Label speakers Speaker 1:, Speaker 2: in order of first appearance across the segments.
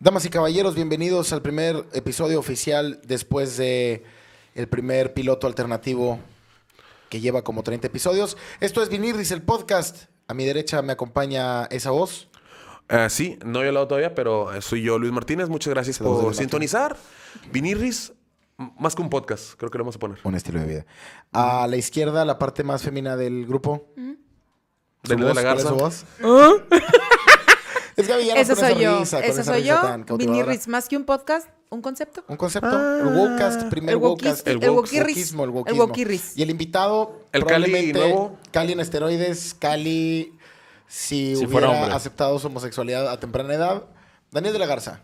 Speaker 1: Damas y caballeros, bienvenidos al primer episodio oficial después de el primer piloto alternativo que lleva como 30 episodios. Esto es Vinirdis, el podcast. A mi derecha me acompaña esa voz.
Speaker 2: Ah, sí, no he hablado todavía, pero eh, soy yo, Luis Martínez. Muchas gracias
Speaker 1: Saludos,
Speaker 2: por
Speaker 1: Luis Martínez.
Speaker 2: sintonizar. Vinirris, m- más que un podcast, creo que lo vamos a poner.
Speaker 1: Un estilo de vida. A la izquierda, la parte más femenina del grupo. ¿Su
Speaker 2: Daniela
Speaker 1: voz?
Speaker 2: La
Speaker 1: ¿Cuál es
Speaker 2: Garza.
Speaker 1: su voz? Es Gaby Llanos
Speaker 3: Eso
Speaker 1: con
Speaker 3: soy
Speaker 1: esa
Speaker 3: yo.
Speaker 1: risa, con
Speaker 3: Eso
Speaker 1: esa
Speaker 3: soy
Speaker 1: risa
Speaker 3: yo.
Speaker 1: tan
Speaker 3: Vinny
Speaker 1: cautivadora.
Speaker 3: Ritz, más que un podcast, un concepto.
Speaker 1: Un concepto.
Speaker 2: Ah.
Speaker 1: el wokecast, primer
Speaker 3: El
Speaker 1: wokecast.
Speaker 3: wokis-
Speaker 2: el El wokis-
Speaker 1: wokismo,
Speaker 3: wokirris.
Speaker 1: el
Speaker 3: El
Speaker 1: wokismo.
Speaker 3: wokirris.
Speaker 1: Y el invitado,
Speaker 2: El Cali
Speaker 1: probablemente,
Speaker 2: nuevo.
Speaker 1: Cali en esteroides, Cali si,
Speaker 4: Si fuera
Speaker 1: hubiera
Speaker 4: hombre.
Speaker 1: aceptado su homosexualidad a temprana edad. Daniel de la Garza.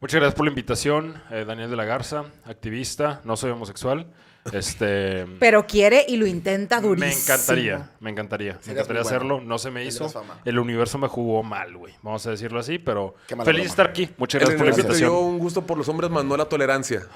Speaker 4: Muchas gracias por la invitación, eh, Daniel de la Garza, activista, no soy homosexual. Este,
Speaker 3: Pero quiere y lo intenta durísimo.
Speaker 4: me encantaría, me encantaría, me
Speaker 1: Serías
Speaker 4: encantaría
Speaker 1: muy bueno.
Speaker 4: hacerlo, no se me hizo.
Speaker 1: Tendrías fama.
Speaker 4: El universo me jugó mal, güey, vamos a decirlo así, pero
Speaker 1: Qué mala
Speaker 4: feliz de
Speaker 1: broma.
Speaker 4: estar aquí.
Speaker 2: El
Speaker 4: Muchas gracias por la
Speaker 2: universo te dio
Speaker 4: invitación.
Speaker 2: un gusto por los hombres, más no la tolerancia.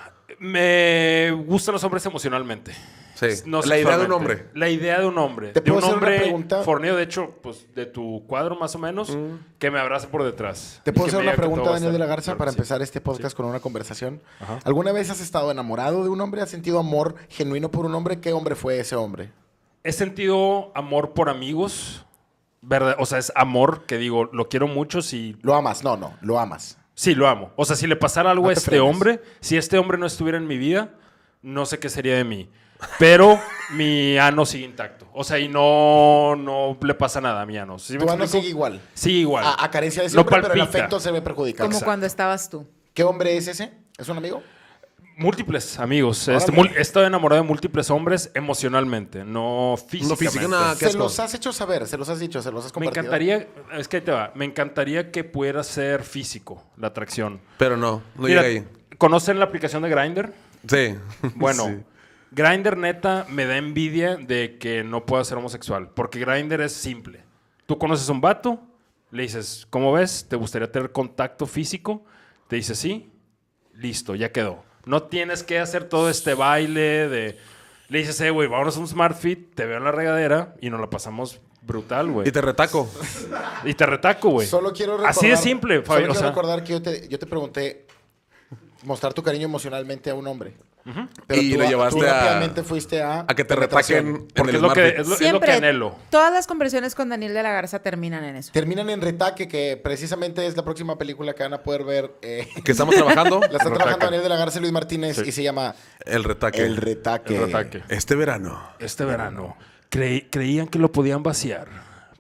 Speaker 4: Me gustan los hombres emocionalmente.
Speaker 2: Sí.
Speaker 4: no
Speaker 2: la idea de un
Speaker 4: sexualmente.
Speaker 2: hombre.
Speaker 4: La idea de un hombre.
Speaker 1: ¿Te
Speaker 4: de
Speaker 1: puedo
Speaker 4: un
Speaker 1: hacer una
Speaker 4: hombre
Speaker 1: pregunta? Mm.
Speaker 4: fornido, de hecho, pues de tu cuadro más o menos, que me abrace por detrás.
Speaker 1: Te puedo
Speaker 4: Y que
Speaker 1: hacer
Speaker 4: me
Speaker 1: una
Speaker 4: diga que todo
Speaker 1: pregunta,
Speaker 4: va a
Speaker 1: Daniel de la
Speaker 4: estar-
Speaker 1: Garza,
Speaker 4: claro
Speaker 1: para
Speaker 4: que sí.
Speaker 1: empezar este podcast con una conversación.
Speaker 4: Ajá.
Speaker 1: ¿Alguna vez has estado enamorado de un hombre? ¿Has sentido amor genuino por un hombre? ¿Qué hombre fue ese hombre?
Speaker 4: He sentido amor por amigos, ¿verdad? O sea, es amor que digo, lo quiero mucho, si
Speaker 1: Lo amas, no, no, lo amas.
Speaker 4: sí, lo amo. O sea, si le pasara algo
Speaker 1: No
Speaker 4: a
Speaker 1: te
Speaker 4: este
Speaker 1: frenes.
Speaker 4: hombre, si este hombre no estuviera en mi vida, no sé qué sería de mí. Pero mi ano sigue intacto. O sea, y no, no le pasa nada a mi ano. ¿Sí me
Speaker 1: Tu ano
Speaker 4: explico?
Speaker 1: sigue igual.
Speaker 4: Sigue igual.
Speaker 1: A, a carencia de ese
Speaker 4: No
Speaker 1: hombre, pero el
Speaker 4: palpita.
Speaker 1: afecto se ve perjudicado.
Speaker 3: Como cuando estabas tú.
Speaker 1: ¿Qué hombre es ese? ¿Es un amigo?
Speaker 4: Múltiples amigos.
Speaker 1: Órale.
Speaker 4: Este, mul- he estado enamorado de múltiples hombres emocionalmente, no físicamente.
Speaker 2: nada. Ah, qué
Speaker 1: Se
Speaker 2: asco.
Speaker 1: los has hecho saber, se los has dicho, se los has
Speaker 4: Me
Speaker 1: compartido.
Speaker 4: encantaría, es que ahí te va, me encantaría que pudiera ser físico la atracción.
Speaker 2: Pero no, no
Speaker 4: Mira,
Speaker 2: llega ahí.
Speaker 4: ¿Conocen la aplicación de Grindr?
Speaker 2: Sí.
Speaker 4: Bueno,
Speaker 2: Sí.
Speaker 4: Grindr neta me da envidia de que no pueda ser homosexual, porque Grindr es simple. Tú conoces a un vato, le dices, ¿cómo ves? ¿Te gustaría tener contacto físico? Te dice, sí, listo, ya quedó. No tienes que hacer todo este baile de... Le dices, eh, güey, vámonos a un Smart Fit, te veo en la regadera y nos la pasamos brutal, güey.
Speaker 2: Y te retaco.
Speaker 4: Y te retaco, güey.
Speaker 1: Solo quiero recordar,
Speaker 4: Pues, Así de simple,
Speaker 1: Solo
Speaker 4: Fabio.
Speaker 1: quiero
Speaker 4: o sea,
Speaker 1: recordar que yo te, yo te pregunté mostrar tu cariño emocionalmente a un hombre. Pero
Speaker 2: Y
Speaker 1: tú,
Speaker 2: lo
Speaker 1: a-
Speaker 2: llevaste
Speaker 1: tú
Speaker 2: a-
Speaker 1: rápidamente fuiste a...
Speaker 2: A que te
Speaker 1: penetración.
Speaker 2: retaquen en
Speaker 4: porque
Speaker 2: el
Speaker 4: es lo, que,
Speaker 2: market.
Speaker 4: es, lo, es lo que anhelo.
Speaker 3: todas las conversaciones con Daniel de la Garza terminan en eso.
Speaker 1: Terminan en Retaque, que precisamente es la próxima película que van a poder ver. eh,
Speaker 2: Que estamos trabajando.
Speaker 1: la está
Speaker 4: El
Speaker 1: trabajando
Speaker 4: Retaque.
Speaker 1: Daniel de la Garza y Luis Martínez
Speaker 4: Sí.
Speaker 1: y se llama
Speaker 2: El retaque.
Speaker 1: El Retaque.
Speaker 4: El Retaque.
Speaker 2: este verano.
Speaker 4: Este verano creí- creían que lo podían vaciar,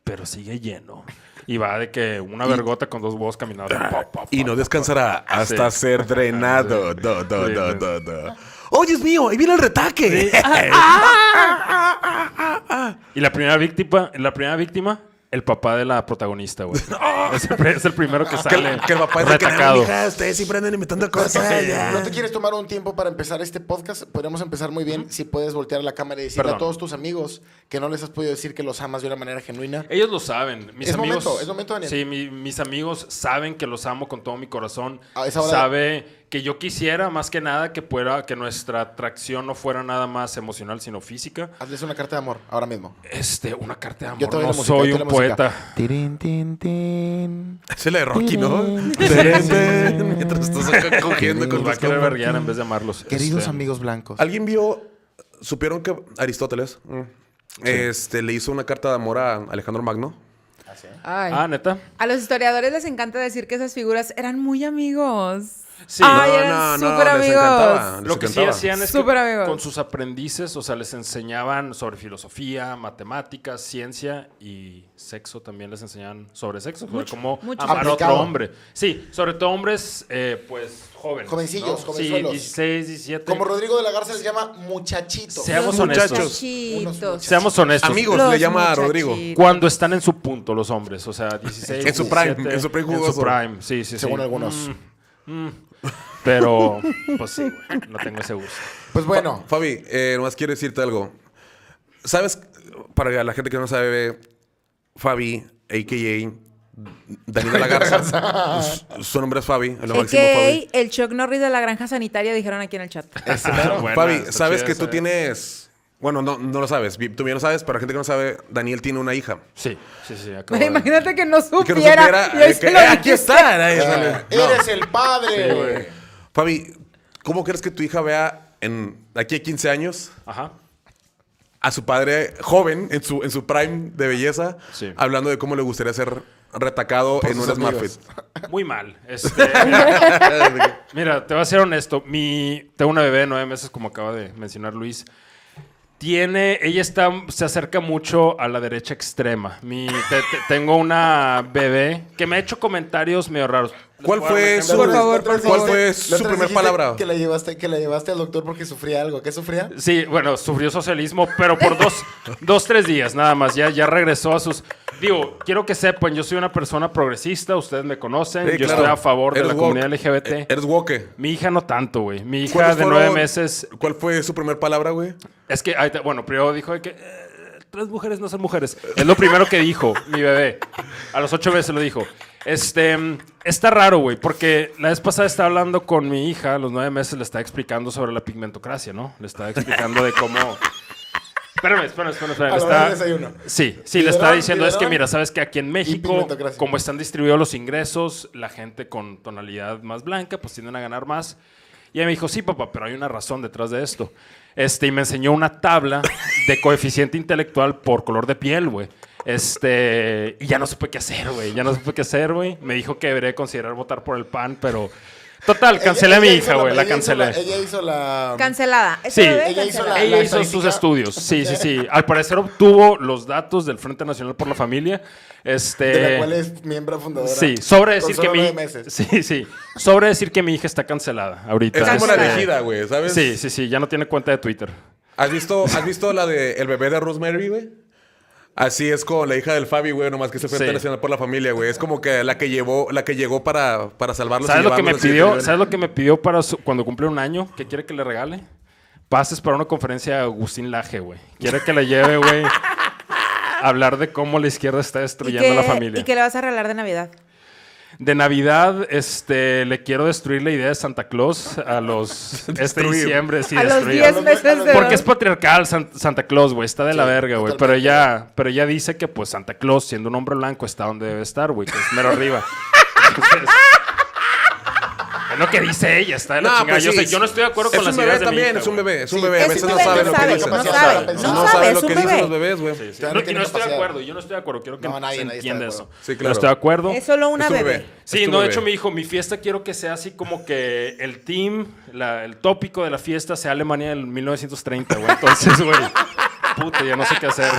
Speaker 4: pero sigue lleno. Y va de que una vergota con dos huevos caminando. Pa, pa, pa,
Speaker 2: Y
Speaker 4: pa,
Speaker 2: no
Speaker 4: pa.
Speaker 2: descansará hasta
Speaker 4: Sí.
Speaker 2: ser drenado.
Speaker 4: Sí.
Speaker 2: Do, do,
Speaker 4: Sí,
Speaker 2: do,
Speaker 4: sí.
Speaker 2: do, do. ¡Oh, Dios mío! ¡Ahí viene el retaque!
Speaker 4: Y la primera víctima, la primera víctima, el papá de la protagonista, güey. es, el, pri- es el primero Ah. que
Speaker 2: que,
Speaker 4: sale
Speaker 2: el- que el papá es el que "No,
Speaker 4: retacado.
Speaker 2: mija, ustedes siempre andan inventando cosas. ya".
Speaker 1: ¿No te quieres tomar un tiempo para empezar este podcast? Podríamos empezar muy bien si puedes voltear la cámara y decirle a
Speaker 4: Perdón.
Speaker 1: todos tus amigos que no les has podido decir que los amas de una manera genuina.
Speaker 4: Ellos lo saben. Mis
Speaker 1: Es
Speaker 4: amigos,
Speaker 1: momento, es momento, Daniel.
Speaker 4: Sí, mi- mis amigos saben que los amo con todo mi corazón.
Speaker 1: A esa hora-
Speaker 4: Sabe que yo quisiera más que nada que pueda que nuestra atracción no fuera nada más emocional, sino física.
Speaker 1: Hazles una carta de amor ahora mismo.
Speaker 4: Este, una carta de amor.
Speaker 1: Yo te doy
Speaker 4: no
Speaker 1: la música,
Speaker 4: soy
Speaker 1: yo te doy la
Speaker 4: un
Speaker 1: música.
Speaker 4: poeta.
Speaker 1: Tirin, tin, tin.
Speaker 2: Esa es la de Rocky, ¿no? Mientras estás acá cogiendo
Speaker 4: Nos
Speaker 2: con
Speaker 4: va
Speaker 2: los
Speaker 4: a querer
Speaker 2: combos.
Speaker 4: verguear en vez de amarlos.
Speaker 1: Queridos
Speaker 4: Este,
Speaker 1: amigos blancos.
Speaker 2: ¿Alguien vio? ¿Supieron que Aristóteles eh, este, le hizo una carta de amor a Alejandro Magno?
Speaker 3: Ay.
Speaker 4: Ah, neta.
Speaker 3: A los historiadores les encanta decir que esas figuras eran muy amigos.
Speaker 4: Sí.
Speaker 3: Ay, eran súper
Speaker 2: les
Speaker 3: amigos.
Speaker 2: encantaba, Ah, les
Speaker 4: Lo que sí
Speaker 2: encantaba.
Speaker 4: hacían es
Speaker 3: Súper
Speaker 4: que
Speaker 3: amigos.
Speaker 4: con sus aprendices, o sea, les enseñaban sobre filosofía, matemáticas, ciencia y sexo. También les enseñaban sobre sexo, sobre cómo
Speaker 3: mucho.
Speaker 4: amar a otro
Speaker 1: Aplicado.
Speaker 4: hombre. Sí, sobre todo hombres, eh, pues, jóvenes.
Speaker 1: Jovencillos,
Speaker 4: ¿no?
Speaker 1: jovenzuelos.
Speaker 4: Sí, 16, 17.
Speaker 1: Como Rodrigo de la Garza les llama muchachito.
Speaker 4: Seamos
Speaker 3: Los
Speaker 4: honestos.
Speaker 3: muchachitos.
Speaker 4: Seamos honestos.
Speaker 2: Amigos.
Speaker 3: Los
Speaker 2: le llama a
Speaker 3: muchachitos.
Speaker 2: Rodrigo.
Speaker 4: Cuando están en su punto los hombres, o sea, 16.
Speaker 2: En su prime,
Speaker 4: 17,
Speaker 2: en su prime
Speaker 4: En
Speaker 2: jugoso.
Speaker 4: su prime, sí, sí, sí.
Speaker 1: Según algunos.
Speaker 4: Mm, mm. Pero, pues sí, güey, no tengo ese gusto.
Speaker 1: Pues bueno,
Speaker 2: Fabi, eh, nomás quiero decirte algo. ¿Sabes? Para la gente que no sabe, Fabi, a.k.a. Daniela La Garza. su- su nombre es Fabi. Lo máximo, Fabi.
Speaker 3: AKA, el Chuck Norris de la granja sanitaria, dijeron aquí en el chat.
Speaker 4: Ah, buena,
Speaker 2: Fabi,
Speaker 4: está
Speaker 2: ¿sabes
Speaker 4: chida
Speaker 2: que
Speaker 4: esa,
Speaker 2: tú
Speaker 4: eh.
Speaker 2: tienes Bueno, no, no lo sabes. Vi- Tú bien lo sabes, para la gente que no sabe, Daniel tiene una hija.
Speaker 4: Sí, sí, sí. acabo de-
Speaker 3: Imagínate que no
Speaker 2: Y que no
Speaker 3: supiera.
Speaker 2: supiera,
Speaker 3: y ahí
Speaker 2: eh,
Speaker 3: se
Speaker 2: que,
Speaker 3: lo
Speaker 2: "Eh, aquí
Speaker 3: dijiste.
Speaker 2: está. eh, sale.
Speaker 1: Ah,
Speaker 2: No. eh,
Speaker 1: Eres el padre. güey.
Speaker 2: Fabi, ¿cómo crees que tu hija vea en aquí a 15 años
Speaker 4: Ajá.
Speaker 2: a su padre joven, en su, en su prime de belleza,
Speaker 4: Sí.
Speaker 2: hablando de cómo le gustaría ser retacado
Speaker 1: Por
Speaker 2: en
Speaker 1: sus
Speaker 2: un smartphone?
Speaker 1: amigos.
Speaker 4: Muy mal. Este, mira, mira, te voy a ser honesto. Mi, tengo una bebé de nueve meses, como acaba de mencionar Luis. Tiene, ella está, se acerca mucho a la derecha extrema. Mi, te- te- tengo una bebé que me ha hecho comentarios medio raros.
Speaker 2: ¿Cuál fue su,
Speaker 3: Por favor,
Speaker 2: ¿cuál
Speaker 3: por favor.
Speaker 2: fue
Speaker 1: La
Speaker 2: su
Speaker 1: otra
Speaker 2: primer
Speaker 1: dijiste
Speaker 2: palabra?
Speaker 1: Que la, llevaste, que la llevaste al doctor porque sufría algo. ¿Qué sufría?
Speaker 4: Sí, bueno, sufrió socialismo, pero por dos, dos tres días nada más. Ya, ya regresó a sus. Digo, quiero que sepan, yo soy una persona progresista, ustedes me conocen,
Speaker 2: Sí,
Speaker 4: yo
Speaker 2: claro.
Speaker 4: estoy a favor de
Speaker 2: Eres
Speaker 4: la
Speaker 2: woke.
Speaker 4: comunidad LGBT.
Speaker 2: Eh, Eres woke.
Speaker 4: Mi hija no tanto, güey. Mi hija
Speaker 2: ¿Cuáles
Speaker 4: de nueve
Speaker 2: fueron-
Speaker 4: meses.
Speaker 2: ¿Cuál fue su primer palabra, güey?
Speaker 4: Es que, ahí te- bueno, primero dijo de que eh, tres mujeres no son mujeres. Es lo primero que dijo mi bebé. A los ocho meses lo dijo. Este, mm, está raro, güey, porque la vez pasada estaba hablando con mi hija, a los nueve meses le estaba explicando sobre la pigmentocracia, ¿no? Le estaba explicando de cómo... Espérame, espérame, espérame. espérame.
Speaker 1: A la
Speaker 4: Está-
Speaker 1: hora del desayuno.
Speaker 4: Sí, sí, le
Speaker 1: Biberón,
Speaker 4: estaba diciendo, es que
Speaker 1: biberón
Speaker 4: mira, sabes que aquí en México,
Speaker 1: pigmentocracia.
Speaker 4: como están distribuidos los ingresos, la gente con tonalidad más blanca, pues tienden a ganar más. Y ella me dijo, sí, papá, pero hay una razón detrás de esto. Este, y me enseñó una tabla de coeficiente intelectual por color de piel, güey. Este, y ya no supe qué hacer, güey. Ya no supe qué hacer, güey. Me dijo que debería considerar votar por el PAN, pero... Total,
Speaker 1: Ella-
Speaker 4: cancelé a mi
Speaker 1: ella hizo
Speaker 4: hija, güey.
Speaker 1: ella
Speaker 4: La
Speaker 1: hizo
Speaker 4: cancelé.
Speaker 1: la- Ella hizo la.
Speaker 3: Cancelada. Esa
Speaker 4: Sí.
Speaker 3: bebé
Speaker 1: Ella hizo la-
Speaker 3: cancelada.
Speaker 4: Ella hizo sus
Speaker 1: estadística.
Speaker 4: estudios. Sí, sí, sí. Al parecer obtuvo los datos del Frente Nacional por la Familia. Este.
Speaker 1: de la cual es miembro fundadora.
Speaker 4: Sí,
Speaker 1: Con
Speaker 4: sobre decir
Speaker 1: solo
Speaker 4: que mi
Speaker 1: nueve meses.
Speaker 4: Sí, sí. Sobre decir que mi hija está cancelada ahorita.
Speaker 2: Es como la
Speaker 4: Este,
Speaker 2: elegida, güey, ¿sabes?
Speaker 4: Sí, sí, sí, ya no tiene cuenta de Twitter.
Speaker 2: ¿Has visto, ¿Has visto la de El bebé de Rosemary, güey? Así es con la hija del Fabi, güey, nomás que se fue
Speaker 4: Sí.
Speaker 2: internacional por la familia, güey. Es como que la que llevó, la que llegó para, para salvarlos. y
Speaker 4: ¿Sabes lo que me
Speaker 2: llevarlos al
Speaker 4: pidió?
Speaker 2: siguiente nivel.
Speaker 4: ¿Sabes lo que me pidió para su- cuando cumple un año? ¿Qué quiere que le regale? Pases para una conferencia a Agustín Laje, güey. Quiere que la lleve, güey. a Hablar de cómo la izquierda está
Speaker 3: ¿Y,
Speaker 4: destruyendo
Speaker 3: que,
Speaker 4: a la familia.
Speaker 3: y que le vas a regalar de Navidad.
Speaker 4: De Navidad, este, le quiero destruir la idea de Santa Claus a los este
Speaker 2: Destruir.
Speaker 4: diciembre, sí,
Speaker 3: a los
Speaker 4: destruir.
Speaker 3: 10 meses de
Speaker 4: Porque es
Speaker 3: edad.
Speaker 4: patriarcal San- Santa Claus, güey, está de la
Speaker 1: Sí,
Speaker 4: verga, güey. Pero ella, pero ella dice que pues Santa Claus, siendo un hombre blanco, está donde debe estar, güey, que es mero arriba. Entonces, es lo que dice ella, está de la
Speaker 2: No,
Speaker 4: chingada.
Speaker 2: pues
Speaker 4: yo,
Speaker 2: sí,
Speaker 4: sé,
Speaker 2: es-
Speaker 4: yo no estoy de acuerdo
Speaker 2: es
Speaker 4: con las
Speaker 2: un bebé
Speaker 4: ideas de mi
Speaker 2: también,
Speaker 4: hija,
Speaker 2: es un
Speaker 4: güey.
Speaker 2: bebé, es un
Speaker 1: Sí,
Speaker 2: bebé. A
Speaker 1: es
Speaker 2: veces
Speaker 1: un
Speaker 2: no
Speaker 1: bebé,
Speaker 2: sabe
Speaker 1: no
Speaker 2: lo que
Speaker 1: sabe,
Speaker 2: dicen.
Speaker 1: no sabe,
Speaker 2: No
Speaker 1: no
Speaker 2: sabe
Speaker 3: sabe,
Speaker 2: lo
Speaker 3: es
Speaker 2: que
Speaker 3: un
Speaker 2: dicen
Speaker 3: bebé.
Speaker 2: los bebés, güey.
Speaker 4: Sí, sí.
Speaker 1: Ya no
Speaker 4: No, y
Speaker 1: tiene
Speaker 4: no estoy de
Speaker 1: capacidad.
Speaker 4: acuerdo, yo no estoy de acuerdo, quiero que
Speaker 1: No, nadie- nadie
Speaker 4: se
Speaker 1: está de
Speaker 4: entienda
Speaker 1: acuerdo.
Speaker 4: eso.
Speaker 2: Sí,
Speaker 4: No
Speaker 2: claro.
Speaker 4: estoy de acuerdo.
Speaker 3: Es solo una
Speaker 2: Es un
Speaker 3: bebé.
Speaker 2: bebé.
Speaker 4: Sí,
Speaker 2: Es tu
Speaker 4: no, de
Speaker 2: bebé.
Speaker 4: hecho me dijo, mi fiesta quiero que sea así como que el team, la- el tópico de la fiesta sea Alemania del 1930, güey. Entonces, güey, puta, ya no sé qué hacer.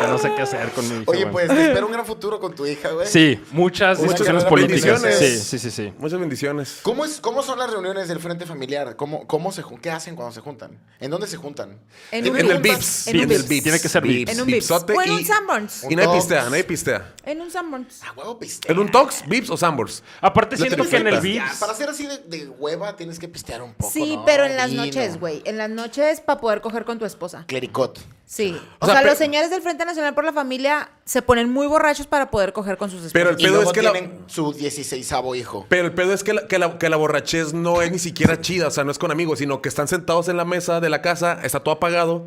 Speaker 4: Ya no sé qué hacer con mi hija,
Speaker 1: Oye,
Speaker 4: güey.
Speaker 1: pues te espera un gran futuro con tu hija, güey.
Speaker 4: Sí, muchas
Speaker 1: Una
Speaker 4: discusiones
Speaker 1: carrera
Speaker 4: políticas. Sí,
Speaker 1: bendiciones.
Speaker 4: sí, sí, sí.
Speaker 2: Muchas bendiciones.
Speaker 1: ¿Cómo, es, ¿Cómo son las reuniones del Frente Familiar? ¿Cómo, cómo se, jun- ¿Qué hacen cuando se juntan? ¿En dónde se juntan?
Speaker 3: En
Speaker 1: ¿Te
Speaker 3: un
Speaker 2: En el
Speaker 1: preguntan-
Speaker 2: Vips.
Speaker 3: En un
Speaker 2: el
Speaker 3: Vips.
Speaker 4: Tiene que ser Vips.
Speaker 3: En un Vips.
Speaker 2: Vipsote
Speaker 3: O en
Speaker 2: y-
Speaker 3: un Sanborns.
Speaker 2: Y nadie
Speaker 1: Un
Speaker 2: pistea,
Speaker 1: Tox.
Speaker 2: nadie pistea.
Speaker 3: En un Sanborns.
Speaker 1: Ah, huevo, pistea.
Speaker 2: ¿En un Tox, Vips o Sambors?
Speaker 4: Aparte
Speaker 2: La
Speaker 4: siento que en el
Speaker 2: trifecta.
Speaker 1: Ya,
Speaker 4: Vips...
Speaker 1: para ser así de, de hueva tienes que pistear un poco.
Speaker 3: Sí,
Speaker 1: ¿no?
Speaker 3: pero en las
Speaker 1: Vino.
Speaker 3: noches, güey. En las noches para poder coger con tu esposa.
Speaker 1: Clericot.
Speaker 3: Sí.
Speaker 2: O
Speaker 3: O,
Speaker 2: sea,
Speaker 3: sea,
Speaker 2: pero-
Speaker 3: los señores del Frente Nacional por la Familia se ponen muy borrachos para poder coger con sus
Speaker 2: Pero
Speaker 3: esposas.
Speaker 2: el
Speaker 1: Y
Speaker 2: pedo
Speaker 1: luego
Speaker 2: es que la-
Speaker 1: tienen su 16 hijo.
Speaker 2: Pero el pedo es que la, que, la, que la borrachez no es ni siquiera chida, o sea, no es con amigos, sino que están sentados en la mesa de la casa, está todo apagado,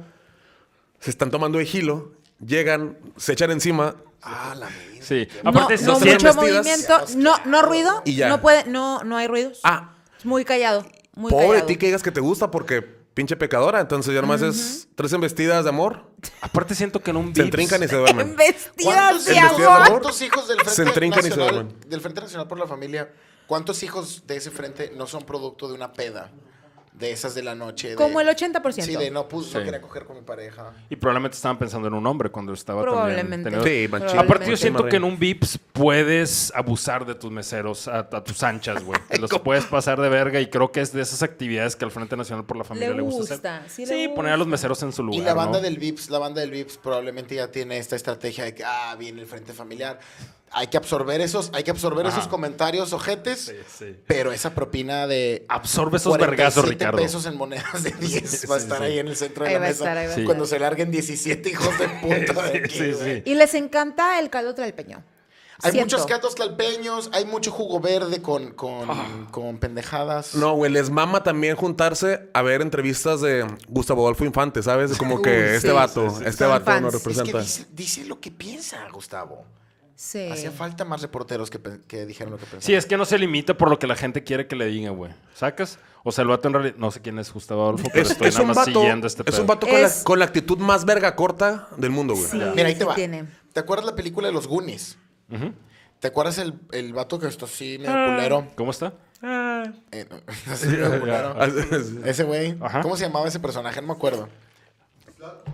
Speaker 2: se están tomando hilo, llegan, se echan encima
Speaker 1: Ah, la mierda.
Speaker 4: Sí. Aparte,
Speaker 3: no, no
Speaker 4: se-
Speaker 2: siempre
Speaker 3: mucho
Speaker 2: vestidas.
Speaker 3: movimiento, no, no ruido,
Speaker 2: Y ya.
Speaker 3: no puede, no, no hay ruidos.
Speaker 2: Ah.
Speaker 3: Es muy callado, muy
Speaker 2: Pobre de
Speaker 3: callado.
Speaker 2: ti que digas que te gusta porque pinche pecadora, entonces ya nomás es tres embestidas de amor,
Speaker 4: aparte siento que en un
Speaker 2: se
Speaker 4: Vips...
Speaker 2: entrincan y se duermen.
Speaker 3: Vestidas
Speaker 1: ¿Cuántos
Speaker 3: de
Speaker 1: hijos-
Speaker 2: Vestidas de amor?
Speaker 3: amor.
Speaker 1: ¿Cuántos hijos del
Speaker 2: Se
Speaker 1: Frente
Speaker 2: entrincan y se
Speaker 1: Nacional,
Speaker 2: duermen.
Speaker 1: del Frente Nacional por la Familia, cuántos hijos de ese frente no son producto de una peda? De esas de la noche. de-
Speaker 3: Como el 80%.
Speaker 1: Sí, de no puse,
Speaker 4: Sí.
Speaker 1: no quería coger con mi pareja.
Speaker 4: Y probablemente estaban pensando en un hombre cuando estaba también
Speaker 3: Probablemente.
Speaker 4: teniendo-
Speaker 2: Sí, machín.
Speaker 3: Probablemente.
Speaker 4: Aparte, yo
Speaker 2: Obviamente.
Speaker 4: siento que en un Vips puedes abusar de tus meseros a, a tus anchas, güey. Te los puedes pasar de verga y creo que es de esas actividades que al Frente Nacional por la Familia le,
Speaker 3: Le
Speaker 4: gusta,
Speaker 3: gusta,
Speaker 4: hacer.
Speaker 3: sí le
Speaker 4: poner a los meseros en su lugar.
Speaker 1: Y la banda
Speaker 4: ¿no?
Speaker 1: del Vips, la banda del Vips probablemente ya tiene esta estrategia de que, ah, viene el Frente Familiar. Hay que absorber esos, hay que absorber
Speaker 4: Ajá.
Speaker 1: esos comentarios ojetes,
Speaker 4: Sí, sí.
Speaker 1: pero esa propina de
Speaker 4: Absorbe esos vergazos,
Speaker 1: 47
Speaker 4: Ricardo.
Speaker 1: pesos en monedas de 10 va a
Speaker 4: sí,
Speaker 1: estar
Speaker 4: sí.
Speaker 1: ahí en el centro de
Speaker 3: Ahí
Speaker 1: la
Speaker 3: va a
Speaker 1: mesa
Speaker 3: estar, ahí va a
Speaker 4: Sí.
Speaker 1: cuando se larguen 17 hijos de puta de aquí,
Speaker 4: Sí, sí,
Speaker 1: güey.
Speaker 4: sí.
Speaker 3: Y les encanta el caldo tlalpeño.
Speaker 1: Hay
Speaker 3: Siento.
Speaker 1: muchos gatos tlalpeños, hay mucho jugo verde con, con,
Speaker 4: Ah.
Speaker 1: con pendejadas.
Speaker 2: No, güey, les mama también juntarse a ver entrevistas de Gustavo Adolfo Infante, ¿sabes? Como que
Speaker 1: Uy, sí,
Speaker 2: este vato,
Speaker 1: sí, sí.
Speaker 2: este
Speaker 3: Son
Speaker 2: vato
Speaker 3: fans.
Speaker 2: nos
Speaker 3: Es que
Speaker 1: es que
Speaker 2: representa.
Speaker 1: dice, dice lo que piensa, Gustavo.
Speaker 3: Sí.
Speaker 1: Hacía falta más reporteros que, pen- que dijeron lo que pensaban.
Speaker 4: Sí, es que no se limita por lo que la gente quiere que le diga, güey. ¿Sacas? O sea, el vato en realidad. No sé quién es Gustavo Adolfo, pero
Speaker 2: Es,
Speaker 4: estoy
Speaker 2: es
Speaker 4: nada
Speaker 2: un
Speaker 4: más
Speaker 2: vato,
Speaker 4: siguiendo este
Speaker 2: es
Speaker 4: pedo.
Speaker 2: un vato con,
Speaker 3: Es-
Speaker 2: la, con la actitud más verga corta del mundo, güey.
Speaker 3: Sí.
Speaker 1: Mira, ahí te
Speaker 3: sí
Speaker 1: va.
Speaker 3: tiene.
Speaker 1: ¿Te acuerdas la película de los Goonies? ¿Te acuerdas el, el vato que está así
Speaker 3: Ah.
Speaker 1: medio culero?
Speaker 4: ¿Cómo está?
Speaker 1: Eh, no, así medio culero.
Speaker 2: Ah,
Speaker 1: Ese güey.
Speaker 4: Ajá.
Speaker 1: ¿Cómo se llamaba ese personaje? No me acuerdo.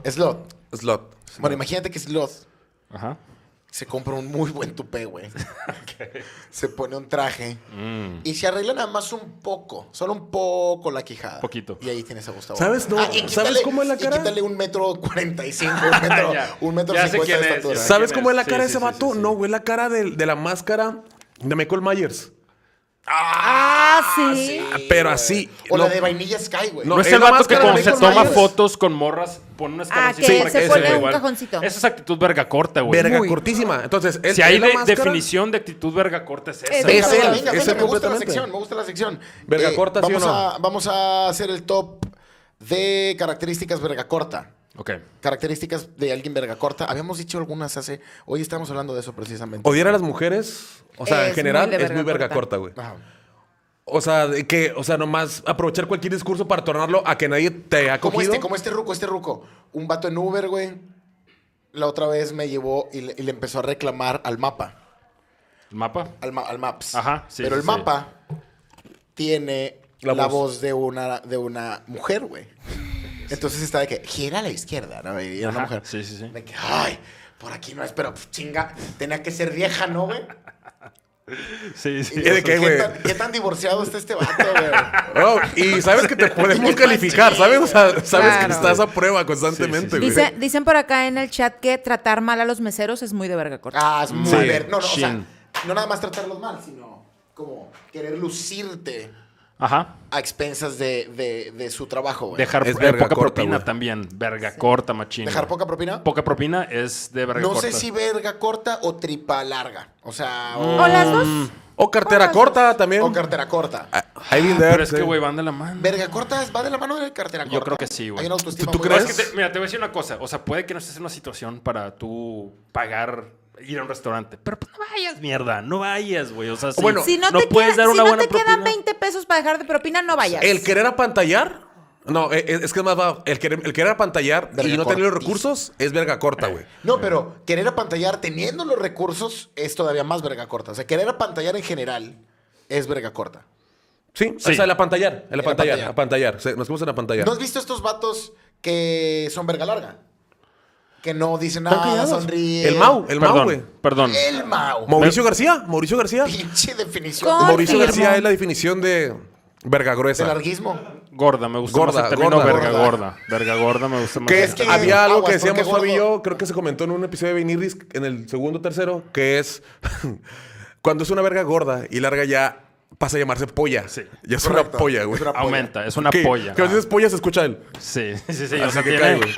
Speaker 1: Slot.
Speaker 2: Slot.
Speaker 1: Bueno, imagínate que Slot
Speaker 4: Ajá.
Speaker 1: se compra un muy buen tupé, güey. Se pone un traje
Speaker 4: Mm.
Speaker 1: y se arregla nada más un poco, solo un poco la quijada.
Speaker 4: Poquito.
Speaker 1: Y ahí tienes a Gustavo.
Speaker 2: ¿Sabes? No,
Speaker 1: Ah, y
Speaker 2: ¿sabes cómo es la cara?
Speaker 1: Y quítale un metro cuarenta y cinco, un metro,
Speaker 4: Ah, Ya.
Speaker 1: un metro
Speaker 4: Ya sé
Speaker 1: cincuenta de
Speaker 4: quién es,
Speaker 1: estatura.
Speaker 4: ya sé
Speaker 2: ¿Sabes
Speaker 4: quién
Speaker 2: cómo
Speaker 4: es?
Speaker 2: es la
Speaker 4: Sí,
Speaker 2: cara
Speaker 4: sí,
Speaker 2: de ese
Speaker 4: sí,
Speaker 2: vato?
Speaker 4: sí, sí.
Speaker 2: No, güey, la cara del- de, la máscara de Michael Myers.
Speaker 3: Ah, sí.
Speaker 2: Pero así.
Speaker 1: O
Speaker 2: no,
Speaker 1: la de vainilla Sky, güey.
Speaker 2: No,
Speaker 4: No,
Speaker 2: es
Speaker 4: es el
Speaker 2: la
Speaker 4: vato que
Speaker 2: máscara
Speaker 4: cuando
Speaker 2: de
Speaker 4: se
Speaker 2: Michael
Speaker 4: toma
Speaker 2: Myers.
Speaker 4: fotos con morras pone unas
Speaker 3: Ah,
Speaker 4: escaloncito
Speaker 3: que
Speaker 4: para
Speaker 3: se
Speaker 4: que
Speaker 3: pone
Speaker 4: vea
Speaker 3: un
Speaker 4: igual.
Speaker 3: cajoncito.
Speaker 4: Esa es actitud verga corta, güey.
Speaker 2: verga cortísima. Entonces, es-
Speaker 4: Si hay
Speaker 2: es la
Speaker 4: de-
Speaker 2: máscara-
Speaker 4: definición de actitud verga corta es esa.
Speaker 3: Es
Speaker 1: Venga, venga, venga,
Speaker 2: Es él,
Speaker 1: venga,
Speaker 2: es él
Speaker 1: me gusta la
Speaker 2: completamente.
Speaker 1: sección, me gusta la sección. Eh,
Speaker 2: Verga corta, ¿sí o
Speaker 1: vamos
Speaker 2: no?
Speaker 1: a, vamos a hacer el top de características verga corta.
Speaker 4: Ok.
Speaker 1: Características de alguien verga corta. Habíamos dicho algunas hace. Hoy estamos hablando de eso precisamente.
Speaker 2: Odiar a las mujeres, o sea,
Speaker 3: Es
Speaker 2: en general,
Speaker 3: muy de
Speaker 2: es muy verga corta, güey.
Speaker 1: Ajá.
Speaker 2: O sea, de que, o sea, nomás aprovechar cualquier discurso para tornarlo a que nadie te ha
Speaker 1: Como
Speaker 2: cogido.
Speaker 1: este, como este ruco, este ruco. Un vato en Uber, güey. La otra vez me llevó y le, y le empezó a reclamar al mapa.
Speaker 4: ¿El mapa?
Speaker 1: Al, ma- al Maps.
Speaker 4: Ajá, sí,
Speaker 1: Pero
Speaker 4: sí,
Speaker 1: el
Speaker 4: sí.
Speaker 1: mapa tiene la,
Speaker 2: La
Speaker 1: voz.
Speaker 2: voz.
Speaker 1: de una de una mujer, güey. Entonces está de que gira a la izquierda, ¿no? Y era una
Speaker 4: Ajá,
Speaker 1: mujer.
Speaker 4: sí, sí, sí.
Speaker 1: De que, ay, por aquí no es, pero pues, chinga, tenía que ser vieja, ¿no, güey?
Speaker 4: Sí, sí.
Speaker 1: Y
Speaker 2: ¿De
Speaker 1: yo,
Speaker 2: qué, güey?
Speaker 1: tan, qué tan divorciado está este vato, güey?
Speaker 2: Oh, y sabes que te podemos
Speaker 1: Sí,
Speaker 2: calificar,
Speaker 1: sí,
Speaker 2: ¿sabes? O sea, sabes que
Speaker 3: Claro.
Speaker 2: estás a prueba constantemente,
Speaker 4: Sí,
Speaker 2: güey.
Speaker 3: Dice- dicen por acá en el chat que tratar mal a los meseros es muy de verga corta.
Speaker 1: Ah, es muy
Speaker 2: Sí,
Speaker 1: ver- No, no, o sea,
Speaker 4: chin.
Speaker 1: no nada más tratarlos mal, sino como querer lucirte
Speaker 4: Ajá.
Speaker 1: a expensas de, de- de su trabajo, güey.
Speaker 4: Dejar
Speaker 2: Es
Speaker 4: eh,
Speaker 2: verga
Speaker 4: poca
Speaker 2: corta,
Speaker 4: propina
Speaker 2: güey.
Speaker 4: también. Verga corta, machín.
Speaker 1: Dejar
Speaker 4: güey.
Speaker 1: poca propina.
Speaker 4: Poca propina es de verga
Speaker 1: no
Speaker 4: corta.
Speaker 1: sé si verga corta o tripa larga. O sea,
Speaker 3: o
Speaker 1: o,
Speaker 3: las dos.
Speaker 2: O cartera corta también.
Speaker 1: o cartera corta.
Speaker 2: Ah, ahí bien de-
Speaker 4: Pero es que,
Speaker 2: sí.
Speaker 4: güey, van de la mano.
Speaker 1: Verga corta va de la mano de cartera corta.
Speaker 4: Yo creo que sí, güey.
Speaker 1: Hay una autoestima
Speaker 2: ¿Tú
Speaker 1: muy
Speaker 2: crees?
Speaker 1: baja.
Speaker 4: Es que te- mira, te voy a decir una cosa. O sea, puede que no estés en una situación para tú pagar ir a un restaurante. Pero pues no vayas, mierda. No vayas, güey. O sea, si,
Speaker 2: Bueno,
Speaker 3: Si no, te,
Speaker 4: puedes
Speaker 3: queda-
Speaker 4: dar
Speaker 3: si
Speaker 4: una
Speaker 3: no
Speaker 4: buena
Speaker 3: te quedan
Speaker 4: propina.
Speaker 3: 20 pesos para dejar de propina, no vayas.
Speaker 2: El querer apantallar. No, eh, eh, es que es más va. El querer, el querer apantallar
Speaker 1: Verga
Speaker 2: y no tener los
Speaker 1: cortis.
Speaker 2: recursos es verga corta, güey.
Speaker 1: No, pero querer apantallar teniendo los recursos es todavía más verga corta. O sea, querer apantallar en general es verga corta.
Speaker 2: Sí,
Speaker 4: Sí.
Speaker 2: o sea, el apantallar. El apantallar.
Speaker 1: apantallar.
Speaker 2: apantallar. Sí, nos vemos en apantallar.
Speaker 1: ¿No has visto estos vatos que son verga larga? Que no dicen
Speaker 2: Están
Speaker 1: nada,
Speaker 2: callados.
Speaker 1: sonríen.
Speaker 2: El Mau, el Mau, güey.
Speaker 4: Perdón, perdón.
Speaker 1: El Mau.
Speaker 2: Mauricio García. Mauricio García.
Speaker 1: Pinche definición de-
Speaker 3: Confirmo.
Speaker 2: Mauricio García es la definición de verga
Speaker 1: de
Speaker 2: gruesa.
Speaker 1: larguismo.
Speaker 4: Gorda, me gusta
Speaker 2: Gorda,
Speaker 4: más el término
Speaker 2: gorda.
Speaker 4: verga
Speaker 1: Gorda.
Speaker 4: gorda. Verga gorda me gusta más.
Speaker 1: Que
Speaker 4: el
Speaker 1: es que-
Speaker 4: término.
Speaker 2: Había algo que
Speaker 1: aguas, porque
Speaker 2: decíamos Fabi y
Speaker 1: gordo-
Speaker 2: yo, creo que se comentó en un episodio de Viniris, en el segundo o tercero, que es cuando es una verga gorda y larga ya pasa a llamarse polla.
Speaker 4: Sí.
Speaker 2: Ya es
Speaker 1: Correcto.
Speaker 2: una polla, güey.
Speaker 1: Es una Ah. polla.
Speaker 4: Aumenta, es una
Speaker 2: Que-
Speaker 4: polla.
Speaker 2: Que a veces polla se escucha él.
Speaker 4: Sí, sí, sí. o
Speaker 2: Así
Speaker 4: sea,
Speaker 2: que
Speaker 4: tiene-
Speaker 2: cae, güey.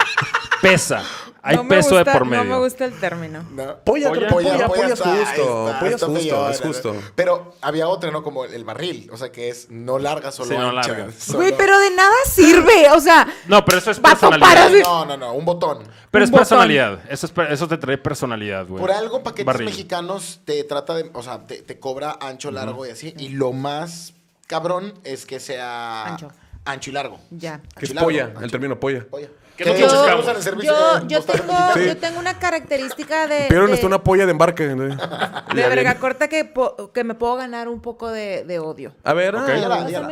Speaker 4: Pesa. Hay
Speaker 3: No me
Speaker 4: peso de
Speaker 3: gusta-
Speaker 4: por medio.
Speaker 3: No me gusta el término.
Speaker 1: No.
Speaker 2: Polla, creo- polla, polla es
Speaker 1: está,
Speaker 2: justo,
Speaker 1: está,
Speaker 2: polla es
Speaker 1: está
Speaker 2: justo,
Speaker 1: peor,
Speaker 2: es
Speaker 1: ¿no?
Speaker 2: justo.
Speaker 1: Pero había otra, ¿no? Como el barril. O sea, que es no larga, solo
Speaker 4: Sí, no
Speaker 1: ancha.
Speaker 4: larga.
Speaker 1: Solo-
Speaker 3: Güey, pero de nada sirve. O sea,
Speaker 4: No, pero eso es
Speaker 3: Vato, para
Speaker 4: personalidad.
Speaker 3: de-
Speaker 1: No, no, no. Un botón.
Speaker 3: Un
Speaker 4: Pero es
Speaker 3: botón.
Speaker 4: personalidad. Eso, es per- eso te trae personalidad, güey.
Speaker 1: Por algo, paquetes
Speaker 4: Barril.
Speaker 1: mexicanos te trata de. O sea, te, te cobra ancho, largo y así. Y lo más cabrón es que sea.
Speaker 3: Ancho.
Speaker 1: ancho y largo.
Speaker 3: ya.
Speaker 2: Que es
Speaker 1: Largo,
Speaker 2: polla,
Speaker 1: ancho.
Speaker 2: el término polla.
Speaker 1: Polla.
Speaker 4: ¿Qué
Speaker 1: Que
Speaker 4: es
Speaker 1: de
Speaker 4: lo
Speaker 1: hecho
Speaker 4: que
Speaker 1: se
Speaker 4: buscamos?
Speaker 1: usa en el servicio
Speaker 3: Yo,
Speaker 1: de
Speaker 3: yo
Speaker 1: postal
Speaker 3: tengo,
Speaker 1: mexicano.
Speaker 2: Sí.
Speaker 3: yo tengo una característica de.
Speaker 2: Vieron
Speaker 3: de-
Speaker 2: hasta una polla de embarque. ¿no?
Speaker 3: de verga corta que, po- que me puedo ganar un poco de, de odio.
Speaker 2: A ver,
Speaker 4: Ok.
Speaker 2: ah,
Speaker 1: Dígala,
Speaker 3: Pásame-
Speaker 1: dígala.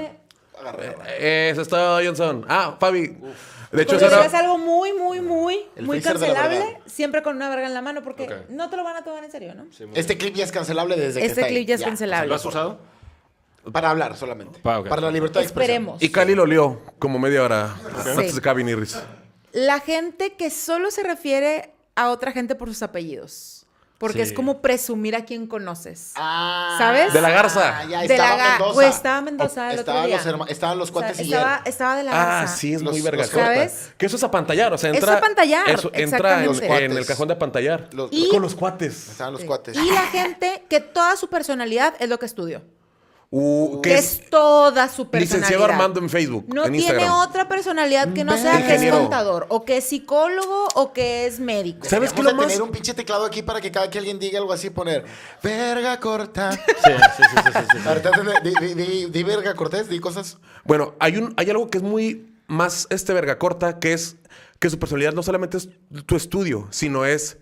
Speaker 1: Agarra, agarra.
Speaker 2: eh, eso es todo, Johnson. Ah, Fabi. De hecho,
Speaker 3: Cuando
Speaker 2: esa
Speaker 3: digas
Speaker 2: era-
Speaker 3: algo muy, muy, muy,
Speaker 1: El
Speaker 3: muy
Speaker 1: freezer de la
Speaker 3: cancelable,
Speaker 1: verdad.
Speaker 3: siempre con una verga en la mano, porque
Speaker 4: Ok.
Speaker 3: no te lo van a tomar en serio, ¿no?
Speaker 1: Este clip ya es cancelable desde que
Speaker 3: Este
Speaker 1: está ahí.
Speaker 3: clip ya es cancelable.
Speaker 4: ¿Lo has usado?
Speaker 1: Para hablar solamente.
Speaker 4: Pa- ok.
Speaker 1: Para la libertad de expresión.
Speaker 3: Esperemos.
Speaker 2: Y Cali lo lió como media hora antes
Speaker 3: Sí.
Speaker 2: de Cabin Irris.
Speaker 3: La gente que solo se refiere a otra gente por sus apellidos. Porque es
Speaker 4: Sí.
Speaker 3: como presumir a quien conoces.
Speaker 1: Ah,
Speaker 3: ¿Sabes?
Speaker 2: De la Garza.
Speaker 1: ya,
Speaker 3: de la
Speaker 1: estaba
Speaker 3: ga-
Speaker 1: Mendoza.
Speaker 3: güey, estaba Mendoza el
Speaker 1: Estaban
Speaker 3: otro día.
Speaker 1: los herma- estaban los
Speaker 3: O sea,
Speaker 1: cuates y
Speaker 3: estaba,
Speaker 1: él.
Speaker 3: estaba de la
Speaker 2: Ah,
Speaker 3: Garza.
Speaker 2: sí, es muy
Speaker 1: Los-
Speaker 2: verga.
Speaker 1: los
Speaker 3: ¿Sabes?
Speaker 2: Que eso es apantallar, o sea,
Speaker 3: Eso es
Speaker 2: entra.
Speaker 3: apantallar,
Speaker 2: Eso entra
Speaker 3: exactamente.
Speaker 2: en,
Speaker 3: Los
Speaker 1: cuates.
Speaker 2: en el cajón de apantallar.
Speaker 1: Los-
Speaker 3: Y-
Speaker 2: Con los cuates.
Speaker 1: Estaban los cuates.
Speaker 3: este, Y la gente que toda su personalidad es lo que estudió.
Speaker 2: Uh,
Speaker 3: Que
Speaker 2: que
Speaker 3: es,
Speaker 2: es
Speaker 3: toda su personalidad.
Speaker 2: licenciado Armando en Facebook,
Speaker 3: No
Speaker 2: en
Speaker 3: tiene
Speaker 2: Instagram.
Speaker 3: otra personalidad que no sea que es
Speaker 1: Ingeniero.
Speaker 3: contador, o que es psicólogo, o que es médico.
Speaker 2: ¿Sabes qué
Speaker 1: Vamos
Speaker 2: lo
Speaker 1: a
Speaker 2: más?
Speaker 1: tener un pinche teclado aquí para que cada que alguien diga algo así poner verga corta.
Speaker 4: Sí, sí, sí, sí, sí, sí, sí.
Speaker 1: Ahorita te- di, di- di- di verga cortés, di cosas.
Speaker 2: Bueno, hay un, hay algo que es muy más este verga corta, que es que su personalidad no solamente es tu estudio, sino es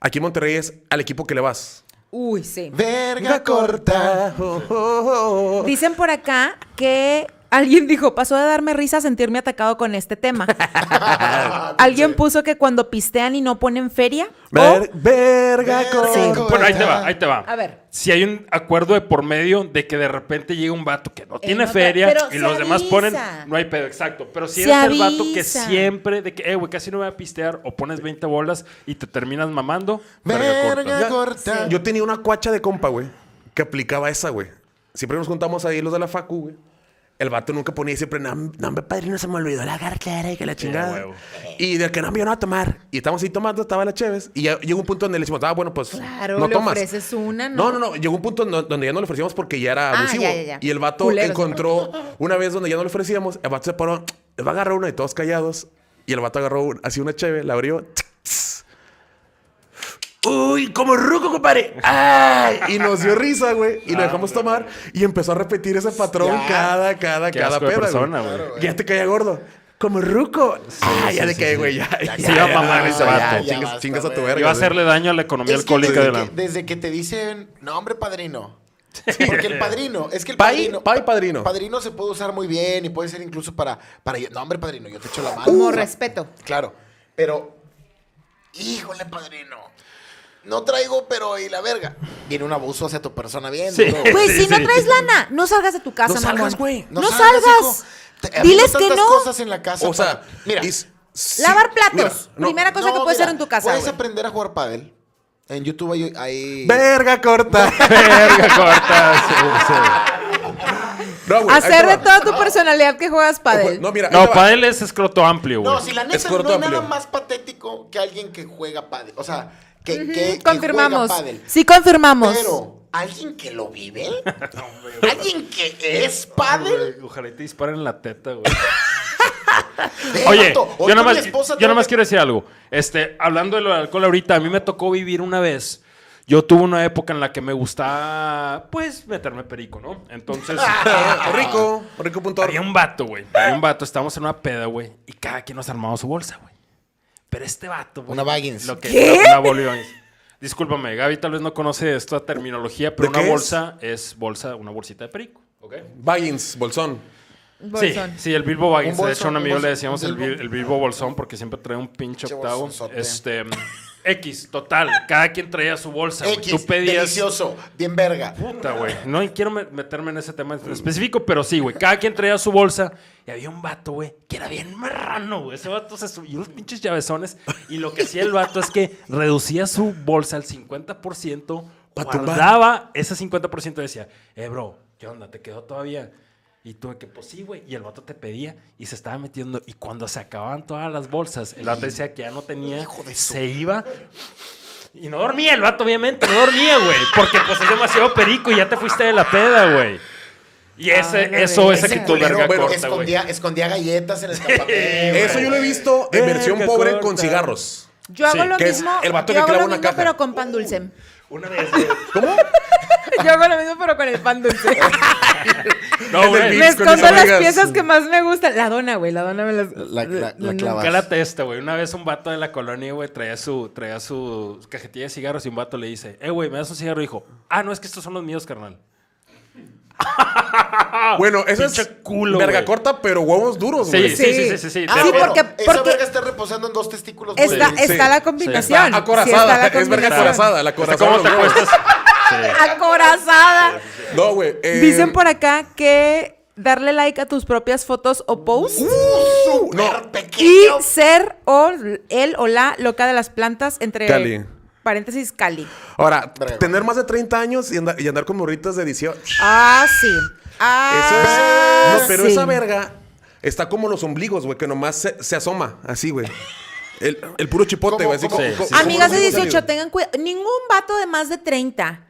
Speaker 2: aquí en Monterrey es al equipo que le vas.
Speaker 3: Uy, sí.
Speaker 1: Verga corta.
Speaker 2: oh, oh, oh.
Speaker 3: Dicen por acá que alguien dijo, pasó de darme risa a sentirme atacado con este tema.
Speaker 2: Ah,
Speaker 3: alguien puso que cuando pistean y no ponen feria.
Speaker 2: Ver- verga
Speaker 1: Verga
Speaker 2: corta.
Speaker 1: corta.
Speaker 4: Bueno, ahí te va, ahí te va.
Speaker 3: A ver.
Speaker 4: Si hay un acuerdo de por medio de que de repente llega un vato que no tiene
Speaker 3: Eh, no tra-
Speaker 4: feria
Speaker 3: pero
Speaker 4: y
Speaker 3: se
Speaker 4: los demás ponen.
Speaker 3: avisa.
Speaker 4: No hay pedo, exacto. Pero si
Speaker 3: Se
Speaker 4: eres el vato que
Speaker 3: avisa.
Speaker 4: siempre, de que, eh, güey, casi no me voy a pistear, o pones 20 bolas y te terminas mamando. verga corta.
Speaker 1: Verga
Speaker 2: Ya-
Speaker 1: corta.
Speaker 2: Yo tenía una cuacha de compa, güey, que aplicaba esa, güey. Siempre nos juntamos ahí los de la facu, güey. El vato nunca ponía siempre, no, no, hombre, padrino, se me olvidó la cartera y que la chingada.
Speaker 4: huevo.
Speaker 2: y del que no me iban a tomar. Y estábamos ahí tomando, estaba la Chévez. Y ya llegó un punto donde le decimos, ah, bueno, pues
Speaker 3: Claro,
Speaker 2: no
Speaker 3: le
Speaker 2: tomas.
Speaker 3: ofreces una,
Speaker 2: no,
Speaker 3: ¿no?
Speaker 2: no, no. Llegó un punto no- donde ya no le ofrecíamos porque ya era
Speaker 3: Ah,
Speaker 2: abusivo.
Speaker 3: ya, ya, ya.
Speaker 2: Y el vato
Speaker 3: Culeros,
Speaker 2: encontró una vez donde ya no le ofrecíamos. El vato se paró, va a agarrar una y todos callados. Y el vato agarró un- así una Chévez, la abrió, Uy, como ruco, compadre. Ay, y nos dio risa, güey. Y lo dejamos tomar y empezó a repetir ese patrón
Speaker 1: Ya.
Speaker 2: cada, cada,
Speaker 4: Qué
Speaker 2: cada
Speaker 4: asco de
Speaker 2: peda,
Speaker 4: persona,
Speaker 2: güey.
Speaker 4: güey.
Speaker 1: Claro, güey.
Speaker 2: Ya te caía gordo. Como ruco. ah,
Speaker 4: sí,
Speaker 2: ya le
Speaker 4: sí,
Speaker 2: caí,
Speaker 4: sí.
Speaker 2: güey. Ya, ya,
Speaker 4: se iba a mamar
Speaker 2: ya,
Speaker 4: ese
Speaker 2: ya,
Speaker 4: vato.
Speaker 2: ya, chingas,
Speaker 1: Ya
Speaker 2: chingas a
Speaker 1: basta,
Speaker 2: tu
Speaker 1: güey.
Speaker 2: verga.
Speaker 4: Iba a
Speaker 2: güey.
Speaker 4: hacerle daño a la economía
Speaker 1: Es que
Speaker 4: alcohólica
Speaker 1: desde
Speaker 4: de la.
Speaker 1: que- desde que te dicen nombre padrino. Porque el padrino, es que el
Speaker 2: Pai-
Speaker 1: padrino.
Speaker 2: pai padrino.
Speaker 1: Padrino se puede usar muy bien y puede ser incluso para. para no, hombre, padrino, yo te echo la mano.
Speaker 3: Como
Speaker 1: O
Speaker 2: Uh.
Speaker 1: sea,
Speaker 3: respeto.
Speaker 1: Claro. Pero. Híjole, padrino. No traigo, pero y la verga. Viene un abuso hacia tu persona bien.
Speaker 4: Sí.
Speaker 1: duro.
Speaker 3: Güey,
Speaker 2: Este,
Speaker 4: Sí,
Speaker 3: si no
Speaker 4: sí.
Speaker 3: traes lana, no salgas de tu casa,
Speaker 2: No salgas,
Speaker 3: mamón.
Speaker 2: güey.
Speaker 3: No,
Speaker 1: hijo.
Speaker 3: salgas.
Speaker 1: Te- habemos
Speaker 3: Diles que
Speaker 1: tantas
Speaker 3: no.
Speaker 1: cosas en la casa.
Speaker 2: O sea,
Speaker 1: para- mira.
Speaker 2: es- sí,
Speaker 3: Lavar platos.
Speaker 2: mira, no.
Speaker 3: Primera cosa que
Speaker 1: No,
Speaker 3: puedes
Speaker 1: mira,
Speaker 3: hacer en tu casa,
Speaker 1: Puedes
Speaker 3: güey.
Speaker 1: aprender a jugar pádel. En YouTube hay. hay-
Speaker 2: Verga corta.
Speaker 4: Verga corta. sí, sí.
Speaker 2: No, güey, ahí
Speaker 3: Hacer
Speaker 2: te
Speaker 3: de
Speaker 2: va.
Speaker 3: toda tu personalidad que juegas padel.
Speaker 2: No, mira. ahí
Speaker 4: No,
Speaker 2: te va.
Speaker 4: para él es escroto amplio, güey.
Speaker 1: No, si la
Speaker 2: Es
Speaker 1: neta no
Speaker 2: corto,
Speaker 1: hay nada
Speaker 2: amplio.
Speaker 1: más patético que alguien que juega pádel. O sea, que,
Speaker 3: Ujú,
Speaker 1: que- que
Speaker 3: confirmamos.
Speaker 1: juega pádel.
Speaker 3: Sí, confirmamos.
Speaker 1: Pero, ¿alguien que lo vive? ¿Alguien que es pádel?
Speaker 4: Güey, Ojalá y te disparen en la teta, güey.
Speaker 1: Ve,
Speaker 4: Oye,
Speaker 1: Eh, vato,
Speaker 4: yo
Speaker 1: hoy
Speaker 4: nada
Speaker 1: con
Speaker 4: más,
Speaker 1: mi esposa
Speaker 4: yo nada
Speaker 1: tengo
Speaker 4: más
Speaker 1: que-
Speaker 4: quiero decir algo. Este, hablando de lo del alcohol ahorita, a mí me tocó vivir una vez. Yo tuve una época en la que me gustaba, pues, meterme perico, ¿no? Entonces,
Speaker 2: Ah, Rico, rico punto.
Speaker 4: había un vato, güey. Había un vato, estábamos en una peda, güey. Y cada quien nos armaba su bolsa, güey. Pero este vato, güey.
Speaker 1: Una Baggins.
Speaker 4: Lo que, ¿Qué? Una Baggins. Discúlpame, Gaby tal vez no conoce esta terminología, pero
Speaker 2: ¿De
Speaker 4: una
Speaker 2: qué es?
Speaker 4: bolsa es bolsa, una bolsita de perico, ¿ok?
Speaker 2: Baggins, bolsón.
Speaker 4: Sí,
Speaker 3: Bolsón.
Speaker 4: sí, el Bilbo Baggins.
Speaker 1: Un
Speaker 4: de hecho, a un
Speaker 1: bolsón,
Speaker 4: amigo
Speaker 1: un
Speaker 4: le
Speaker 1: bolsón,
Speaker 4: decíamos el,
Speaker 1: un Bilbo.
Speaker 4: Bil- el Bilbo Bolsón porque siempre trae un pinche
Speaker 1: Pinche
Speaker 4: octavo.
Speaker 1: bolsonzote.
Speaker 4: Este, mm, X, total. Cada quien traía su bolsa. güey.
Speaker 1: X,
Speaker 4: Tú pedías.
Speaker 1: delicioso, bien verga.
Speaker 4: Puta, güey. No y quiero me- meterme en ese tema en específico, pero sí, güey. Cada quien traía su bolsa y había un vato, güey, que era bien marrano, güey. Ese vato se subió unos pinches llavezones y lo que hacía el vato es que reducía su bolsa al 50%,
Speaker 2: Pa' tumbar.
Speaker 4: guardaba ese 50% y decía, eh, bro, ¿qué onda? ¿Te quedó todavía? Y tuve que, pues sí, güey. Y el vato te pedía y se estaba metiendo. Y cuando se acababan todas las bolsas, el vato decía que ya no tenía, se iba y no dormía el vato, obviamente, no dormía, güey. Porque pues es demasiado perico y ya te fuiste de la peda, güey. Y ese,
Speaker 3: Ay,
Speaker 4: eso
Speaker 3: güey.
Speaker 4: es
Speaker 1: Ah, Ese
Speaker 4: actitud
Speaker 1: culero,
Speaker 4: verga
Speaker 2: bueno,
Speaker 4: corta, güey.
Speaker 1: escondía, escondía galletas en el campamento.
Speaker 2: Eso yo lo he visto en
Speaker 4: Verga
Speaker 2: versión pobre con
Speaker 4: corta.
Speaker 2: cigarros.
Speaker 3: Yo hago
Speaker 4: Sí,
Speaker 3: lo
Speaker 2: que es
Speaker 3: mismo.
Speaker 2: el vato
Speaker 3: yo
Speaker 2: que
Speaker 3: hago
Speaker 2: clava
Speaker 3: lo
Speaker 2: una
Speaker 3: mismo,
Speaker 2: caja. Uh.
Speaker 3: pero con pan dulce.
Speaker 4: Una vez, güey.
Speaker 2: ¿Cómo?
Speaker 3: Yo hago lo mismo, pero con el pan dulce.
Speaker 4: No,
Speaker 2: Es del
Speaker 4: güey.
Speaker 2: Beats
Speaker 3: me
Speaker 2: con
Speaker 3: escondo
Speaker 2: mis
Speaker 3: las
Speaker 2: amigas.
Speaker 3: piezas que más me gustan. La dona, güey. La dona me las.
Speaker 1: La- la- la
Speaker 3: Mm.
Speaker 1: clava.
Speaker 4: Cálate esta, güey. Una vez un vato de la colonia, güey, traía su, traía su cajetilla de cigarros y un vato le dice, eh, güey, ¿me das un cigarro? Y dijo, ah, no, es que estos son los míos, carnal.
Speaker 2: Bueno, eso es
Speaker 4: Ah, Pinche culo,
Speaker 2: verga
Speaker 4: güey.
Speaker 2: corta, pero huevos duros,
Speaker 4: Sí,
Speaker 2: güey.
Speaker 4: sí, sí, sí, sí. sí.
Speaker 3: Ah,
Speaker 4: De-
Speaker 3: sí,
Speaker 1: Bueno,
Speaker 3: porque-
Speaker 1: esa
Speaker 3: porque-
Speaker 1: verga está reposando en dos testículos. muy
Speaker 3: Está,
Speaker 1: bien.
Speaker 2: Sí,
Speaker 3: está
Speaker 2: sí.
Speaker 3: la combinación.
Speaker 2: Está
Speaker 3: Sí, está
Speaker 2: acorazada,
Speaker 3: la
Speaker 2: es verga
Speaker 3: combinación.
Speaker 2: acorazada, la
Speaker 4: O sea,
Speaker 2: acorazada.
Speaker 4: ¿Cómo te
Speaker 2: de los huevos.
Speaker 4: acuestas?
Speaker 3: Acorazada.
Speaker 2: No, güey. eh,
Speaker 3: Dicen por acá que darle like a tus propias fotos o posts
Speaker 2: Uh, no.
Speaker 1: Pequeño.
Speaker 3: y ser o el o la loca de las plantas entre
Speaker 2: Cali.
Speaker 3: Paréntesis, Cali.
Speaker 2: Ahora, tener más de 30 años y, andar- y andar con morritas de 18.
Speaker 3: Ah, sí. Ah,
Speaker 2: Eso es- no, pero
Speaker 3: sí.
Speaker 2: esa verga está como los ombligos, güey, que nomás se, se asoma, así, güey. El, el puro chipote,
Speaker 1: ¿Cómo-
Speaker 2: güey. así
Speaker 1: cómo-
Speaker 2: como-
Speaker 4: sí,
Speaker 2: como-
Speaker 4: sí.
Speaker 2: como
Speaker 3: Amigas de
Speaker 2: los ombligos
Speaker 3: 18,
Speaker 2: salidos.
Speaker 3: tengan cuidado. Ningún vato de más de 30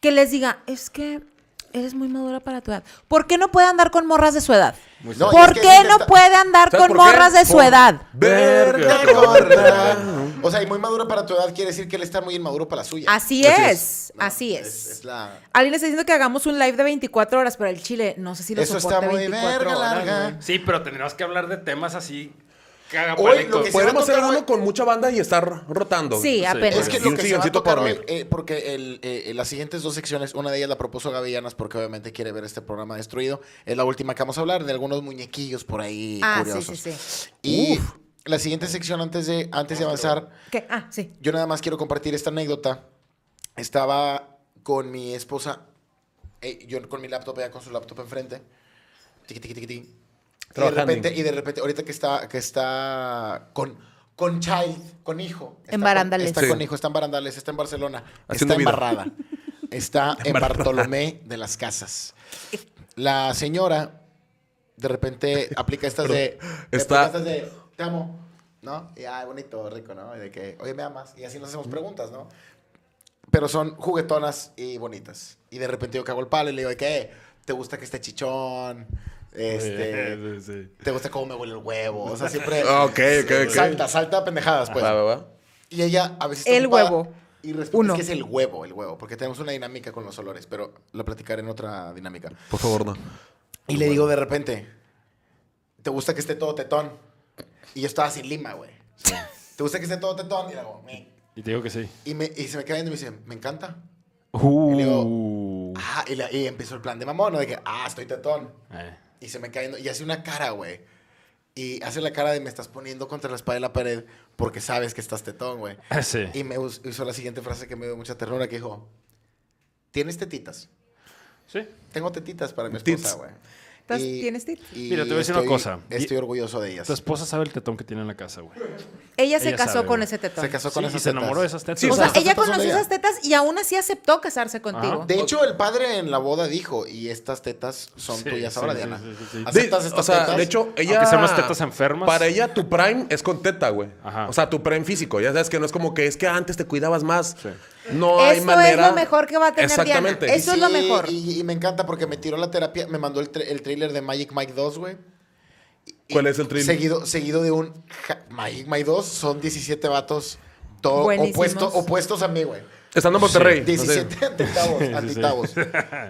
Speaker 3: que les diga, es que eres muy madura para tu edad. ¿Por qué no puede andar con morras de su edad?
Speaker 1: Muy No, y
Speaker 3: ¿Por
Speaker 1: es que
Speaker 3: qué
Speaker 1: sí
Speaker 3: no
Speaker 1: está-
Speaker 3: puede andar
Speaker 2: ¿Sabes
Speaker 3: con
Speaker 2: por qué?
Speaker 3: morras de su
Speaker 2: Por
Speaker 3: edad?
Speaker 2: Verga.
Speaker 1: Verga gorda. O sea, y muy madura para tu edad quiere decir que él está muy inmaduro para la suya.
Speaker 3: Así es,
Speaker 1: No,
Speaker 3: así
Speaker 1: Es,
Speaker 3: es.
Speaker 1: la-
Speaker 3: Alguien está diciendo que hagamos un live de 24 horas, pero el chile no sé si lo
Speaker 1: Eso
Speaker 3: soporte
Speaker 1: está muy
Speaker 3: 24
Speaker 1: verga
Speaker 3: horas,
Speaker 1: larga.
Speaker 3: güey.
Speaker 4: Sí, pero tendríamos que hablar de temas así.
Speaker 1: Hoy lo
Speaker 4: Cagapaleco.
Speaker 1: que se va a
Speaker 2: Podemos hacer
Speaker 1: tocar
Speaker 2: uno
Speaker 1: hoy-
Speaker 2: con mucha banda y estar rotando. güey.
Speaker 3: Sí, apenas.
Speaker 1: Es que
Speaker 2: Y
Speaker 1: lo
Speaker 2: un
Speaker 1: que se va a
Speaker 2: silloncito
Speaker 1: tocar
Speaker 2: para
Speaker 1: hoy,
Speaker 2: dormir.
Speaker 1: eh, porque el, eh, las siguientes dos secciones, una de ellas la propuso Gaby Llanas porque obviamente quiere ver este programa destruido. Es la última que vamos a hablar, de algunos muñequillos por ahí
Speaker 3: Ah, sí,
Speaker 1: curiosos.
Speaker 3: sí, sí.
Speaker 1: Y la siguiente sección, antes de, antes de avanzar,
Speaker 3: ¿Qué? Ah, sí.
Speaker 1: yo nada más quiero compartir esta anécdota. Estaba con mi esposa, eh, yo con mi laptop, ella con su laptop enfrente. Tiqui, tiqui, tiqui, tiqui. Y de,
Speaker 2: Trabajando.
Speaker 1: repente, y de repente, ahorita que está, que está con, con child, con hijo. Está
Speaker 3: En
Speaker 1: con-
Speaker 3: Barandales.
Speaker 1: Está
Speaker 2: Sí.
Speaker 1: con hijo, está en Barandales, está en Barcelona.
Speaker 2: Haciendo
Speaker 1: está
Speaker 2: vida.
Speaker 1: embarrada. Está en
Speaker 2: Embarrada.
Speaker 1: Bartolomé de las Casas. La señora de repente aplica estas de.
Speaker 2: Está-
Speaker 1: aplica estas de. Te amo. ¿No? Y ay, bonito, rico, ¿no? Y de que, oye, me amas. Y así nos hacemos preguntas, ¿no? Pero son juguetonas y bonitas. Y de repente yo cago el palo y le digo, ¿qué? ¿Te gusta que esté chichón? Este, ¿Te gusta cómo me huele el huevo? O sea, siempre.
Speaker 2: Ah, ok, ok, ok.
Speaker 1: Salta, salta pendejadas, pues.
Speaker 2: Va, va, va.
Speaker 1: Y ella a veces.
Speaker 3: El
Speaker 1: ocupada
Speaker 3: huevo.
Speaker 1: Y resp-
Speaker 3: Uno.
Speaker 1: Es que es el huevo, el huevo, porque tenemos una dinámica con los olores, pero lo platicaré en otra dinámica.
Speaker 2: Por favor, no.
Speaker 4: Pues
Speaker 1: Y le digo de repente, ¿te gusta que esté todo tetón? Y yo estaba sin lima, güey. ¿Te gusta que esté todo tetón? Y le hago, "Me".
Speaker 4: Y te digo que sí.
Speaker 1: Y, me, y se me queda viendo y me dice, me encanta.
Speaker 4: Uh.
Speaker 1: Y luego- Ah, y, la- y empezó el plan de mamón, ¿no? De que, ah, estoy tetón.
Speaker 4: Eh.
Speaker 1: Y se me cae viendo, y hace una cara, güey. Y hace la cara de me estás poniendo contra la espalda de la pared porque sabes que estás tetón, güey.
Speaker 4: Ah, sí.
Speaker 1: Y me us- hizo la siguiente frase que me dio mucha ternura, que dijo, ¿tienes tetitas?
Speaker 4: Sí.
Speaker 1: Tengo tetitas para mi
Speaker 2: Tits.
Speaker 1: esposa, güey.
Speaker 3: Estás-
Speaker 1: Y-
Speaker 3: ¿Tienes tit?
Speaker 1: y
Speaker 4: Mira, te voy a decir una
Speaker 1: estoy-
Speaker 4: cosa.
Speaker 1: Estoy orgulloso de ellas.
Speaker 4: Tu esposa sabe el tetón que tiene en la casa, güey.
Speaker 3: Ella se
Speaker 4: Ella
Speaker 3: casó
Speaker 4: sabe,
Speaker 3: con
Speaker 4: güey.
Speaker 3: ese tetón.
Speaker 1: Se casó con
Speaker 4: Sí, y
Speaker 1: esas
Speaker 4: se enamoró de
Speaker 1: tetas.
Speaker 4: esas tetas.
Speaker 2: Sí,
Speaker 3: o
Speaker 2: o
Speaker 3: sea,
Speaker 1: esas
Speaker 3: ella
Speaker 1: tetas son
Speaker 3: conoció
Speaker 1: de ella.
Speaker 3: esas tetas y aún así aceptó casarse contigo.
Speaker 1: De hecho, el padre en la boda dijo, y estas tetas son
Speaker 4: Sí,
Speaker 1: tuyas
Speaker 4: sí,
Speaker 1: ahora,
Speaker 4: sí,
Speaker 1: Diana.
Speaker 4: sí, sí, sí.
Speaker 2: De,
Speaker 1: ¿Aceptas estas
Speaker 2: o sea,
Speaker 1: tetas?
Speaker 2: de hecho, ella.
Speaker 4: Aunque sean unas tetas enfermas.
Speaker 2: Para ella, tu prime es con teta, güey.
Speaker 4: Ajá.
Speaker 2: O sea, tu prime físico. Ya sabes que no es como que es que antes te cuidabas más. No
Speaker 3: Esto
Speaker 2: hay
Speaker 3: es
Speaker 2: manera.
Speaker 3: lo mejor que va a tener Diana.
Speaker 2: Exactamente.
Speaker 1: Y
Speaker 3: Eso es lo mejor.
Speaker 1: Y, y me encanta porque me tiró la terapia, me mandó el, tra- el trailer de Magic Mike 2, güey. Y-
Speaker 2: ¿Cuál es el thriller?
Speaker 1: Seguido, seguido de un ja- Magic Mike 2, son 17 vatos, todo
Speaker 3: Buenísimos.
Speaker 1: opuesto- opuestos a mí, güey.
Speaker 2: Estando en Monterrey. no sé,
Speaker 1: 17 antitavos, antitavos.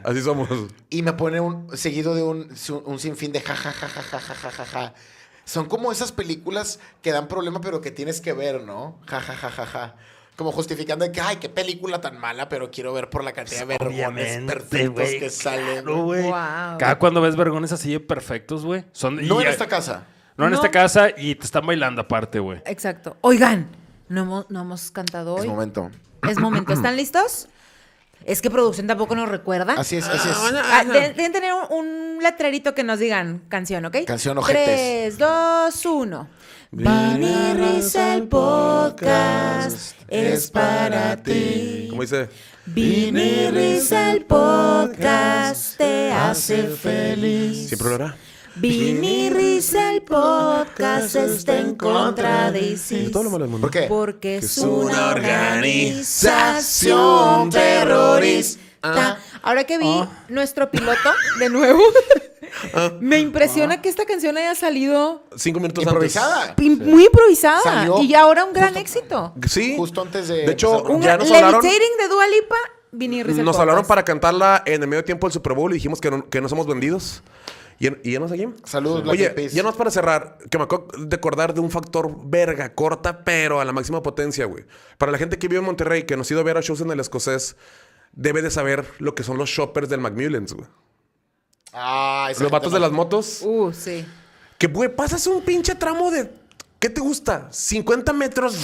Speaker 2: así somos.
Speaker 1: Y me pone un seguido de un, su- un sinfín de ja, ja, ja, ja, ja, ja, ja, ja, ja. Son como esas películas que dan problema, pero que tienes que ver, ¿no? Ja, ja, ja, ja, ja. Como justificando de que, ay, qué película tan mala, pero quiero ver por la cantidad de vergones
Speaker 4: Obviamente,
Speaker 1: perfectos
Speaker 4: güey,
Speaker 1: que salen.
Speaker 4: claro, güey.
Speaker 3: Wow.
Speaker 4: Cada cuando ves vergones así de perfectos, güey. Son, y-
Speaker 1: No en esta casa.
Speaker 4: No en esta
Speaker 3: No.
Speaker 4: casa y te están bailando aparte, güey.
Speaker 3: Exacto. Oigan, no hemos, no hemos cantado hoy.
Speaker 1: Es momento.
Speaker 3: Es momento. ¿Están listos? Es que producción tampoco nos recuerda.
Speaker 1: Así es, así es.
Speaker 3: Ah, de- deben tener un, un letrerito que nos digan canción, ¿ok?
Speaker 1: Canción ojetes.
Speaker 3: Tres, dos, uno. Van y risa el podcast es para ti.
Speaker 2: Como dice.
Speaker 3: Vini Risa el podcast te hace feliz.
Speaker 2: Siempre lo hará.
Speaker 3: Vini Risa el podcast está en contra de ISIS.
Speaker 2: Todo lo malo del mundo.
Speaker 1: ¿Por qué?
Speaker 3: Porque es
Speaker 2: una
Speaker 3: una organización
Speaker 2: organización
Speaker 3: terrorista.
Speaker 1: Ah.
Speaker 3: Ahora que vi nuestro piloto de nuevo, me impresiona que esta canción haya salido
Speaker 2: Cinco minutos
Speaker 1: Improvisada.
Speaker 3: pim- muy improvisada
Speaker 1: Salió
Speaker 3: y ahora un gran éxito.
Speaker 2: antes. Sí.
Speaker 1: Justo antes de.
Speaker 2: De hecho,
Speaker 1: empezar.
Speaker 3: Un
Speaker 2: ya
Speaker 3: gran-
Speaker 2: nos hablaron.
Speaker 3: Levitating de Dua Lipa, Vini Risa el
Speaker 2: Nos hablaron
Speaker 3: podcast.
Speaker 2: para cantarla en el medio tiempo del Super Bowl y dijimos que no, que no somos vendidos. ¿Y, ya- y ya nos seguimos?
Speaker 1: Saludos, Black Eyed
Speaker 2: Oye,
Speaker 1: Peas.
Speaker 2: ya nos para cerrar, que me acabo de acordar de un factor verga, corta, pero a la máxima potencia, güey. Para la gente que vive en Monterrey, que nos ha ido a ver a shows en el escocés, debe de saber lo que son los shoppers del Macmillans, güey.
Speaker 1: Ah, esa
Speaker 2: Los
Speaker 1: gente
Speaker 2: vatos de
Speaker 1: no.
Speaker 2: las motos.
Speaker 3: Uh, sí.
Speaker 2: Que, güey, pasas un pinche tramo de. ¿Qué te gusta? 50 metros.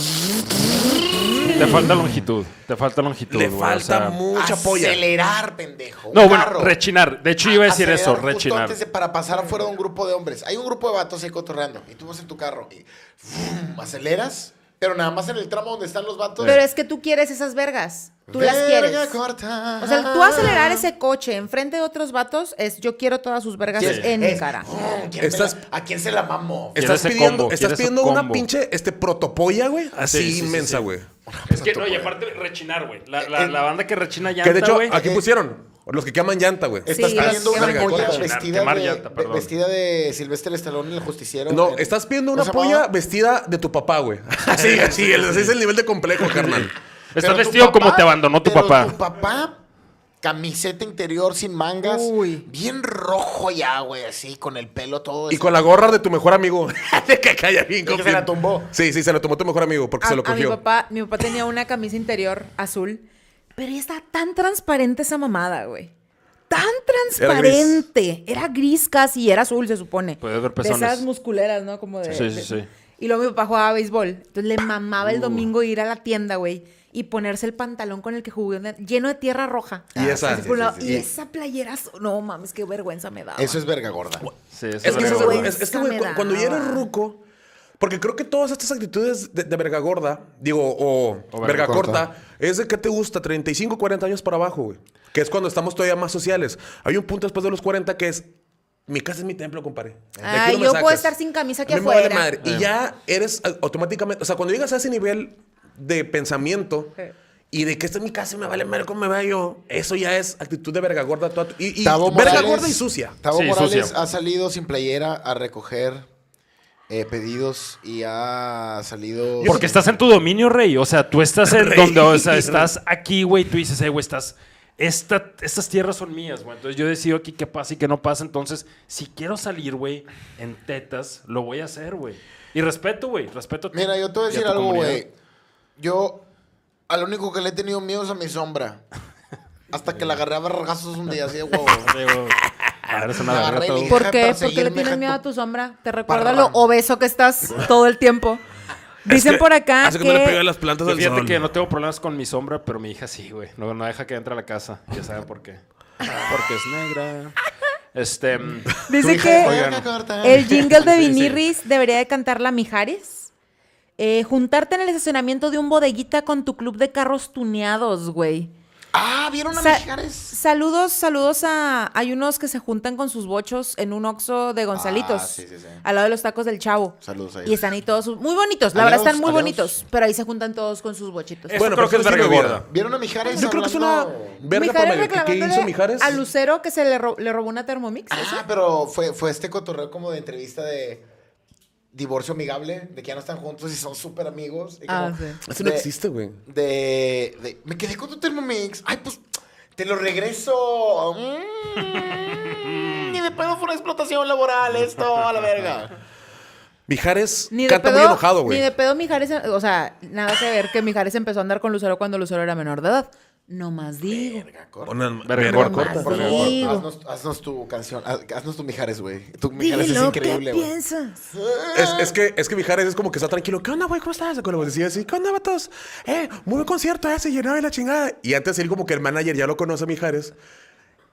Speaker 4: Te falta longitud. Te falta longitud,
Speaker 2: Le
Speaker 4: güey. o
Speaker 2: falta
Speaker 4: sea-
Speaker 2: mucha polla.
Speaker 1: Acelerar, pendejo.
Speaker 4: No,
Speaker 1: Un
Speaker 4: bueno,
Speaker 1: carro.
Speaker 4: rechinar. De hecho, yo iba a decir eso,
Speaker 1: acelerar justo
Speaker 4: rechinar.
Speaker 1: antes de- para pasar afuera de un grupo de hombres. Hay un grupo de vatos ahí cotorreando y tú vas en tu carro y ¡fum! aceleras Pero nada más en el tramo donde están los vatos.
Speaker 3: Pero es que tú quieres esas vergas. Tú las
Speaker 1: Verga
Speaker 3: quieres.
Speaker 1: corta.
Speaker 3: O sea, tú acelerar ese coche enfrente de otros vatos es yo quiero todas sus vergas
Speaker 1: Ah, Sí,
Speaker 3: en mi
Speaker 1: es-
Speaker 3: cara.
Speaker 1: Mm, ¿quién me
Speaker 2: Estás-
Speaker 1: la- ¿A quién se la mamó?
Speaker 4: Quiero
Speaker 2: Estás
Speaker 4: ese
Speaker 2: pidiendo,
Speaker 4: combo,
Speaker 2: estás
Speaker 4: quiero ese
Speaker 2: pidiendo una
Speaker 4: combo.
Speaker 2: pinche este protopolla, güey. Así
Speaker 4: sí, sí,
Speaker 2: inmensa,
Speaker 4: sí.
Speaker 2: güey.
Speaker 4: Es que no, y aparte rechinar, güey. La, la-
Speaker 1: Eh,
Speaker 4: la banda que rechina
Speaker 2: Que de
Speaker 4: llanta,
Speaker 2: hecho,
Speaker 4: güey.
Speaker 2: aquí pusieron los que queman llanta, güey.
Speaker 1: Estás
Speaker 3: Sí,
Speaker 1: pidiendo
Speaker 3: los-
Speaker 1: una
Speaker 2: Verga,
Speaker 1: polla
Speaker 4: coche.
Speaker 1: vestida,
Speaker 4: Quemar
Speaker 1: de,
Speaker 4: llanta,
Speaker 1: ve-
Speaker 4: perdón.
Speaker 1: vestida de Sylvester Stallone, el justiciero.
Speaker 2: No,
Speaker 1: en-
Speaker 2: estás pidiendo
Speaker 1: ¿cómo
Speaker 2: una
Speaker 1: se
Speaker 2: polla
Speaker 1: llamaba?
Speaker 2: vestida de tu papá, güey. Así, así, el- ese es el nivel de complejo, carnal.
Speaker 1: Pero
Speaker 4: Estás
Speaker 1: tu
Speaker 4: vestido como
Speaker 1: papá-
Speaker 4: te abandonó tu
Speaker 1: pero
Speaker 4: papá.
Speaker 1: Tu papá, camiseta interior sin mangas,
Speaker 3: Uy.
Speaker 1: bien rojo ya, güey, así, con el pelo todo.
Speaker 2: Y con la gorra de tu mejor amigo. De que calla bien
Speaker 1: que se
Speaker 2: confío.
Speaker 1: la tumbó.
Speaker 2: Sí, sí, se la tomó tu mejor amigo porque
Speaker 3: a,
Speaker 2: se lo
Speaker 3: a mi
Speaker 2: cogió.
Speaker 3: papá, mi papá tenía una camisa interior azul, pero ya estaba tan transparente esa mamada, güey. Tan
Speaker 2: Era gris.
Speaker 3: transparente. Era gris, casi, era azul, se supone.
Speaker 4: Podías ver
Speaker 3: de
Speaker 4: pezones.
Speaker 3: esas musculeras, ¿no? Como de.
Speaker 4: Sí, sí,
Speaker 3: de-
Speaker 4: sí.
Speaker 3: Y luego mi papá jugaba béisbol. Entonces le mamaba
Speaker 2: Uh.
Speaker 3: el domingo ir a la tienda, güey. Y ponerse el pantalón con el que jugué lleno de tierra roja.
Speaker 2: Y esa.
Speaker 3: Así por un lado.
Speaker 2: Sí, sí, sí.
Speaker 3: Y esa playera. azul. No mames, qué vergüenza me daba.
Speaker 1: Eso es verga gorda.
Speaker 4: Sí, eso
Speaker 2: Es que,
Speaker 4: verga,
Speaker 2: eso-
Speaker 4: güey.
Speaker 3: vergüenza
Speaker 2: es- es que, güey,
Speaker 3: me
Speaker 2: cu- cuando ya eres
Speaker 3: daba.
Speaker 2: ruco, porque creo que todas estas actitudes de, de verga gorda, digo, o,
Speaker 4: O
Speaker 2: verga,
Speaker 4: verga
Speaker 2: corta,
Speaker 1: corta.
Speaker 2: es de que te gusta 35, 40 años para abajo, güey. Que es cuando estamos todavía más sociales. Hay un punto después de los 40 que es. Mi casa es mi templo, compadre. De aquí
Speaker 3: Ay,
Speaker 2: no me
Speaker 3: yo puedo
Speaker 2: sacas.
Speaker 3: estar sin camisa aquí
Speaker 2: A mí me vale
Speaker 3: afuera.
Speaker 2: madre. Y ya eres ah, automáticamente. O sea, cuando llegas a ese nivel de pensamiento.
Speaker 3: Sí.
Speaker 2: Y de que esta es mi casa y me vale madre cómo me vea yo. Eso ya es actitud de verga gorda. toda tu- y y
Speaker 1: Tavo
Speaker 2: verga
Speaker 1: Morales-
Speaker 2: gorda y sucia.
Speaker 1: Tavo
Speaker 4: Sí,
Speaker 1: Morales
Speaker 4: sucia.
Speaker 1: ha salido sin playera a recoger eh, pedidos y ha salido.
Speaker 4: Porque estás en tu dominio, rey. O sea, tú estás en
Speaker 2: Rey.
Speaker 4: donde, o sea, estás aquí, güey. Tú dices, eh, güey, estás. esta- estas tierras son mías, güey. Entonces yo decido aquí qué pasa y qué no pasa. Entonces, si quiero salir, güey, en tetas, lo voy a hacer, güey. Y respeto, güey. Respeto a ti
Speaker 1: Mira, yo te voy a
Speaker 4: y
Speaker 1: decir
Speaker 4: tu
Speaker 1: algo,
Speaker 4: comunidad.
Speaker 1: güey. Yo, al único que le he tenido miedo es a mi sombra. Hasta que la agarré a vergazos un día así de huevo.
Speaker 4: Sí, güey. Ah, eres una
Speaker 1: Me agarré
Speaker 4: verga
Speaker 1: y
Speaker 4: todo.
Speaker 1: dije,
Speaker 3: ¿Por
Speaker 1: Deja
Speaker 3: qué? ¿Por qué
Speaker 1: perseguirme,
Speaker 3: le tienes
Speaker 1: hija
Speaker 3: miedo
Speaker 1: tu-
Speaker 3: a tu sombra? Te recuerda lo
Speaker 1: Parrán.
Speaker 3: obeso que estás todo el tiempo. Dicen por acá
Speaker 2: Hace
Speaker 3: que...
Speaker 2: que, no le pegue a las plantas
Speaker 4: Yo
Speaker 2: al
Speaker 4: Fíjate
Speaker 2: sol.
Speaker 4: que no tengo problemas con mi sombra, pero mi hija sí, güey. No, no deja que entre a la casa. Ya saben por qué. Porque es negra. Este. mm,
Speaker 1: Tu
Speaker 3: Dice
Speaker 1: hija
Speaker 3: que
Speaker 1: es verga corta.
Speaker 3: el jingle de
Speaker 4: Sí, sí.
Speaker 3: Vinirris debería de cantarla Mijares. Eh, juntarte en el estacionamiento de un bodeguita con tu club de carros tuneados, güey.
Speaker 1: Ah, ¿vieron a
Speaker 3: Sa-
Speaker 1: Mijares?
Speaker 3: saludos, saludos a... Hay unos que se juntan con sus bochos en un oxo de Gonzalitos.
Speaker 1: Ah, sí, sí, sí.
Speaker 3: Al lado de los tacos del Chavo.
Speaker 1: Saludos a
Speaker 3: Y
Speaker 1: ellos.
Speaker 3: están ahí todos... sus- Muy bonitos, la
Speaker 1: Adiós,
Speaker 3: verdad están muy
Speaker 1: adiós.
Speaker 3: bonitos. Pero ahí se juntan todos con sus bochitos.
Speaker 4: Eso creo
Speaker 2: pero
Speaker 4: que es
Speaker 2: eso sí
Speaker 4: verga
Speaker 2: lo vi.
Speaker 4: gorda.
Speaker 1: ¿Vieron a Mijares?
Speaker 2: Yo creo que es una
Speaker 1: hablando?
Speaker 2: verga
Speaker 3: Mijares
Speaker 2: promedio. ¿Qué- ¿Qué
Speaker 3: reclamándole
Speaker 2: hizo Mijares?
Speaker 3: A Lucero que se le, ro- le robó una Thermomix.
Speaker 1: Ah,
Speaker 3: ¿eso?
Speaker 1: pero fue, fue este cotorreo como de entrevista de divorcio amigable, de que ya no están juntos y son súper amigos. y
Speaker 3: Ah,
Speaker 1: como-
Speaker 3: sí.
Speaker 2: Eso no
Speaker 1: de-
Speaker 2: existe, güey.
Speaker 1: de, de- Me quedé con tu Thermomix. Ay, pues te lo regreso. Mm, ni de pedo fue una explotación laboral esto, a la verga.
Speaker 2: Mijares
Speaker 3: Ni de,
Speaker 2: canta
Speaker 3: pedo,
Speaker 2: muy enojado, güey.
Speaker 3: ni de pedo Mijares, o sea, nada que ver que Mijares empezó a andar con Lucero cuando Lucero era menor de edad. No más digo.
Speaker 2: Una
Speaker 4: Verga
Speaker 2: verga
Speaker 4: gorda.
Speaker 2: corta.
Speaker 1: Por
Speaker 3: Digo.
Speaker 1: favor, haznos, haznos tu canción. haz- Haznos tu Mijares, güey. Tu
Speaker 3: Dile
Speaker 1: Mijares es
Speaker 3: lo
Speaker 1: increíble,
Speaker 3: que
Speaker 1: güey.
Speaker 3: piensas.
Speaker 2: Es, es que, es que Mijares es como que está tranquilo. ¿Qué onda, güey? ¿Cómo estás? Con la vocecilla así. ¿Qué onda, vatos? Eh, muy buen concierto, eh. Se llenó de la chingada. Y antes él como que el manager ya lo conoce a Mijares.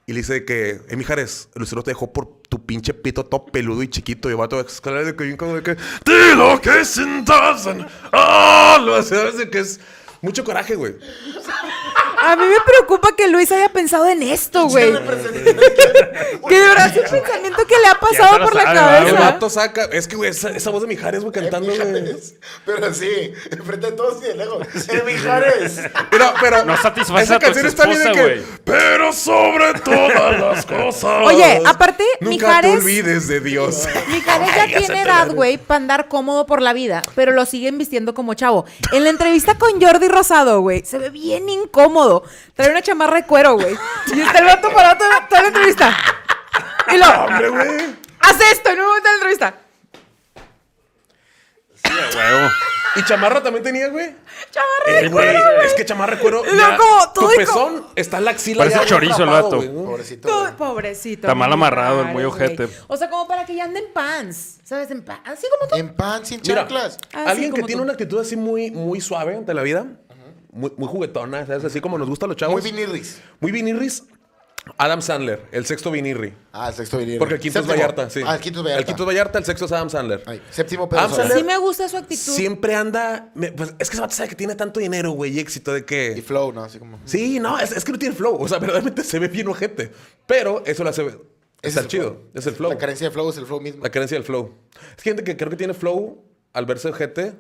Speaker 2: Y le dice que, eh, Mijares, Lucero te dejó por tu pinche pito todo peludo y chiquito. Y el vato escalar de que bien como de que... Te lo que sientas. ¡Ah! Lo hace hace que es... Mucho coraje, güey.
Speaker 3: A mí me preocupa que Luis haya pensado en esto, güey. Que de verdad es un pensamiento que le ha
Speaker 4: se
Speaker 3: pasado
Speaker 4: la
Speaker 3: por la
Speaker 4: sabe,
Speaker 2: El
Speaker 4: Ajá.
Speaker 3: cabeza.
Speaker 2: vato saca... Es que, güey, esa, esa voz de Mijares, güey, cantando, güey.
Speaker 1: Mijares. Pero sí, enfrente de todos y de lejos. ¡El Mijares!
Speaker 2: Pero, pero
Speaker 4: No satisface
Speaker 2: esa
Speaker 4: a tu
Speaker 2: canción está bien de
Speaker 4: esposa,
Speaker 2: que,
Speaker 4: güey.
Speaker 2: Pero sobre todas las cosas.
Speaker 3: Oye, aparte,
Speaker 2: nunca te
Speaker 3: Mijares-
Speaker 2: olvides de Dios.
Speaker 3: Mijares
Speaker 2: Ay,
Speaker 3: ya
Speaker 2: se
Speaker 3: tiene
Speaker 2: te-
Speaker 3: edad, güey, para andar cómodo por la vida, pero lo siguen vistiendo como chavo. En la entrevista con Jordi Rosado, güey, se ve bien incómodo. Trae una chamarra de cuero, güey. Y está el vato parado toda, toda la entrevista. Y lo
Speaker 2: Hombre, güey.
Speaker 3: hace esto en un momento de la entrevista.
Speaker 4: Sí, a huevo.
Speaker 2: Y chamarra también tenía, güey.
Speaker 3: Chamarra
Speaker 2: Eh,
Speaker 3: de
Speaker 2: güey,
Speaker 3: cuero, güey.
Speaker 2: es que chamarra de cuero.
Speaker 3: Y luego
Speaker 2: ya,
Speaker 3: como todo
Speaker 2: tu
Speaker 3: y
Speaker 2: pezón está en la axila.
Speaker 4: Parece
Speaker 2: ya bien
Speaker 4: chorizo el
Speaker 2: rapado,
Speaker 4: vato.
Speaker 2: güey, ¿no?
Speaker 1: Pobrecito. güey.
Speaker 3: Todo- pobrecito.
Speaker 4: Está mal
Speaker 3: güey,
Speaker 4: amarrado, el
Speaker 3: Mijares,
Speaker 4: muy ojete.
Speaker 3: güey. O sea, como para que ya anden pants, ¿sabes? En pants. Así como tú.
Speaker 1: En pan sin
Speaker 2: Mira,
Speaker 1: chanclas.
Speaker 3: Ah, sí,
Speaker 2: alguien que
Speaker 3: como
Speaker 2: tiene
Speaker 3: tú.
Speaker 2: una actitud así muy, muy suave ante la vida, muy, muy juguetona, ¿sabes? Así como nos gusta a los chavos.
Speaker 1: Muy vinirris.
Speaker 2: Muy vinirris. Adam Sandler, el sexto Vinirri.
Speaker 1: Ah, el sexto vinilo.
Speaker 2: Porque el quinto
Speaker 1: Séptimo.
Speaker 2: es Vallarta, sí.
Speaker 1: Ah, el quinto es Vallarta.
Speaker 2: El quinto es Vallarta, Ah, el sexto es Adam Sandler.
Speaker 1: Ay, séptimo Pedro
Speaker 2: Adam
Speaker 1: Sola.
Speaker 2: Sandler.
Speaker 3: Sí me gusta su actitud.
Speaker 2: Siempre anda. me- pues, es que se va a saber que tiene tanto dinero, güey, y éxito de
Speaker 1: Y
Speaker 2: que.
Speaker 1: Flow, ¿no? Así como...
Speaker 2: Sí, no, es, es que no tiene flow. O sea, verdaderamente se ve bien ojete. Pero eso lo hace.
Speaker 1: Ese
Speaker 2: Está
Speaker 1: es el
Speaker 2: chido.
Speaker 1: flow.
Speaker 2: Es el flow.
Speaker 1: La carencia de Flow es el Flow mismo.
Speaker 2: La carencia del flow. Es que gente que creo que tiene flow al verse ojete.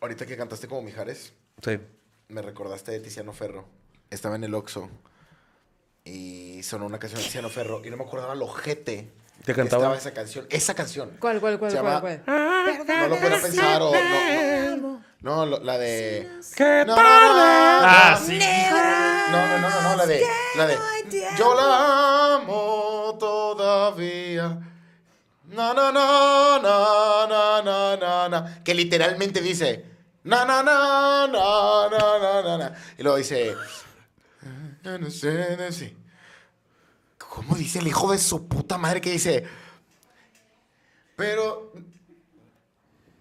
Speaker 1: Ahorita que cantaste como Mijares,
Speaker 2: Sí.
Speaker 1: me recordaste de Tiziano Ferro. Estaba en el Oxxo y sonó una canción de Tiziano Ferro y no me acordaba lo ojete
Speaker 2: ¿Qué cantaba?
Speaker 1: estaba esa canción. Esa canción.
Speaker 3: ¿Cuál, cuál, cuál,
Speaker 1: Se
Speaker 3: cuál,
Speaker 1: llama-
Speaker 3: cuál?
Speaker 1: No lo puedo pensar o... No, no, no, lo- la de...
Speaker 2: ¡Qué
Speaker 1: No, no, no,
Speaker 4: Ah,
Speaker 1: no.
Speaker 4: sí.
Speaker 1: No, no, no, no, no, la de. La de. Yo la amo todavía. Na, na, na, na, na, na, na, na. Que literalmente dice. Na, na, na, na, na, na, na, na. Y luego dice. "Ah, no sé, no sé". ¿Cómo dice el hijo de su puta madre que dice? Pero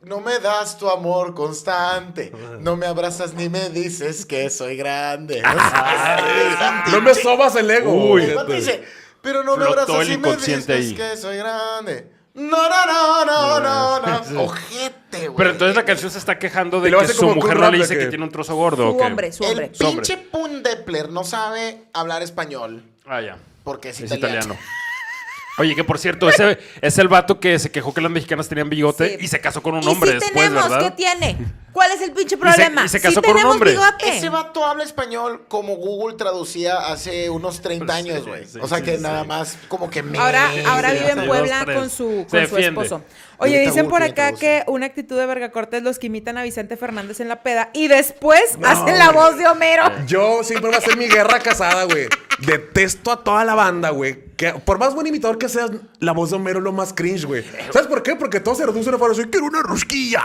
Speaker 1: no me das tu amor constante. No me abrazas ni me dices que soy grande. O sea,
Speaker 2: No me sobas el ego.
Speaker 4: Ah, Uy.
Speaker 2: güey.
Speaker 1: el vato Ah, dice, pero no me
Speaker 4: Flotó
Speaker 1: abrazas
Speaker 4: el
Speaker 1: ni me dices
Speaker 4: inconsciente ahí.
Speaker 1: que soy grande. No, no, no, no, no, no. Ojete, güey.
Speaker 4: Pero entonces la canción se está quejando
Speaker 2: Y
Speaker 4: de
Speaker 2: lo
Speaker 4: que
Speaker 2: hace
Speaker 4: su
Speaker 2: como
Speaker 4: mujer
Speaker 2: con
Speaker 4: no
Speaker 2: rap
Speaker 4: le
Speaker 2: de
Speaker 4: dice que...
Speaker 2: que-
Speaker 4: tiene un trozo gordo.
Speaker 3: Su
Speaker 4: ¿o qué?
Speaker 3: hombre, su
Speaker 1: El
Speaker 3: hombre.
Speaker 1: pinche Pundepler no sabe hablar español
Speaker 4: Ah, ya.
Speaker 1: porque es,
Speaker 4: Es
Speaker 1: italiano.
Speaker 4: italiano. Oye, que por cierto, ese es el vato que se quejó que las mexicanas tenían
Speaker 3: Sí.
Speaker 4: bigote y se casó con un
Speaker 3: Y
Speaker 4: hombre
Speaker 3: sí
Speaker 4: después,
Speaker 3: tenemos,
Speaker 4: ¿verdad?
Speaker 3: ¿qué tiene? ¿Cuál es el pinche problema?
Speaker 4: y se
Speaker 3: Sí
Speaker 4: casó con un
Speaker 3: tenemos
Speaker 4: hombre.
Speaker 3: bigote.
Speaker 1: Ese vato habla español como Google traducía hace unos 30
Speaker 4: Sí,
Speaker 1: años, güey.
Speaker 4: sí,
Speaker 1: o sea
Speaker 4: sí,
Speaker 1: que
Speaker 4: sí.
Speaker 1: nada más como que me...
Speaker 3: Ahora, ahora
Speaker 4: sí,
Speaker 3: vive en
Speaker 4: sí,
Speaker 3: Puebla
Speaker 4: dos, tres.
Speaker 3: con su,
Speaker 4: Se
Speaker 3: con su
Speaker 4: defiende.
Speaker 3: esposo. Oye,
Speaker 1: Ahorita
Speaker 3: dicen por
Speaker 1: Google
Speaker 3: acá
Speaker 1: traduce.
Speaker 3: que una actitud de Verga Cortés los que imitan a Vicente Fernández en la peda y después hacen la voz de Homero.
Speaker 2: Yo siempre va a ser mi guerra casada, güey. Detesto a toda la banda, güey. Que por más buen imitador que seas, la voz de Homero es lo más cringe, güey. ¿Sabes por qué? Porque todo se reduce a una forma de quiero una rusquilla.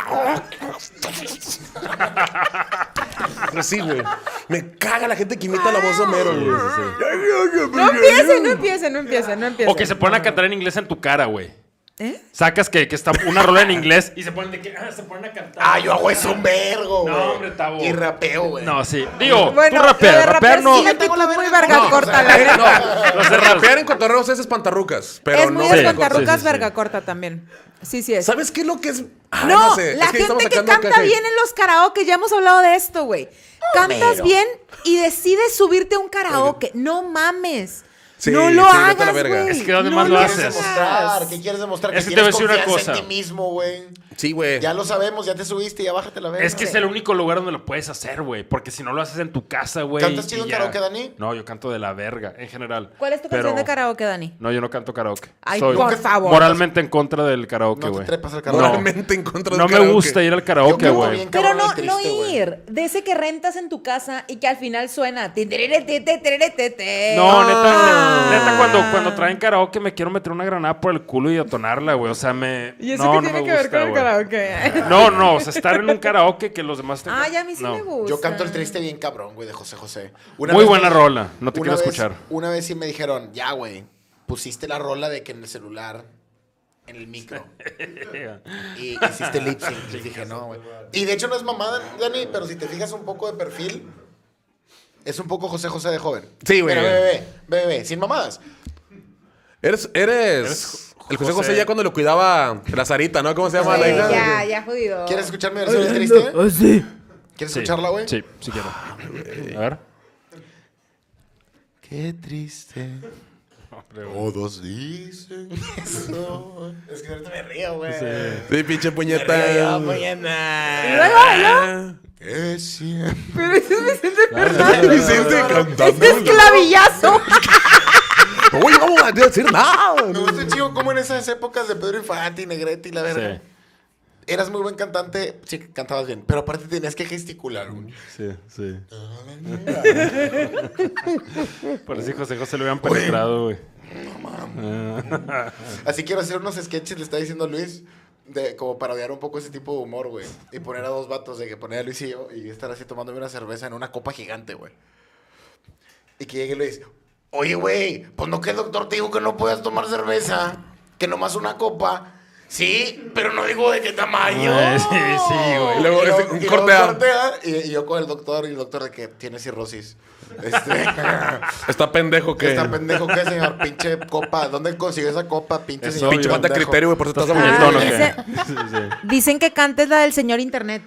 Speaker 2: Así, güey. Me caga la gente que imita la voz de Homero, güey.
Speaker 3: No empiecen, no empiecen, no empiecen, no empiecen.
Speaker 4: O que se ponen a cantar en inglés en tu cara, güey.
Speaker 3: ¿Eh?
Speaker 4: Sacas que, que está una rola en inglés y se ponen de que ah, se ponen a cantar.
Speaker 1: Ah, yo hago eso un vergo, güey.
Speaker 4: No, hombre, Tabo.
Speaker 1: Y rapeo, güey.
Speaker 4: No, sí. Digo,
Speaker 3: Bueno,
Speaker 4: tú
Speaker 3: lo de
Speaker 4: rapear, rapear
Speaker 3: rapear
Speaker 4: no.
Speaker 3: sí me-
Speaker 1: tengo la
Speaker 3: Muy
Speaker 1: verga
Speaker 3: verga
Speaker 1: corta.
Speaker 3: corta, la
Speaker 2: No,
Speaker 3: verdad.
Speaker 4: Los cerrados.
Speaker 2: rapear en cotorreos es espantarrucas, pero
Speaker 3: es
Speaker 2: no
Speaker 3: muy
Speaker 4: Sí.
Speaker 3: espantarrucas,
Speaker 4: Sí, sí, sí.
Speaker 3: verga corta también. Sí, sí es.
Speaker 2: ¿Sabes qué es lo que es? Ay,
Speaker 3: no,
Speaker 2: sé.
Speaker 3: la
Speaker 2: Es estamos
Speaker 3: gente que
Speaker 2: sacando
Speaker 3: canta
Speaker 2: caja y-
Speaker 3: bien en los karaoke, ya hemos hablado de esto, güey. Cantas
Speaker 1: Homero.
Speaker 3: bien y decides subirte a un karaoke. No mames.
Speaker 2: Sí,
Speaker 3: no lo
Speaker 2: sí, vete a la
Speaker 3: hagas,
Speaker 2: verga.
Speaker 3: güey.
Speaker 4: Es que ¿dónde
Speaker 3: No
Speaker 4: más lo
Speaker 1: ¿Qué quieres
Speaker 4: haces?
Speaker 1: demostrar? ¿Qué quieres demostrar?
Speaker 4: Es
Speaker 1: que
Speaker 4: que te voy a
Speaker 1: tienes
Speaker 4: decir una
Speaker 1: confianza en ti
Speaker 4: cosa.
Speaker 1: mismo, güey.
Speaker 2: Sí, güey.
Speaker 1: Ya lo sabemos, ya te subiste, ya bájate la verga.
Speaker 4: Es que es el único lugar donde lo puedes hacer, güey. Porque si no lo haces en tu casa, güey.
Speaker 1: ¿Cantas chido
Speaker 4: y ya.
Speaker 1: karaoke, Dani?
Speaker 4: No, yo canto de la verga, en general.
Speaker 3: ¿Cuál es tu
Speaker 4: Pero-
Speaker 3: canción de karaoke, Dani?
Speaker 4: No, yo no canto karaoke.
Speaker 3: Ay,
Speaker 4: Soy
Speaker 3: por favor.
Speaker 4: Moralmente en contra del karaoke,
Speaker 1: No te
Speaker 4: güey.
Speaker 1: trepas al karaoke.
Speaker 2: Moralmente en contra del
Speaker 4: No me
Speaker 2: karaoke.
Speaker 4: gusta ir al
Speaker 1: Yo
Speaker 4: karaoke,
Speaker 1: canto
Speaker 4: güey.
Speaker 1: bien,
Speaker 3: Pero
Speaker 1: cabrón,
Speaker 3: no,
Speaker 1: triste,
Speaker 3: no
Speaker 1: güey.
Speaker 3: ir. De ese que rentas en tu casa y que al final suena. ti, tirere, ti, ti, tirere, ti, ti.
Speaker 4: No, neta,
Speaker 3: Ah.
Speaker 4: neta, cuando, cuando traen karaoke me quiero meter una granada por el culo y detonarla, güey. O sea, me.
Speaker 3: ¿Y eso
Speaker 4: no,
Speaker 3: qué
Speaker 4: no
Speaker 3: tiene
Speaker 4: me
Speaker 3: que ver
Speaker 4: gusta,
Speaker 3: con el
Speaker 4: güey.
Speaker 3: karaoke?
Speaker 4: No, no, o sea, estar en un karaoke que los demás estén-
Speaker 3: Ay, a mí sí
Speaker 4: no.
Speaker 3: me gusta.
Speaker 1: Yo canto el triste bien cabrón, güey, de José José.
Speaker 4: Muy
Speaker 1: vez
Speaker 4: buena
Speaker 1: me-
Speaker 4: rola, no te
Speaker 1: una
Speaker 4: quiero
Speaker 1: vez-
Speaker 4: escuchar.
Speaker 1: Una vez sí me dijeron, ya, güey, pusiste la rola de que en el celular, en el micro, y hiciste lip sync. Y dije, no, güey. Y de hecho no es mamada, Dani, pero si te fijas un poco de perfil, es un poco José José de joven.
Speaker 2: Sí, güey.
Speaker 1: Pero bebé, bebé, sin mamadas.
Speaker 2: Eres, eres,
Speaker 4: Eres
Speaker 2: el José
Speaker 4: José.
Speaker 2: José ya cuando lo cuidaba la Sarita, ¿no? ¿Cómo se llama la
Speaker 3: Ay,
Speaker 2: hija?
Speaker 3: ya, ya jodido.
Speaker 1: ¿Quieres escuchar mi versión del triste?
Speaker 3: sí.
Speaker 1: ¿Quieres
Speaker 4: Sí,
Speaker 1: escucharla, güey?
Speaker 4: Sí, sí quiero. A ver.
Speaker 1: Qué triste. Todos dicen eso. Es que ahorita me río, güey.
Speaker 2: Sí, pinche
Speaker 1: Río yo,
Speaker 2: puñeta.
Speaker 1: mañana.
Speaker 3: Luego, luego.
Speaker 1: Que siempre.
Speaker 3: Pero ese es Vicente Fernández.
Speaker 2: Vicente cantando.
Speaker 3: Ese es clavillazo.
Speaker 2: Uy, no voy a decir
Speaker 1: Me
Speaker 2: nada.
Speaker 1: gusta, chico, como en esas épocas de Pedro Infante y Negrete y la verga.
Speaker 4: Sí.
Speaker 1: Eras muy buen cantante, sí, cantabas bien, pero aparte tenías que gesticular, güey.
Speaker 4: Sí, sí. Parece que José José lo habían penetrado, güey.
Speaker 1: Así quiero hacer unos sketches, le está diciendo Luis, de como parodiar un poco ese tipo de humor, güey. Y poner a dos vatos, de que poner a Luis y yo, y estar así tomándome una cerveza en una copa gigante, güey. Y que llegue Luis, oye, güey, pues no que el doctor te dijo que no puedas tomar cerveza, que nomás una copa. Sí, pero no digo de qué tamaño.
Speaker 4: Ah, sí, sí, güey.
Speaker 2: Y luego,
Speaker 1: lo-
Speaker 2: es un
Speaker 1: y
Speaker 2: corte
Speaker 1: luego
Speaker 2: a-
Speaker 1: cortea, y, y yo con el doctor y el doctor de que tiene cirrosis. Este,
Speaker 2: Está pendejo que.
Speaker 1: Está pendejo que señor, pinche copa. ¿Dónde consiguió esa copa, pinche
Speaker 4: Es
Speaker 1: señor?
Speaker 2: Pinche falta de
Speaker 1: pendejo?
Speaker 2: criterio, güey, por eso estás
Speaker 4: ¿Estás
Speaker 3: Ah,
Speaker 2: aburriendo.
Speaker 4: puñetón, o qué?
Speaker 3: ese-
Speaker 4: Sí, sí.
Speaker 3: Dicen que cantes la del señor internet.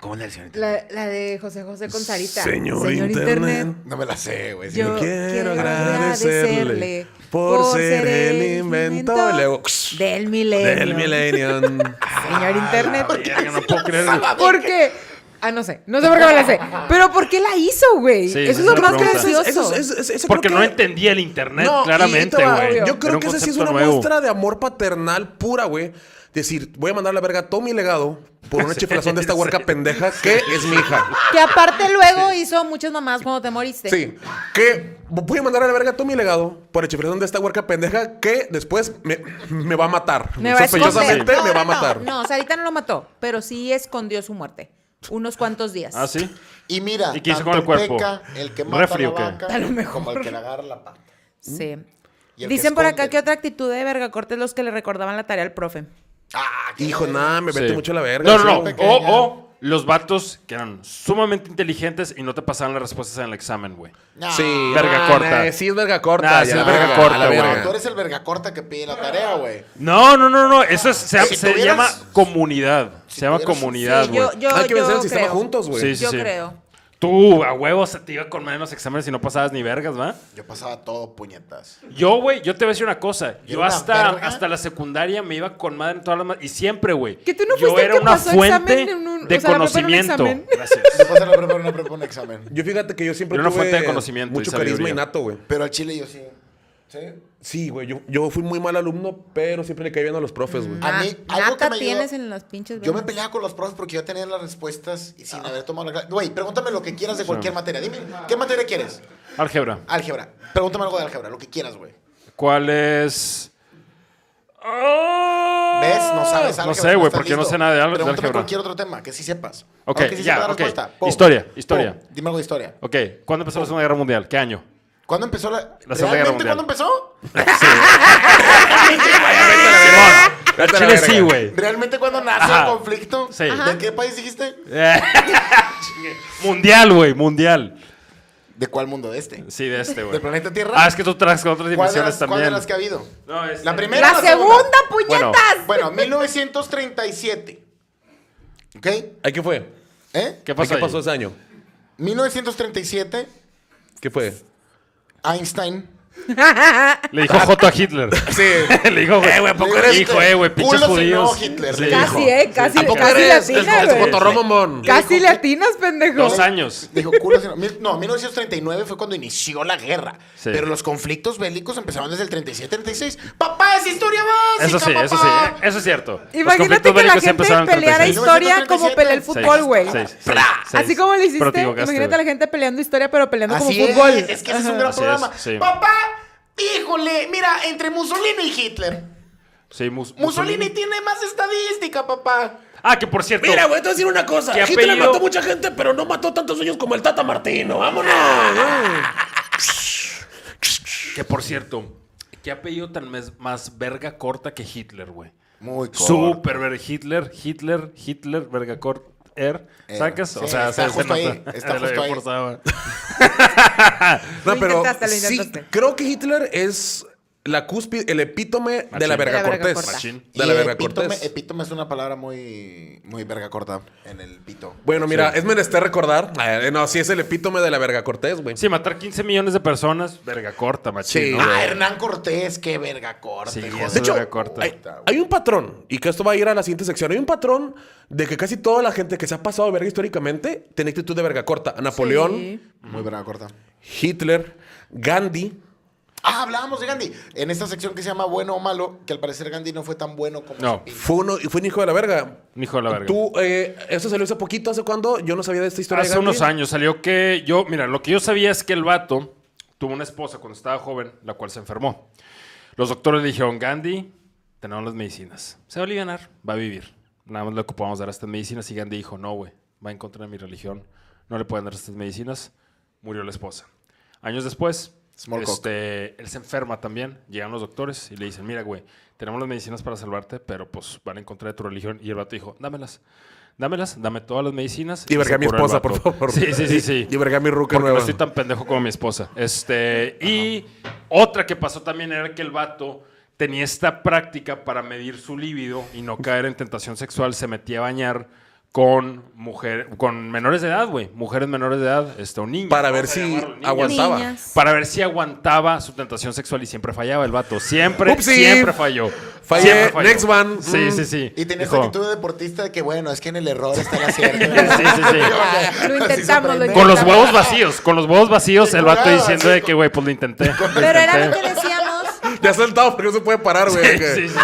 Speaker 1: ¿Cómo le señor?
Speaker 3: La, la de José José con Sarita.
Speaker 2: Señor, Internet.
Speaker 1: No me la sé, güey. sí.
Speaker 3: Yo
Speaker 2: Quiero agradecerle por ser el invento. Y luego,
Speaker 3: del milenio.
Speaker 2: Del Millennium.
Speaker 3: Señor internet.
Speaker 4: Verga, no puedo creer.
Speaker 3: ¿Por qué? Ah, no sé. No sé por qué me la sé. Pero ¿por qué la hizo, güey?
Speaker 4: Sí,
Speaker 3: Eso
Speaker 4: esa
Speaker 3: es lo
Speaker 4: es la
Speaker 3: más
Speaker 4: pregunta.
Speaker 3: gracioso.
Speaker 4: Porque no entendía el internet,
Speaker 2: No, y
Speaker 4: claramente,
Speaker 2: ahí te va,
Speaker 4: güey.
Speaker 2: Yo
Speaker 4: Era
Speaker 2: creo
Speaker 4: un
Speaker 2: que esa sí es
Speaker 4: concepto
Speaker 2: una
Speaker 4: nuevo.
Speaker 2: muestra de amor paternal pura, güey. Decir, voy a mandar a la verga todo mi legado por una chiflazón de esta huerca pendeja que es mi hija.
Speaker 3: Que aparte luego hizo muchas mamás cuando te moriste.
Speaker 2: Sí. Que voy a mandar a la verga todo mi legado por la chiflazón de esta huerca pendeja que después me, me va a
Speaker 4: Pues
Speaker 2: matar.
Speaker 3: Me va a esconder.
Speaker 2: Sospechosamente
Speaker 3: No,
Speaker 2: me va a
Speaker 3: no, no.
Speaker 2: matar.
Speaker 3: No, Sarita no lo mató, pero sí escondió su muerte. Unos cuantos días.
Speaker 4: Ah, sí.
Speaker 1: Y mira,
Speaker 4: ¿Y qué hizo
Speaker 1: tanto
Speaker 4: con el cuerpo?
Speaker 1: Teca, el que mata a
Speaker 4: ¿Refri
Speaker 1: la
Speaker 4: o qué?
Speaker 1: vaca,
Speaker 3: A lo mejor.
Speaker 1: como el que le agarra la pata.
Speaker 3: Sí.
Speaker 1: Y el que
Speaker 3: Dicen por acá
Speaker 1: esconde.
Speaker 3: que otra actitud de verga corte es los que le recordaban la tarea al profe.
Speaker 1: Ah, qué
Speaker 2: Hijo,
Speaker 1: verga.
Speaker 2: nada, me vete
Speaker 4: Sí.
Speaker 2: mucho a la verga.
Speaker 4: No, no,
Speaker 2: sí.
Speaker 4: no.
Speaker 1: pequeña.
Speaker 4: O, o los vatos que eran sumamente inteligentes y no te pasaban las respuestas en el examen, güey.
Speaker 1: Nah.
Speaker 2: Sí,
Speaker 4: Verga
Speaker 2: nah,
Speaker 4: corta.
Speaker 2: nah, sí es verga corta.
Speaker 4: Nah, sí
Speaker 2: ya,
Speaker 4: es verga
Speaker 2: a
Speaker 4: corta,
Speaker 2: la
Speaker 4: güey.
Speaker 2: verga.
Speaker 1: Tú eres el verga corta que pide la tarea, güey.
Speaker 4: No, no, no, no. Eso es- se,
Speaker 1: Si
Speaker 4: se
Speaker 1: tuvieras-
Speaker 4: llama comunidad.
Speaker 1: si
Speaker 4: se llama
Speaker 1: tuvieras-
Speaker 4: comunidad,
Speaker 3: Sí,
Speaker 4: güey.
Speaker 3: Yo-
Speaker 2: Hay que vencer
Speaker 3: yo
Speaker 2: el sistema
Speaker 3: creo.
Speaker 2: juntos, güey.
Speaker 4: Sí, sí,
Speaker 3: Yo
Speaker 4: sí.
Speaker 3: creo.
Speaker 4: Tú, a huevo, se te iba con menos exámenes y no pasabas ni vergas, ¿va?
Speaker 1: Yo pasaba todo puñetas.
Speaker 4: Yo, güey, yo te voy a decir una cosa.
Speaker 1: Yo
Speaker 4: Yo
Speaker 1: una
Speaker 4: hasta,
Speaker 1: verga.
Speaker 4: hasta la secundaria me iba con madre en todas las... ma- Y siempre, güey.
Speaker 3: Que tú no
Speaker 4: yo
Speaker 3: fuiste el
Speaker 4: era
Speaker 3: que
Speaker 4: una
Speaker 3: pasó
Speaker 4: fuente
Speaker 3: examen en un-
Speaker 4: de
Speaker 3: o sea, la prepa era un
Speaker 4: conocimiento.
Speaker 3: examen.
Speaker 4: Gracias.
Speaker 1: Yo pasé la prepa, no prepa un examen.
Speaker 2: Yo fíjate que yo siempre
Speaker 4: Era una
Speaker 2: tuve
Speaker 4: fuente de conocimiento y
Speaker 2: mucho carisma
Speaker 4: sabiduría.
Speaker 2: innato, güey.
Speaker 1: Pero al chile yo sí. ¿Sí?
Speaker 2: Sí, güey. Yo, yo fui muy mal alumno, pero siempre le caí bien a los profes, güey.
Speaker 1: Ah, A mí,
Speaker 3: Na-
Speaker 1: algo que
Speaker 3: nata
Speaker 1: me ayudó-
Speaker 3: tienes en las pinches
Speaker 1: Yo me
Speaker 3: venas.
Speaker 1: peleaba con los profes porque yo tenía las respuestas y sin haber tomado la clase. Güey, pregúntame lo que quieras de cualquier materia. Dime, ¿qué materia quieres?
Speaker 4: Álgebra.
Speaker 1: Álgebra. Pregúntame algo de álgebra, lo que quieras, güey.
Speaker 4: ¿Cuál es...? Ah.
Speaker 1: ¿Ves? No sabes álgebra.
Speaker 4: No sé, güey,
Speaker 1: estás
Speaker 4: porque no
Speaker 1: listo.
Speaker 4: sé nada de al- de
Speaker 1: Pregúntame
Speaker 4: álgebra.
Speaker 1: cualquier otro tema, que sí sepas.
Speaker 4: Ok,
Speaker 1: Aunque sí
Speaker 4: ya,
Speaker 1: sepa la
Speaker 4: ok.
Speaker 1: respuesta. Pum,
Speaker 4: Historia,
Speaker 1: pum.
Speaker 4: historia.
Speaker 1: Dime algo de historia.
Speaker 4: Ok, ¿cuándo empezó la Segunda Guerra Mundial? ¿Qué año?
Speaker 1: ¿Cuándo empezó la...
Speaker 4: La Segunda Guerra
Speaker 1: ¿Realmente cuándo empezó?
Speaker 4: Simón.
Speaker 2: Vete a la
Speaker 4: Chile
Speaker 2: verga.
Speaker 4: sí, güey.
Speaker 1: ¿Realmente cuándo nace
Speaker 4: Ajá.
Speaker 1: el conflicto?
Speaker 4: Sí.
Speaker 1: ¿De
Speaker 4: Ajá.
Speaker 1: qué país dijiste?
Speaker 4: mundial, güey, mundial.
Speaker 1: ¿De cuál mundo? ¿De este?
Speaker 4: Sí, de este, güey.
Speaker 1: ¿Del planeta Tierra?
Speaker 4: Ah, es que tú traes con otras
Speaker 1: ¿Cuál de
Speaker 4: dimensiones
Speaker 1: las- ¿Cuál de
Speaker 4: también.
Speaker 1: las que ha habido?
Speaker 4: No, este-
Speaker 1: La primera.
Speaker 3: ¡La
Speaker 1: o la segunda?
Speaker 3: segunda, puñetas!
Speaker 1: Bueno, 1937. ¿Ok?
Speaker 2: ¿Ay, qué fue?
Speaker 1: ¿Eh?
Speaker 4: ¿Qué pasó?
Speaker 2: ¿Ay,
Speaker 4: ahí?
Speaker 2: ¿Qué pasó ese año?
Speaker 1: 1937,
Speaker 2: ¿Qué fue?
Speaker 1: Einstein.
Speaker 4: Le dijo Joto a Hitler.
Speaker 2: Sí.
Speaker 4: Le dijo, güey, güey,
Speaker 1: poco eres-
Speaker 4: Hijo, eh, güey, pinches
Speaker 1: Culo si no,
Speaker 4: judíos.
Speaker 1: Hitler,
Speaker 4: Sí,
Speaker 1: le
Speaker 3: Casi,
Speaker 4: dijo.
Speaker 3: eh, casi,
Speaker 4: ¿A poco
Speaker 3: casi
Speaker 4: eres?
Speaker 3: latina,
Speaker 4: Es-
Speaker 3: güey.
Speaker 4: es-
Speaker 2: Cotorromomón.
Speaker 3: Casi
Speaker 1: dijo-
Speaker 3: le atinas, pendejo.
Speaker 4: Dos años.
Speaker 1: Dijo, culo, si no- mil- no, 1939 fue cuando inició la guerra.
Speaker 4: Sí.
Speaker 1: Pero los conflictos bélicos empezaron desde el 37-36. ¡Papá, es historia básica,
Speaker 4: Eso sí,
Speaker 1: papá!
Speaker 4: eso sí. eh, Eso es cierto. Los
Speaker 3: Imagínate
Speaker 4: conflictos
Speaker 3: que la
Speaker 4: bélicos
Speaker 3: gente
Speaker 4: empezaron en el
Speaker 3: peleara
Speaker 4: 36.
Speaker 3: historia como
Speaker 1: 1937.
Speaker 3: pelea el
Speaker 4: Seis,
Speaker 3: fútbol, güey.
Speaker 4: seis, seis, seis.
Speaker 3: Así como le
Speaker 4: Pero te
Speaker 3: hiciste,
Speaker 4: equivocaste,
Speaker 3: imagínate a la
Speaker 4: güey.
Speaker 3: gente peleando historia, pero peleando
Speaker 1: Así
Speaker 3: como fútbol.
Speaker 1: es, es que ese es un gran
Speaker 4: Así es,
Speaker 1: programa.
Speaker 4: sí.
Speaker 1: ¡Papá! ¡Híjole! Mira, entre Mussolini y Hitler.
Speaker 4: Sí, Mus-
Speaker 1: Mussolini tiene más estadística, papá.
Speaker 4: Ah, que por cierto.
Speaker 2: Mira, güey, te voy a decir una cosa.
Speaker 4: ¿Qué
Speaker 2: Hitler
Speaker 4: apellido?
Speaker 2: mató mucha gente, pero no mató tantos sueños como el Tata Martino. ¡Vámonos!
Speaker 3: Ah,
Speaker 2: Ah.
Speaker 4: Que por cierto, ¿qué apellido tan mes- más verga corta que Hitler, güey?
Speaker 1: Muy
Speaker 4: Super verga. Hitler, Hitler, Hitler, verga corta. Er,
Speaker 1: Er.
Speaker 4: ¿Sacas?
Speaker 1: Sí,
Speaker 4: o sea,
Speaker 1: está
Speaker 4: se- se
Speaker 1: justo
Speaker 4: nota.
Speaker 1: ahí, está
Speaker 4: Lo
Speaker 1: justo
Speaker 4: había
Speaker 1: ahí.
Speaker 4: forzado.
Speaker 2: No,
Speaker 3: Lo
Speaker 2: pero
Speaker 3: intentaste, lo
Speaker 2: sí,
Speaker 3: intentaste.
Speaker 2: creo que Hitler es la cúspide, el epítome de la verga
Speaker 3: De la
Speaker 4: Machín.
Speaker 3: verga
Speaker 2: cortés.
Speaker 3: corta.
Speaker 4: Machín.
Speaker 2: De la
Speaker 1: Y
Speaker 2: verga
Speaker 1: epítome,
Speaker 2: cortés.
Speaker 1: epítome es una palabra muy, muy verga corta en el pito.
Speaker 2: Bueno, mira, es menester recordar. eh, no, sí es el epítome de la verga cortés, güey.
Speaker 4: Sí, matar 15 millones de personas, verga corta, machín.
Speaker 2: Sí.
Speaker 4: ¿no?
Speaker 1: Ah, Hernán Cortés, qué verga corta.
Speaker 4: Sí,
Speaker 1: hijo
Speaker 4: eso
Speaker 1: de
Speaker 2: De hecho,
Speaker 4: verga corta.
Speaker 2: hay, hay un patrón, y que esto va a ir a la siguiente sección. Hay un patrón de que casi toda la gente que se ha pasado de verga históricamente tiene actitud de verga corta. Napoleón,
Speaker 3: Sí.
Speaker 1: Muy verga corta.
Speaker 2: Hitler, Gandhi.
Speaker 1: Ah, hablábamos de Gandhi. En esta sección que se llama Bueno o Malo, que al parecer Gandhi no fue tan bueno como...
Speaker 4: No.
Speaker 1: se-
Speaker 2: Fue, uno, fue un hijo de la verga.
Speaker 4: Un hijo de la verga.
Speaker 2: Tú, eh, eso salió hace poquito, ¿hace cuándo? Yo no sabía de esta historia. de
Speaker 4: Hace
Speaker 2: Gandhi.
Speaker 4: unos años salió que yo, mira, lo que yo sabía es que el vato tuvo una esposa cuando estaba joven, la cual se enfermó. Los doctores le dijeron, Gandhi, tenemos las medicinas. Se va a aliviar, va a vivir. Nada más le ocupamos dar estas medicinas y Gandhi dijo, no, güey, va en contra de mi religión, no le pueden dar estas medicinas. Murió la esposa. Años después,
Speaker 1: Small cock.
Speaker 4: Este, él se enferma también. Llegan los doctores y le dicen, mira, güey, tenemos las medicinas para salvarte, pero pues van en contra de tu religión. Y el vato dijo, dámelas. Dámelas, dame todas las medicinas.
Speaker 2: Y verga
Speaker 4: se
Speaker 2: a mi
Speaker 4: cura el
Speaker 2: esposa,
Speaker 4: vato".
Speaker 2: por favor.
Speaker 4: Sí, sí, sí. sí.
Speaker 2: Y verga a mi ruca
Speaker 4: Porque
Speaker 2: nueva.
Speaker 4: no estoy tan pendejo como mi esposa. Este, y otra que pasó también era que el vato tenía esta práctica para medir su líbido y no caer en tentación sexual. Se metía a bañar con mujer, con menores de edad, güey. Mujeres menores de edad, este, o niños.
Speaker 2: Para
Speaker 4: vamos
Speaker 2: ver
Speaker 4: a
Speaker 2: si
Speaker 4: llamarlo, niños.
Speaker 2: aguantaba.
Speaker 3: Niñas.
Speaker 4: Para ver si aguantaba su tentación sexual y siempre fallaba el vato. Siempre,
Speaker 2: Upsi.
Speaker 4: siempre falló.
Speaker 2: Fallé.
Speaker 4: Siempre falló.
Speaker 2: Next one.
Speaker 4: Sí,
Speaker 2: Mm.
Speaker 4: sí, sí.
Speaker 1: Y tenía esta
Speaker 4: Dijo,
Speaker 1: actitud de deportista de que, bueno, es que en el error está la
Speaker 4: Sí,
Speaker 1: cierta.
Speaker 4: sí, sí.
Speaker 3: Lo intentamos, lo
Speaker 4: Con los
Speaker 3: intentamos.
Speaker 4: huevos vacíos, con los huevos vacíos, el vato diciendo de que, güey, pues lo intenté. lo
Speaker 3: Pero era lo
Speaker 4: intenté".
Speaker 3: que decíamos.
Speaker 2: Ya saltado porque no se puede parar, güey.
Speaker 4: Sí,
Speaker 2: que-
Speaker 4: sí, sí.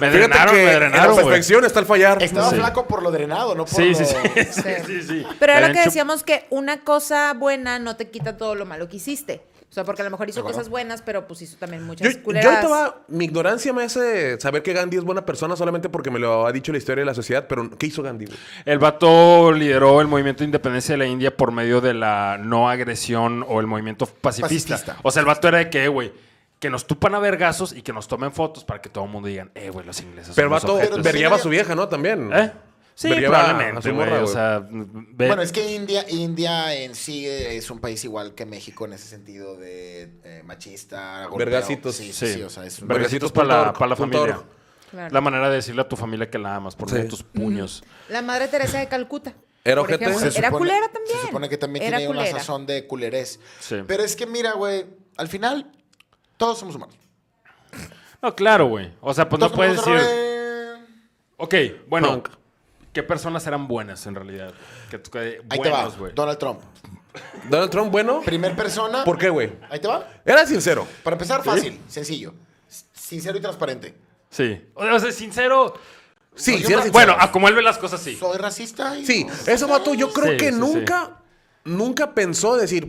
Speaker 4: Me
Speaker 2: Fíjate
Speaker 4: drenaron,
Speaker 2: que
Speaker 4: me drenaron,
Speaker 2: en la
Speaker 4: güey. Sí,
Speaker 2: perfección está el fallar.
Speaker 1: Estaba
Speaker 4: Sí.
Speaker 1: flaco por lo drenado, no por
Speaker 4: sí,
Speaker 1: lo...
Speaker 4: sí, sí,
Speaker 3: Sí.
Speaker 4: sí, sí.
Speaker 3: Pero era lo
Speaker 4: Habían
Speaker 3: que
Speaker 4: chup-
Speaker 3: decíamos que una cosa buena no te quita todo lo malo que hiciste. O sea, porque a lo mejor hizo cosas buenas, pero pues hizo también
Speaker 2: Yo,
Speaker 3: muchas
Speaker 2: yo
Speaker 3: culeras.
Speaker 2: ahorita va- mi ignorancia me hace saber que Gandhi es buena persona solamente porque me lo ha dicho la historia de la sociedad, pero ¿qué hizo Gandhi? güey?
Speaker 4: El vato lideró el movimiento de independencia de la India por medio de la no agresión o el movimiento pacifista.
Speaker 1: Pacifista.
Speaker 4: O sea, el vato era de que, güey, que nos tupan a vergazos y que nos tomen fotos para que todo el mundo digan, eh, güey, los ingleses.
Speaker 2: Pero el
Speaker 4: son
Speaker 2: vato
Speaker 4: unos
Speaker 1: objetos.
Speaker 2: vergueaba a
Speaker 1: Sí,
Speaker 2: su vieja, ¿no? También.
Speaker 4: ojetes". ¿Eh? Sí,
Speaker 2: Vergueaba a
Speaker 4: probablemente,
Speaker 2: su
Speaker 4: güey.
Speaker 2: morra,
Speaker 4: O
Speaker 2: güey.
Speaker 4: sea, ve-
Speaker 1: Bueno, es que India, India en sí eh, es un país igual que México en ese sentido de eh, machista, golpeo.
Speaker 2: Vergacitos.
Speaker 1: Sí, sí,
Speaker 4: Sí,
Speaker 1: sí, o sea, es un...
Speaker 2: Verga- Vergacitos
Speaker 4: vergacitos para
Speaker 2: punto
Speaker 4: la,
Speaker 2: org,
Speaker 4: pa' la
Speaker 2: punto
Speaker 4: familia.
Speaker 2: org.
Speaker 3: Claro.
Speaker 4: La manera de decirle a tu familia que la amas por medio
Speaker 2: Sí.
Speaker 4: de tus puños.
Speaker 3: La madre Teresa de Calcuta.
Speaker 2: Era
Speaker 3: por
Speaker 2: ojete.
Speaker 3: ejemplo.
Speaker 2: Se
Speaker 3: Era culera
Speaker 1: Se
Speaker 3: también.
Speaker 1: supone que también
Speaker 3: Era
Speaker 1: tiene una
Speaker 3: culera.
Speaker 1: sazón de culerés.
Speaker 4: Sí.
Speaker 1: Pero es que mira, güey, al final todos somos humanos.
Speaker 4: No, claro, güey. O sea, pues no
Speaker 1: Todos
Speaker 4: puedes
Speaker 1: cometemos
Speaker 4: decir.
Speaker 1: errores.
Speaker 4: Ok, bueno.
Speaker 2: Punk.
Speaker 4: ¿Qué personas eran buenas en realidad? Que, que-
Speaker 1: Ahí
Speaker 4: buenos,
Speaker 1: te va,
Speaker 4: güey.
Speaker 1: Donald Trump.
Speaker 2: Donald Trump, bueno.
Speaker 1: Primer persona.
Speaker 2: ¿Por qué, güey?
Speaker 1: Ahí te va.
Speaker 2: Era sincero.
Speaker 1: Para empezar, fácil, sencillo, s- sincero y transparente.
Speaker 4: Sí. O sea, sincero.
Speaker 2: Sí,
Speaker 1: Yo
Speaker 2: sí era
Speaker 1: me-
Speaker 2: sincero.
Speaker 4: Bueno, a como él ve las cosas, sí.
Speaker 1: Soy racista. y-
Speaker 2: Sí, ese vato yo creo
Speaker 4: Sí,
Speaker 2: que
Speaker 4: sí, sí.
Speaker 2: nunca, nunca pensó decir,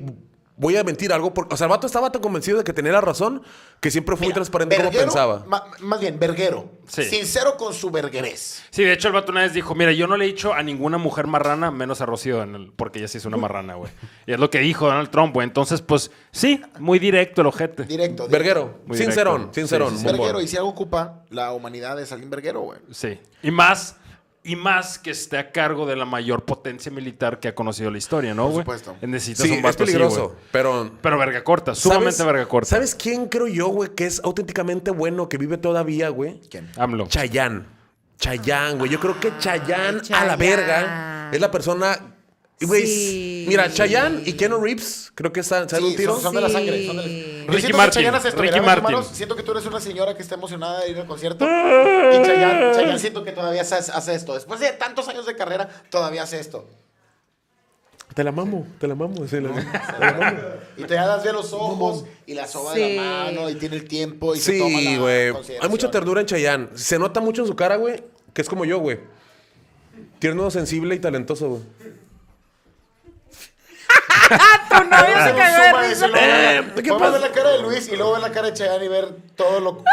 Speaker 2: voy a mentir algo. Porque, o sea, el vato estaba tan convencido de que tenía la razón que siempre fue muy
Speaker 1: Mira,
Speaker 2: transparente como
Speaker 1: verguero,
Speaker 2: pensaba.
Speaker 1: ma- más bien, verguero.
Speaker 4: Sí.
Speaker 1: Sincero con su verguerés.
Speaker 4: Sí, de hecho, el vato una vez dijo: Mira, yo no le he dicho a ninguna mujer marrana menos a Rocío Daniel, porque ella sí es una marrana, güey. Y es lo que dijo Donald Trump, güey. Entonces, pues, sí, muy directo el ojete.
Speaker 1: Directo. directo.
Speaker 2: Verguero,
Speaker 4: Muy
Speaker 2: sincerón,
Speaker 4: directo.
Speaker 2: sincerón.
Speaker 4: Sí, sí, sí.
Speaker 2: bombón.
Speaker 1: Verguero. Y si algo ocupa la humanidad es alguien verguero, güey.
Speaker 4: Sí. Y más, y más que esté a cargo de la mayor potencia militar que ha conocido la historia, ¿no, güey?
Speaker 1: supuesto.
Speaker 4: Necesitas
Speaker 2: Sí,
Speaker 4: un
Speaker 2: es
Speaker 4: vato así,
Speaker 2: peligroso,
Speaker 4: güey.
Speaker 2: pero...
Speaker 4: pero verga corta, sumamente verga corta.
Speaker 2: ¿Sabes quién creo yo, güey, que es auténticamente bueno, que vive todavía, güey?
Speaker 1: ¿Quién?
Speaker 4: AMLO.
Speaker 2: Chayán. Chayán, güey. Yo creo que Chayán
Speaker 3: Ay,
Speaker 2: a la
Speaker 3: Chayanne.
Speaker 2: verga es la persona. Güey,
Speaker 3: Sí.
Speaker 2: mira, Chayán y Keanu Reeves, creo que están. ¿Sabes
Speaker 1: Sí,
Speaker 2: un tiro?
Speaker 1: Son, son de la
Speaker 3: Sí.
Speaker 1: sangre. son de la-
Speaker 3: Ricky
Speaker 1: Yo siento que
Speaker 4: Martin,
Speaker 1: Chayanne hace esto,
Speaker 4: Ricky
Speaker 1: mira, mis
Speaker 4: Martin.
Speaker 1: hermanos, siento que tú eres una señora que está emocionada de ir al concierto. Y Chayanne, Chayanne siento que todavía hace, hace esto. Después de tantos años de carrera, todavía hace esto.
Speaker 2: Te la mamo, te la mamo. sí, la- te la mamo.
Speaker 1: Y te das bien los ojos y la soba de
Speaker 3: Sí.
Speaker 1: la mano y tiene el tiempo y se toma
Speaker 2: Sí,
Speaker 1: la
Speaker 2: güey. Hay
Speaker 1: consideración.
Speaker 2: mucha ternura en Chayán. Se nota mucho en su cara, güey, que es como yo, güey. Tierno, sensible y talentoso, güey.
Speaker 3: Tu novio
Speaker 1: Hacer
Speaker 3: se
Speaker 1: un
Speaker 3: cagó
Speaker 1: suma
Speaker 3: de
Speaker 1: de eso y
Speaker 3: risa.
Speaker 1: luego ver la-
Speaker 2: Eh, ¿qué
Speaker 1: podemos
Speaker 2: pasa?
Speaker 1: ver la cara de Luis y luego ver la cara de Chayanne y ver todo lo que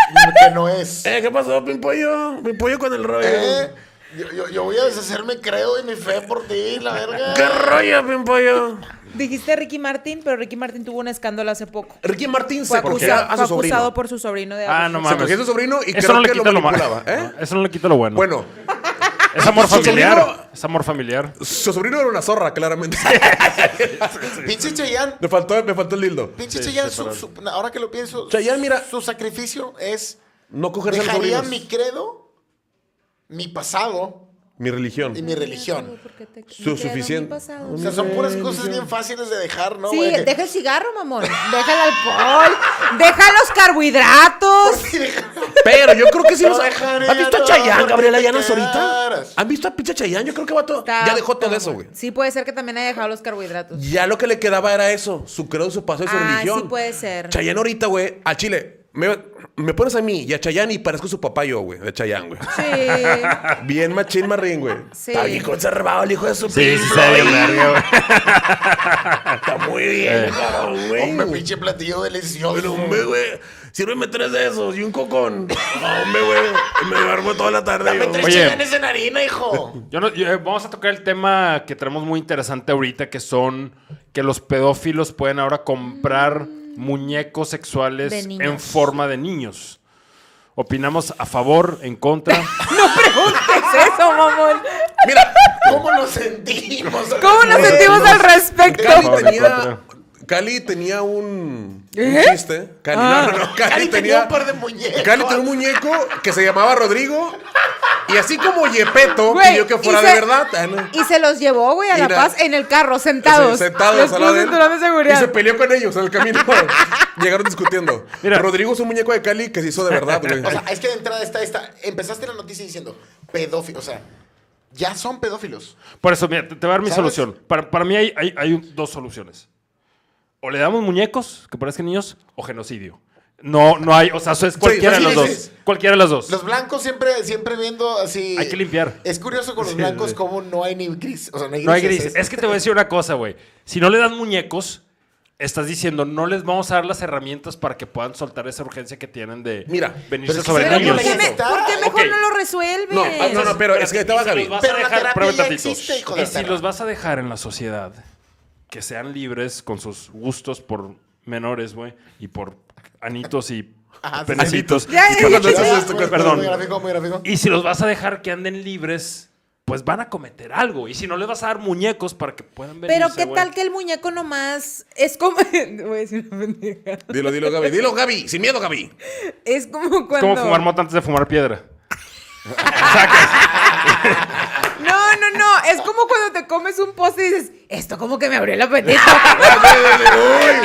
Speaker 1: no es.
Speaker 2: Eh, ¿qué pasó, Pimpollo? Pimpollo con el rollo.
Speaker 1: Eh, yo, yo- yo voy a deshacerme, creo, y mi fe por ti, la verga.
Speaker 2: ¿Qué rollo, Pimpollo?
Speaker 3: Dijiste Ricky Martin, pero Ricky Martin tuvo un escándalo hace poco.
Speaker 2: Ricky Martín se
Speaker 3: Fue
Speaker 2: acogía
Speaker 3: acusado,
Speaker 2: a
Speaker 3: fue
Speaker 2: su sobrino.
Speaker 3: acusado por su sobrino de
Speaker 4: Ah,
Speaker 3: abuso
Speaker 4: no
Speaker 2: Se
Speaker 4: mames.
Speaker 2: acogía a su sobrino y
Speaker 4: Eso
Speaker 2: creo
Speaker 4: no le
Speaker 2: que lo
Speaker 4: quita lo, malo.
Speaker 2: manipulaba, ¿eh?
Speaker 4: No, Eso no le quita lo bueno.
Speaker 2: Bueno,
Speaker 4: Es amor
Speaker 2: Su
Speaker 4: familiar.
Speaker 2: sobrino-
Speaker 4: Es amor familiar.
Speaker 2: su sobrino era una zorra, claramente.
Speaker 1: Pinche Chayanne.
Speaker 2: me, faltó, me faltó el dildo.
Speaker 1: Pinche
Speaker 4: Sí,
Speaker 1: Chayanne,
Speaker 4: separado.
Speaker 1: su- su- ahora que lo pienso,
Speaker 2: Chayanne, mira-
Speaker 1: su sacrificio es
Speaker 2: No cogerse a los
Speaker 1: dejaría
Speaker 2: sobrinos.
Speaker 1: mi
Speaker 2: Mi,
Speaker 1: credo, mi pasado
Speaker 2: religión.
Speaker 1: y mi religión.
Speaker 2: Su suficiente.
Speaker 1: O sea, son puras cosas bien fáciles de dejar, ¿no?
Speaker 3: Sí,
Speaker 1: güey? Que-
Speaker 3: deja el cigarro, mamón. Deja el alcohol. Deja los carbohidratos.
Speaker 2: Pero yo creo que sí
Speaker 1: No
Speaker 2: los...
Speaker 1: dejaré
Speaker 2: ¿Han visto a
Speaker 1: todo
Speaker 2: Chayanne,
Speaker 1: porque
Speaker 2: Gabriela
Speaker 1: te
Speaker 2: Llanos ahorita?
Speaker 1: quedaras.
Speaker 2: ¿Han visto a pinche Chayanne? Yo creo que vato ya dejó todo eso, güey.
Speaker 3: Sí, puede ser que también haya dejado los carbohidratos.
Speaker 2: Ya lo que le quedaba era eso, su credo, su paso y su
Speaker 3: Ah,
Speaker 2: religión.
Speaker 3: sí puede ser.
Speaker 2: Chayanne ahorita, güey, a Chile. Me, me pones a mí y a Chayanne y parezco su papá yo, güey, de Chayanne, güey.
Speaker 3: Sí.
Speaker 2: Bien machín marrín, güey.
Speaker 3: Sí.
Speaker 2: Está bien conservado el hijo de su
Speaker 4: Sí, sí,
Speaker 2: pinche,
Speaker 4: se ve bien
Speaker 2: güey.
Speaker 4: verga, güey.
Speaker 2: Está muy
Speaker 4: Eh.
Speaker 2: bien, cabrón, güey.
Speaker 1: Hombre, pinche platillo
Speaker 2: Pero,
Speaker 1: delicioso.
Speaker 2: hombre, güey, sírveme tres de esos y un cocón. No, hombre, güey, me duermo toda la tarde.
Speaker 1: Dame
Speaker 2: yo.
Speaker 1: tres
Speaker 4: Oye.
Speaker 1: Chayannes en harina, hijo.
Speaker 4: Yo no- yo- eh, vamos a tocar el tema que tenemos muy interesante ahorita, que son que los pedófilos pueden ahora comprar muñecos sexuales
Speaker 3: Mm. De niños.
Speaker 4: en forma de niños. Opinamos a favor, en contra.
Speaker 3: ¿Qué es eso, mamón?
Speaker 2: Mira,
Speaker 1: ¿Cómo nos sentimos?
Speaker 3: ¿Cómo nos sentimos al respecto?
Speaker 2: Cali
Speaker 4: Favor, en
Speaker 2: tenía,
Speaker 4: contra.
Speaker 2: Cali tenía un, un
Speaker 3: ¿Eh? Ah.
Speaker 2: chiste. Cali, no, no, no. Cali,
Speaker 1: Cali tenía
Speaker 2: tenía,
Speaker 1: un par de muñecos.
Speaker 2: Cali tenía un muñeco que se llamaba Rodrigo. Y así como Yepeto
Speaker 3: Güey,
Speaker 2: pidió que
Speaker 3: y
Speaker 2: fuera
Speaker 3: se-
Speaker 2: de verdad. ah, no.
Speaker 3: Y se los llevó, güey, a La
Speaker 2: Mira.
Speaker 3: Paz en el carro,
Speaker 2: Sí,
Speaker 3: sentados.
Speaker 2: sentados
Speaker 3: los
Speaker 2: al lado
Speaker 3: puso
Speaker 2: de él.
Speaker 3: cinturón de
Speaker 2: Y se
Speaker 3: seguridad.
Speaker 2: peleó con ellos en el camino. Llegaron discutiendo.
Speaker 4: Mira.
Speaker 2: Rodrigo es un muñeco de Cali que se hizo de verdad, güey.
Speaker 1: O sea, es que de entrada está esta. Empezaste la noticia diciendo pedófilo. O sea, ya son pedófilos.
Speaker 4: Por eso, mira, te, te voy a dar mi
Speaker 1: ¿Sabes?
Speaker 4: solución. Para, para mí hay, hay- hay un- dos soluciones. O le damos muñecos, que parezcan niños, o genocidio. No, no hay, o sea, eso es cualquiera
Speaker 1: sí,
Speaker 4: de los
Speaker 1: sí,
Speaker 4: dos.
Speaker 1: sí.
Speaker 4: Cualquiera de los dos.
Speaker 1: Los blancos siempre, siempre viendo así.
Speaker 4: Hay que limpiar.
Speaker 1: Es curioso con los
Speaker 4: Sí,
Speaker 1: blancos
Speaker 4: sí.
Speaker 1: cómo no hay ni gris. O sea, no hay gris.
Speaker 4: No hay grises. Es que te voy a decir una cosa, güey. Si no le das muñecos, estás diciendo, no les vamos a dar las herramientas para que puedan soltar esa urgencia que tienen de
Speaker 2: Mira,
Speaker 4: venirse
Speaker 1: pero es que
Speaker 4: sobre
Speaker 1: se
Speaker 3: Pero
Speaker 1: ve
Speaker 3: ¿por
Speaker 4: niños.
Speaker 3: qué, me-
Speaker 1: Está-
Speaker 3: por qué mejor
Speaker 4: ok.
Speaker 3: no lo resuelven?
Speaker 2: No, ah, no, no, pero es que ahí te va,
Speaker 4: Y si
Speaker 2: Gaby.
Speaker 4: los vas a
Speaker 1: Pero la
Speaker 4: dejar-
Speaker 1: terapia
Speaker 4: espérame
Speaker 1: ya
Speaker 4: tantito.
Speaker 1: existe, hijo de
Speaker 4: Y
Speaker 1: la
Speaker 4: si
Speaker 1: perra.
Speaker 4: los vas a dejar en la sociedad, que sean libres con sus gustos por menores, güey, y por anitos y
Speaker 1: Ajá, Ah, sí,
Speaker 4: penecitos.
Speaker 3: Ya, ya,
Speaker 4: Y por-
Speaker 3: ya, ya, ya.
Speaker 1: Muy- muy
Speaker 4: Perdón.
Speaker 1: gráfico, muy gráfico.
Speaker 4: Y si los vas a dejar que anden libres, pues van a cometer algo. Y si no les vas a dar muñecos para que puedan venir.
Speaker 3: Pero qué tal que el muñeco nomás es como. Voy a decir una pendeja.
Speaker 2: Dilo, dilo, Gaby. Dilo, Gaby. Sin miedo, Gaby.
Speaker 3: Es como
Speaker 4: Es
Speaker 3: cuando.
Speaker 4: como fumar mota antes de fumar piedra.
Speaker 3: No, no, no. Es como cuando te comes un postre y dices, esto como que me abrió el apetito.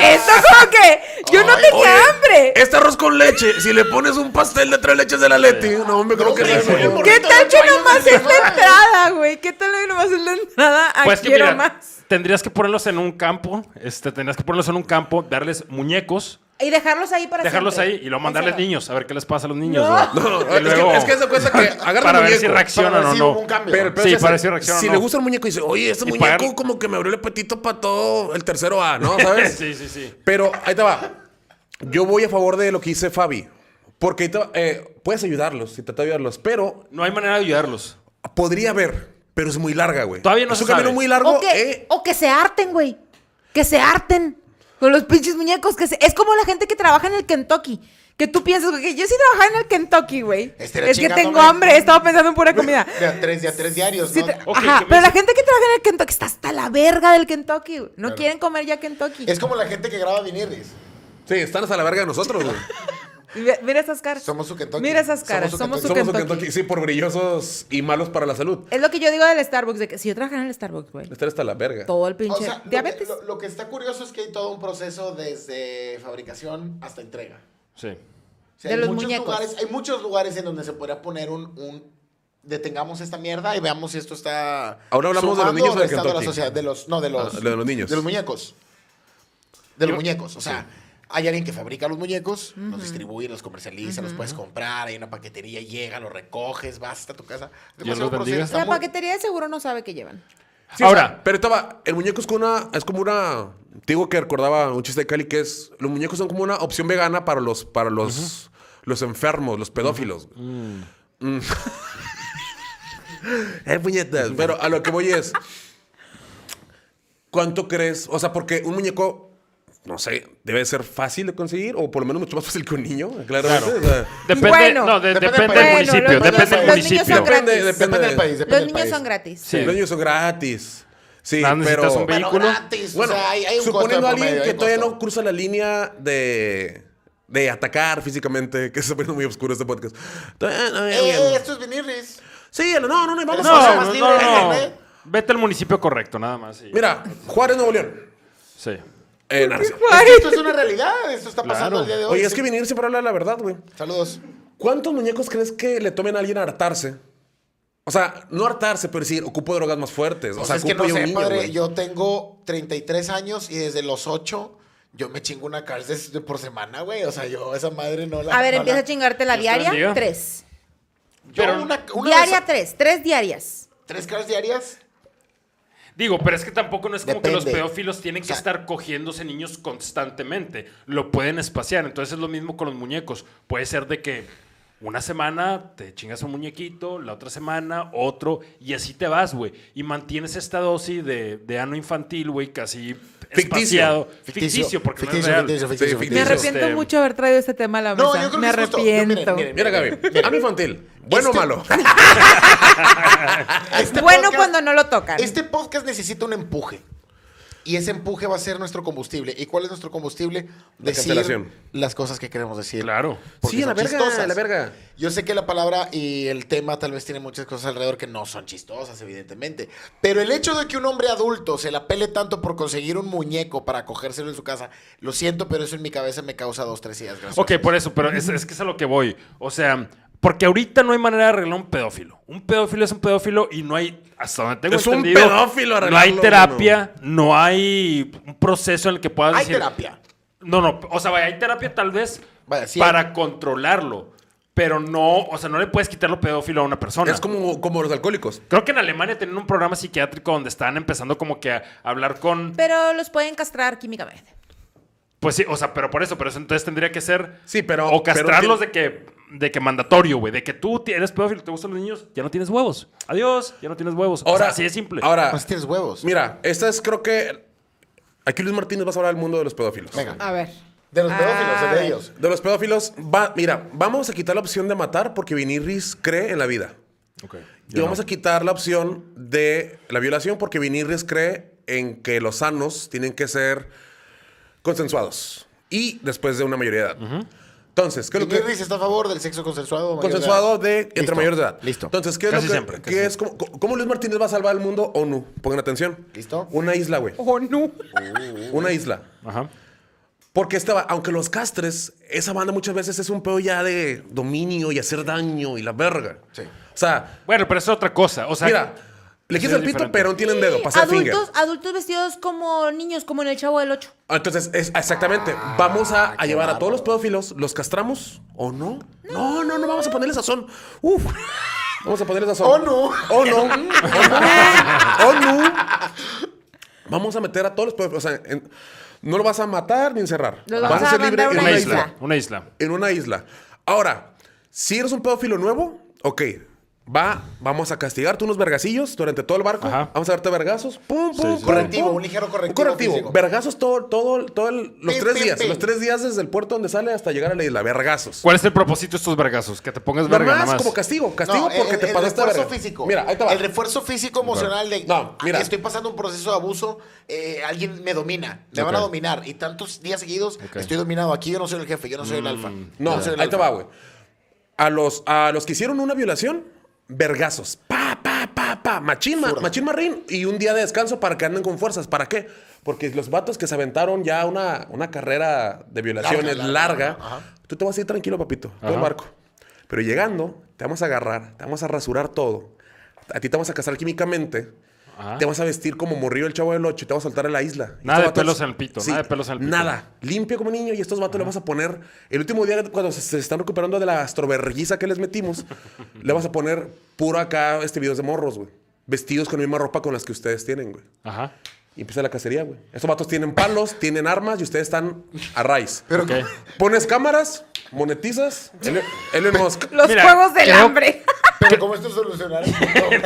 Speaker 3: esto como que yo no
Speaker 2: Ay,
Speaker 3: tenía
Speaker 2: oye,
Speaker 3: hambre.
Speaker 2: Este arroz con leche, si le pones un pastel de tres leches de la Leti, no, me creo que
Speaker 1: hombre,
Speaker 2: es
Speaker 1: güey,
Speaker 2: eso.
Speaker 1: porque-
Speaker 3: ¿Qué
Speaker 1: todo
Speaker 3: tal
Speaker 1: el
Speaker 3: que
Speaker 1: baño
Speaker 3: nomás
Speaker 1: del
Speaker 3: es la
Speaker 1: mar.
Speaker 3: entrada, güey? ¿Qué tal que nomás es la entrada? Ah,
Speaker 4: Pues que
Speaker 3: quiero
Speaker 4: mira,
Speaker 3: más.
Speaker 4: tendrías que ponerlos en un campo, este, tendrías que ponerlos en un campo, darles muñecos,
Speaker 3: Y dejarlos ahí para
Speaker 4: dejarlos
Speaker 3: siempre.
Speaker 4: ahí y luego mandarles
Speaker 3: Encerrado.
Speaker 4: niños, a ver qué les pasa a los niños.
Speaker 2: No,
Speaker 3: No.
Speaker 4: güey. Y
Speaker 2: es,
Speaker 4: luego-
Speaker 2: que, es que se da cuenta que agarra
Speaker 4: para
Speaker 2: el
Speaker 4: ver si
Speaker 2: muñeco.
Speaker 4: reaccionan
Speaker 1: Para
Speaker 4: o
Speaker 1: ver si
Speaker 4: no.
Speaker 1: hubo un cambio.
Speaker 2: Pero el pedo
Speaker 4: Sí,
Speaker 2: es ese.
Speaker 4: para ver si reacciona
Speaker 2: Si
Speaker 4: o
Speaker 2: le
Speaker 4: no.
Speaker 2: gusta el muñeco y dice, oye, este
Speaker 4: Y
Speaker 2: muñeco
Speaker 4: pagar-
Speaker 2: como que me abrió el apetito para todo el tercero A, ¿no? ¿Sabes?
Speaker 4: sí, sí, sí.
Speaker 2: Pero ahí te va. Yo voy a favor de lo que dice Fabi. Porque ahí te va, eh, puedes ayudarlos, si trata de ayudarlos. Pero
Speaker 4: No hay manera de ayudarlos.
Speaker 2: podría haber, pero es muy larga, güey.
Speaker 4: Todavía no
Speaker 2: Es
Speaker 4: se
Speaker 2: un camino
Speaker 4: sabe.
Speaker 2: muy largo.
Speaker 3: O que,
Speaker 2: eh,
Speaker 3: o que se harten, güey. Que se harten con los pinches muñecos. Que se- es como la gente que trabaja en el Kentucky. Que tú piensas, güey, que yo sí trabajaba en el Kentucky, güey. Es
Speaker 4: Este
Speaker 1: Estaría
Speaker 3: que
Speaker 1: chingándome.
Speaker 3: tengo hambre, estaba pensando en pura comida.
Speaker 1: De a tres, de a tres diarios.
Speaker 3: Sí
Speaker 1: ¿no?
Speaker 3: tra-
Speaker 4: Ok,
Speaker 3: Ajá,
Speaker 4: ¿qué me
Speaker 3: pero la
Speaker 4: dice?
Speaker 3: gente que trabaja en el Kentucky está hasta la verga del Kentucky. güey. No quieren comer ya Kentucky.
Speaker 1: Es como la gente que graba viniles.
Speaker 2: Sí, están hasta la verga de nosotros, güey.
Speaker 3: Ve- Mira esas caras.
Speaker 1: Somos su Kentucky.
Speaker 3: Mira esas
Speaker 1: Somos
Speaker 3: caras.
Speaker 1: su
Speaker 3: Somos su
Speaker 2: Somos
Speaker 3: Kentucky.
Speaker 2: un Kentucky, sí, por brillosos y malos para la salud.
Speaker 3: Es lo que yo digo del Starbucks. De que si yo trabajara en el Starbucks, güey.
Speaker 2: Estar hasta la verga.
Speaker 3: Todo el
Speaker 1: O
Speaker 3: pinche.
Speaker 1: sea, lo que-
Speaker 3: Diabetes.
Speaker 1: Lo, lo que está curioso es que hay todo un proceso desde fabricación hasta entrega.
Speaker 4: Sí.
Speaker 1: O sea,
Speaker 3: De
Speaker 1: hay
Speaker 3: los
Speaker 1: muchos
Speaker 3: muñecos.
Speaker 1: Lugares, hay muchos lugares en donde se podría poner un, un- detengamos esta mierda y veamos si esto está.
Speaker 2: Ahora hablamos de los
Speaker 1: sumando
Speaker 2: niños
Speaker 1: o
Speaker 2: del
Speaker 1: restando a la
Speaker 2: Kentucky.
Speaker 1: sociedad. De los, no, de los,
Speaker 2: Ah, de los niños.
Speaker 1: De los muñecos. De los
Speaker 4: Yo-
Speaker 1: muñecos. O sea, hay alguien que fabrica los muñecos, los distribuye, los comercializa, los puedes comprar, hay una paquetería, llega, los recoges, vas hasta tu casa.
Speaker 4: Dios
Speaker 1: Demasiado
Speaker 4: los bendiga.
Speaker 1: proceso, está
Speaker 3: la
Speaker 1: muy-
Speaker 3: paquetería de seguro no sabe qué llevan.
Speaker 2: Sí, o sea,
Speaker 4: Ahora.
Speaker 2: pero estaba, el muñeco es como una, es como una, te digo que recordaba un chiste de Cali que es, los muñecos son como una opción vegana para los, para los, los enfermos, los pedófilos. Mm. eh, puñetas. Pero a lo que voy es, ¿cuánto crees? O sea, porque un muñeco, no sé, debe ser fácil de conseguir o por lo menos mucho más fácil que un niño, claramente. o sea,
Speaker 4: Depende,
Speaker 3: Bueno.
Speaker 4: no, de-
Speaker 1: Depende
Speaker 4: depende,
Speaker 1: del
Speaker 4: del
Speaker 1: país.
Speaker 4: municipio.
Speaker 1: Bueno,
Speaker 4: depende
Speaker 1: los-
Speaker 4: del
Speaker 1: los
Speaker 3: niños
Speaker 4: municipio.
Speaker 3: son gratis.
Speaker 2: Depende, depende
Speaker 1: Depende del país, depende
Speaker 3: Los
Speaker 1: del
Speaker 3: niños
Speaker 1: país.
Speaker 3: son gratis.
Speaker 4: Sí.
Speaker 2: Los niños son gratis. Sí,
Speaker 4: Nada, necesitas
Speaker 2: pero...
Speaker 4: un
Speaker 1: Bueno,
Speaker 4: Vehículo.
Speaker 1: gratis, o
Speaker 2: Bueno,
Speaker 1: sea, hay, hay un costo de
Speaker 2: suponiendo a alguien
Speaker 1: promedio, hay
Speaker 2: que
Speaker 1: un
Speaker 2: todavía
Speaker 1: costo.
Speaker 2: no cruza la línea de, de atacar físicamente, que se está poniendo muy oscuro este podcast. Todavía no,
Speaker 1: Eh, eh,
Speaker 2: bien.
Speaker 1: esto es vinilis.
Speaker 2: Sí, no, no, no, vamos
Speaker 1: No,
Speaker 2: a...
Speaker 1: no,
Speaker 2: hacer-
Speaker 1: no, no.
Speaker 4: Vete al municipio correcto, nada más. y-
Speaker 2: Mira, Juárez, Nuevo León.
Speaker 4: Sí.
Speaker 2: Eh, nada, sí.
Speaker 1: Esto es una realidad, esto está pasando
Speaker 4: Claro.
Speaker 1: el día de hoy.
Speaker 2: Oye, es que venir siempre habla la verdad, güey.
Speaker 1: Saludos.
Speaker 2: ¿Cuántos muñecos crees que le tomen a alguien a hartarse? O sea, no hartarse, pero decir, ocupo drogas más fuertes. O
Speaker 1: Pues
Speaker 2: sea,
Speaker 1: es que
Speaker 2: ocupo
Speaker 1: no
Speaker 2: yo un
Speaker 1: sé,
Speaker 2: niño,
Speaker 1: padre.
Speaker 2: güey.
Speaker 1: Yo tengo 33 años y desde los 8 yo me chingo una cárcel por semana, güey. O sea, yo esa madre no la.
Speaker 3: A ver,
Speaker 1: no
Speaker 3: empieza
Speaker 1: la-
Speaker 3: a chingarte la
Speaker 4: Dios te
Speaker 3: diaria.
Speaker 4: bendiga.
Speaker 3: Tres.
Speaker 1: Yo
Speaker 4: Pero-
Speaker 1: una, una
Speaker 3: Diaria
Speaker 1: vez-
Speaker 3: tres. Tres diarias.
Speaker 1: ¿Tres cars diarias?
Speaker 4: Digo, pero es que tampoco no es como que los
Speaker 1: Depende.
Speaker 4: pedófilos tienen que
Speaker 1: O sea-
Speaker 4: estar cogiéndose niños constantemente. Lo pueden espaciar. Entonces es lo mismo con los muñecos. Puede ser de que una semana te chingas un muñequito, la otra semana otro, y así te vas, güey. Y mantienes esta dosis de, de ano infantil, güey, casi espaciado.
Speaker 1: Ficticio.
Speaker 4: Ficticio, porque no es
Speaker 1: Ficticio,
Speaker 4: real.
Speaker 1: ficticio, ficticio,
Speaker 2: Sí,
Speaker 1: ficticio.
Speaker 3: Me
Speaker 2: Dices,
Speaker 3: arrepiento
Speaker 4: este,
Speaker 3: mucho haber traído este tema a la mesa.
Speaker 1: No, yo creo que
Speaker 3: me
Speaker 1: es justo. Yo, miren,
Speaker 3: arrepiento.
Speaker 1: miren,
Speaker 2: Mira, Gaby, ano infantil, bueno o
Speaker 1: Este-
Speaker 2: malo.
Speaker 1: Este
Speaker 3: bueno
Speaker 1: podcast-
Speaker 3: cuando no lo tocan.
Speaker 1: Este podcast necesita un empuje. Y ese empuje va a ser nuestro combustible. ¿Y cuál es nuestro combustible? Decir
Speaker 2: cancelación.
Speaker 1: las cosas que queremos decir.
Speaker 4: Claro.
Speaker 1: Porque
Speaker 2: Sí, a la
Speaker 1: son
Speaker 2: verga,
Speaker 1: chistosas.
Speaker 2: a la verga.
Speaker 1: Yo sé que la palabra y el tema tal vez tiene muchas cosas alrededor que no son chistosas, evidentemente. Pero el hecho de que un hombre adulto se la pele tanto por conseguir un muñeco para cogérselo en su casa, lo siento, pero eso en mi cabeza me causa dos, tres ideas. graciosas.
Speaker 4: Ok, por eso, pero es, es que es a lo que voy. O sea, porque ahorita no hay manera de arreglar un pedófilo. Un pedófilo es un pedófilo y no hay. Hasta donde tengo
Speaker 2: Es un
Speaker 4: entendido,
Speaker 2: pedófilo
Speaker 4: No hay
Speaker 2: arreglarlo,
Speaker 4: terapia, no hay un proceso en el que puedas
Speaker 1: Hay
Speaker 4: decir.
Speaker 1: terapia.
Speaker 4: No, no. O sea, vaya, hay terapia tal vez
Speaker 1: Vaya, sí
Speaker 4: para controlarlo. Pero no, o sea, no le puedes quitar lo pedófilo a una persona.
Speaker 2: Es como, como los alcohólicos.
Speaker 4: Creo que en Alemania tienen un programa psiquiátrico donde están empezando como que a hablar con.
Speaker 3: Pero los pueden castrar químicamente.
Speaker 4: Pues sí, o sea, pero por eso, pero eso entonces tendría que ser.
Speaker 2: Sí, pero-
Speaker 4: O
Speaker 2: pero
Speaker 4: castrarlos de que. De que mandatorio, güey. De que tú ti- eres pedófilo, te gustan los niños, ya no tienes huevos. Adiós, ya no tienes huevos. Ahora, o sea, así es simple.
Speaker 2: Ahora,
Speaker 1: Más Ah, tienes huevos.
Speaker 2: mira, esta es creo que... Aquí Luis Martínez va a hablar del mundo de los pedófilos.
Speaker 1: Venga.
Speaker 3: A ver.
Speaker 1: De los pedófilos,
Speaker 3: Ah,
Speaker 1: de ellos.
Speaker 2: De los pedófilos, va, mira, vamos a quitar la opción de matar porque Vinirris cree en la vida. y vamos a quitar la opción de la violación porque Vinirris cree en que los sanos tienen que ser consensuados. Y después de una mayoría de edad. Entonces, ¿qué es lo que...
Speaker 1: Vinirris está a favor del sexo consensuado. o mayor
Speaker 2: Consensuado
Speaker 1: edad?
Speaker 2: de entre
Speaker 1: Listo,
Speaker 2: mayores de edad.
Speaker 1: Listo.
Speaker 2: Entonces, ¿qué es
Speaker 4: Casi
Speaker 2: lo que,
Speaker 4: siempre,
Speaker 2: qué
Speaker 4: casi
Speaker 2: es como- co- cómo Luis Martínez va a salvar al mundo ONU? Pongan atención.
Speaker 1: ¿Listo?
Speaker 2: Una isla, güey. Uh,
Speaker 3: Oh, no.
Speaker 2: Una isla.
Speaker 4: Ajá.
Speaker 2: Porque estaba, aunque los castres, esa banda muchas veces es un pedo ya de dominio y hacer daño y la verga.
Speaker 1: Sí.
Speaker 2: O sea,
Speaker 4: Bueno, pero eso es otra cosa. O sea,
Speaker 2: mira, le quitas
Speaker 4: es
Speaker 2: el pito,
Speaker 4: diferente.
Speaker 2: pero no tienen dedo, pasa el finger.
Speaker 3: Adultos, adultos vestidos como niños, como en el Chavo del Ocho.
Speaker 2: Ah, Entonces, es, exactamente, vamos a, a
Speaker 1: Ah, qué
Speaker 2: llevar a todos
Speaker 1: bárbaro.
Speaker 2: los pedófilos, los castramos o no. No, no, no, vamos a ponerle sazón. Uf. Vamos a ponerle sazón.
Speaker 1: Oh, no.
Speaker 2: Oh, no. Oh, no. Oh, no. Vamos a meter a todos los pedófilos. O sea, en- no lo vas a matar ni encerrar.
Speaker 3: Los
Speaker 2: vas
Speaker 3: vamos
Speaker 2: a
Speaker 3: a
Speaker 2: ser libre
Speaker 3: mandar a
Speaker 2: en
Speaker 4: una,
Speaker 2: una
Speaker 4: isla.
Speaker 2: isla.
Speaker 4: Una isla.
Speaker 2: en una isla. Ahora, si eres un pedófilo nuevo, ok, va, vamos a castigarte unos vergacillos durante todo el barco.
Speaker 4: Ajá.
Speaker 2: Vamos a darte vergazos. Pum, pum, pum,
Speaker 1: Correctivo,
Speaker 2: pum.
Speaker 1: un ligero correctivo
Speaker 2: correctivo.
Speaker 1: físico.
Speaker 2: Vergazos todo, todo, todo el- los
Speaker 1: Pim,
Speaker 2: tres
Speaker 1: pim,
Speaker 2: días.
Speaker 1: pim.
Speaker 2: Los tres días desde el puerto donde sale hasta llegar a la isla. Vergazos.
Speaker 4: ¿Cuál es el propósito de estos vergazos? Que te pongas
Speaker 2: Nada
Speaker 4: verga nada
Speaker 2: más
Speaker 4: más.
Speaker 2: como castigo. Castigo
Speaker 1: No,
Speaker 2: porque
Speaker 1: el,
Speaker 2: te
Speaker 1: el
Speaker 2: pasaste de
Speaker 1: refuerzo
Speaker 2: verga.
Speaker 1: físico.
Speaker 2: Mira, ahí te va.
Speaker 1: El refuerzo físico emocional de "Ah,
Speaker 2: No, mira.
Speaker 1: estoy pasando un proceso de abuso, eh, alguien me domina, me van a
Speaker 4: Ok.
Speaker 1: dominar y tantos días seguidos estoy dominado. Aquí yo no soy el jefe, yo no soy el alfa.
Speaker 2: Mm, No,
Speaker 1: yo soy el
Speaker 2: ahí te
Speaker 1: alfa.
Speaker 2: va, güey. A los, a los que hicieron una violación, vergazos. Pa, pa, pa, pa. Machín, ma-
Speaker 1: Zurda.
Speaker 2: machín marrín. Y un día de descanso para que anden con fuerzas. ¿Para qué? Porque los vatos que se aventaron ya una, una carrera de violaciones
Speaker 1: Larga,
Speaker 2: larga,
Speaker 1: larga, ajá.
Speaker 2: tú te vas a ir tranquilo, papito. Todo el
Speaker 4: Ajá.
Speaker 2: barco. Pero llegando, te vamos a agarrar, te vamos a rasurar todo. A ti te vamos a casar químicamente.
Speaker 4: Ajá.
Speaker 2: Te vas a vestir como morrió el chavo del 8 y te vas a soltar a la isla. Y
Speaker 4: Nada
Speaker 2: estos vatos-
Speaker 4: de pelos en el pito, nada de pelos en el pito.
Speaker 2: Nada limpio como niño y estos vatos le vas a poner el último día cuando se, se están recuperando de la astroverguiza que les metimos le vas a poner puro acá este videos de morros güey vestidos con la misma ropa con las que ustedes tienen güey
Speaker 4: Ajá.
Speaker 2: y empieza la cacería güey estos vatos tienen palos tienen armas y ustedes están a raíz
Speaker 4: Ok.
Speaker 2: pones cámaras monetizas Elon- Elon Musk
Speaker 3: Los
Speaker 4: Mira,
Speaker 3: juegos del
Speaker 4: creo-
Speaker 3: hambre.
Speaker 1: Pero como esto es solucionario.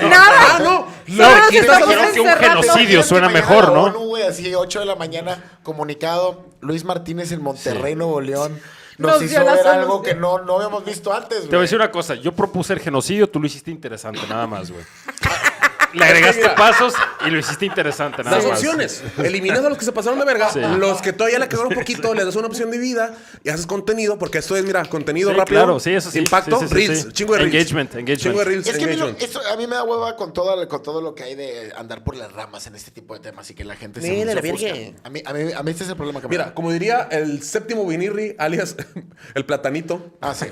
Speaker 1: no.
Speaker 3: Nada.
Speaker 2: ah no
Speaker 3: Solo
Speaker 4: No,
Speaker 3: los
Speaker 4: aquí
Speaker 3: estamos
Speaker 4: creo que un
Speaker 3: encerrando.
Speaker 4: genocidio.
Speaker 1: Imagínate
Speaker 4: suena
Speaker 1: mañana
Speaker 4: mejor,
Speaker 1: la
Speaker 4: ¿no?
Speaker 1: ONU, güey, así 8 de la mañana, comunicado. Luis Martínez en Monterrey, Nuevo León. Nos,
Speaker 3: Nos
Speaker 1: hizo
Speaker 3: dio la
Speaker 1: ver
Speaker 3: solución.
Speaker 1: algo que no, no habíamos visto antes,
Speaker 4: Te voy a
Speaker 1: güey.
Speaker 4: decir una cosa. Yo propuse el genocidio, tú lo hiciste interesante, nada más, güey. Le agregaste
Speaker 2: Mira.
Speaker 4: pasos y lo hiciste interesante, nada
Speaker 2: Las
Speaker 4: más.
Speaker 2: opciones. Eliminando a los que se pasaron de verga.
Speaker 4: Sí.
Speaker 2: Los que todavía la cagaron un poquito, les das una opción de vida y haces contenido, porque esto es, mira, contenido
Speaker 4: Sí,
Speaker 2: rápido.
Speaker 4: claro, sí, eso sí,
Speaker 2: Impacto,
Speaker 4: sí, sí, sí,
Speaker 2: reels,
Speaker 4: sí.
Speaker 2: chingo de reels.
Speaker 4: Engagement, engagement.
Speaker 2: Chingo de reels,
Speaker 1: Es que a mí, lo-
Speaker 2: engagement.
Speaker 3: eh,
Speaker 1: esto, a mí me da hueva con todo, con todo lo que hay de andar por las ramas en este tipo de temas y que la gente se,
Speaker 2: Mira
Speaker 1: se
Speaker 2: la
Speaker 1: ofusca.
Speaker 2: Virgen.
Speaker 1: A mí, a, mí, a mí este es el problema que me
Speaker 2: Mira,
Speaker 1: da.
Speaker 2: como diría el séptimo Vinirri, alias el platanito.
Speaker 1: Ah, sí.